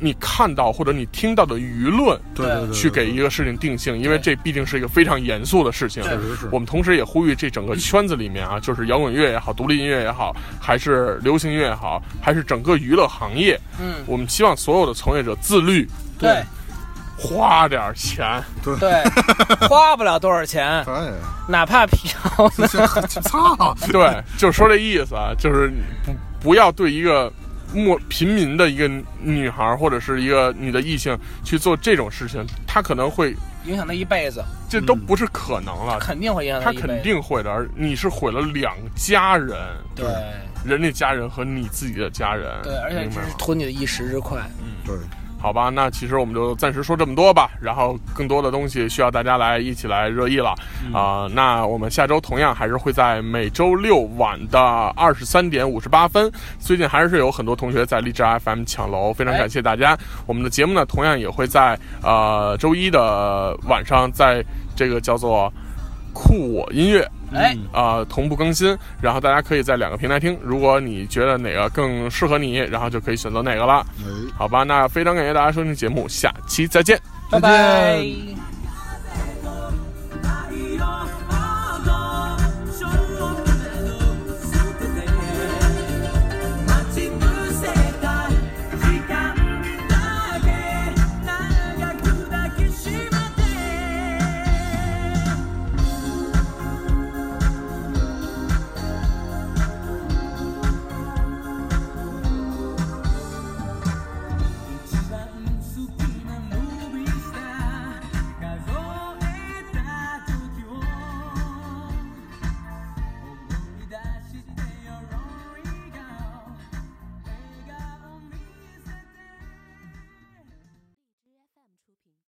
Speaker 2: 你看到或者你听到的舆论。
Speaker 4: 对对对，
Speaker 2: 去给一个事情定性，因为这毕竟是一个非常严肃的事情。
Speaker 3: 确
Speaker 4: 实是
Speaker 2: 我们同时也呼吁这整个圈子里面啊，就是摇滚乐也好，独立音乐也好，还是流行乐也好，还是整个娱乐行业，
Speaker 3: 嗯，
Speaker 2: 我们希望所有的从业者自律，
Speaker 3: 对
Speaker 2: 花点儿 钱。
Speaker 3: 对，花不了多少钱，
Speaker 4: 对，
Speaker 3: 哪怕嫖呢，
Speaker 4: 操，
Speaker 2: 对，就说这意思啊，就是不不要对一个。莫平民的一个女孩儿或者是一个你的异性去做这种事情，她可能会，
Speaker 3: 影响他一辈子，
Speaker 2: 这
Speaker 4: 嗯
Speaker 2: 都不是可能了，
Speaker 3: 肯定会影响
Speaker 2: 她
Speaker 3: 一辈子。
Speaker 2: 肯定会的。而你是毁了两家人，
Speaker 3: 对
Speaker 2: 人家家人和你自己的家人，
Speaker 3: 对，而且
Speaker 2: 明
Speaker 3: 只
Speaker 2: 白吗
Speaker 3: 是？图你的一时之快。
Speaker 4: 对，
Speaker 2: 好吧，那其实我们就暂时说这么多吧。然后更多的东西需要大家来一起来热议了
Speaker 3: 嗯
Speaker 2: 啊、那我们下周同样还是会在每周六晚的二十三点五十八分。最近还是有很多同学在荔枝 FM 抢楼，非常
Speaker 3: 哎
Speaker 2: 感谢大家。我们的节目呢，同样也会在呃周一的晚上，在这个叫做酷我音乐
Speaker 3: 哎，
Speaker 2: 啊、同步更新，然后大家可以在两个平台听。如果你觉得哪个更适合你，然后就可以选择哪个了，
Speaker 4: 哎。
Speaker 2: 好吧？那非常感谢大家收听节目，下期再见。
Speaker 3: 拜
Speaker 4: 再见
Speaker 3: 拜。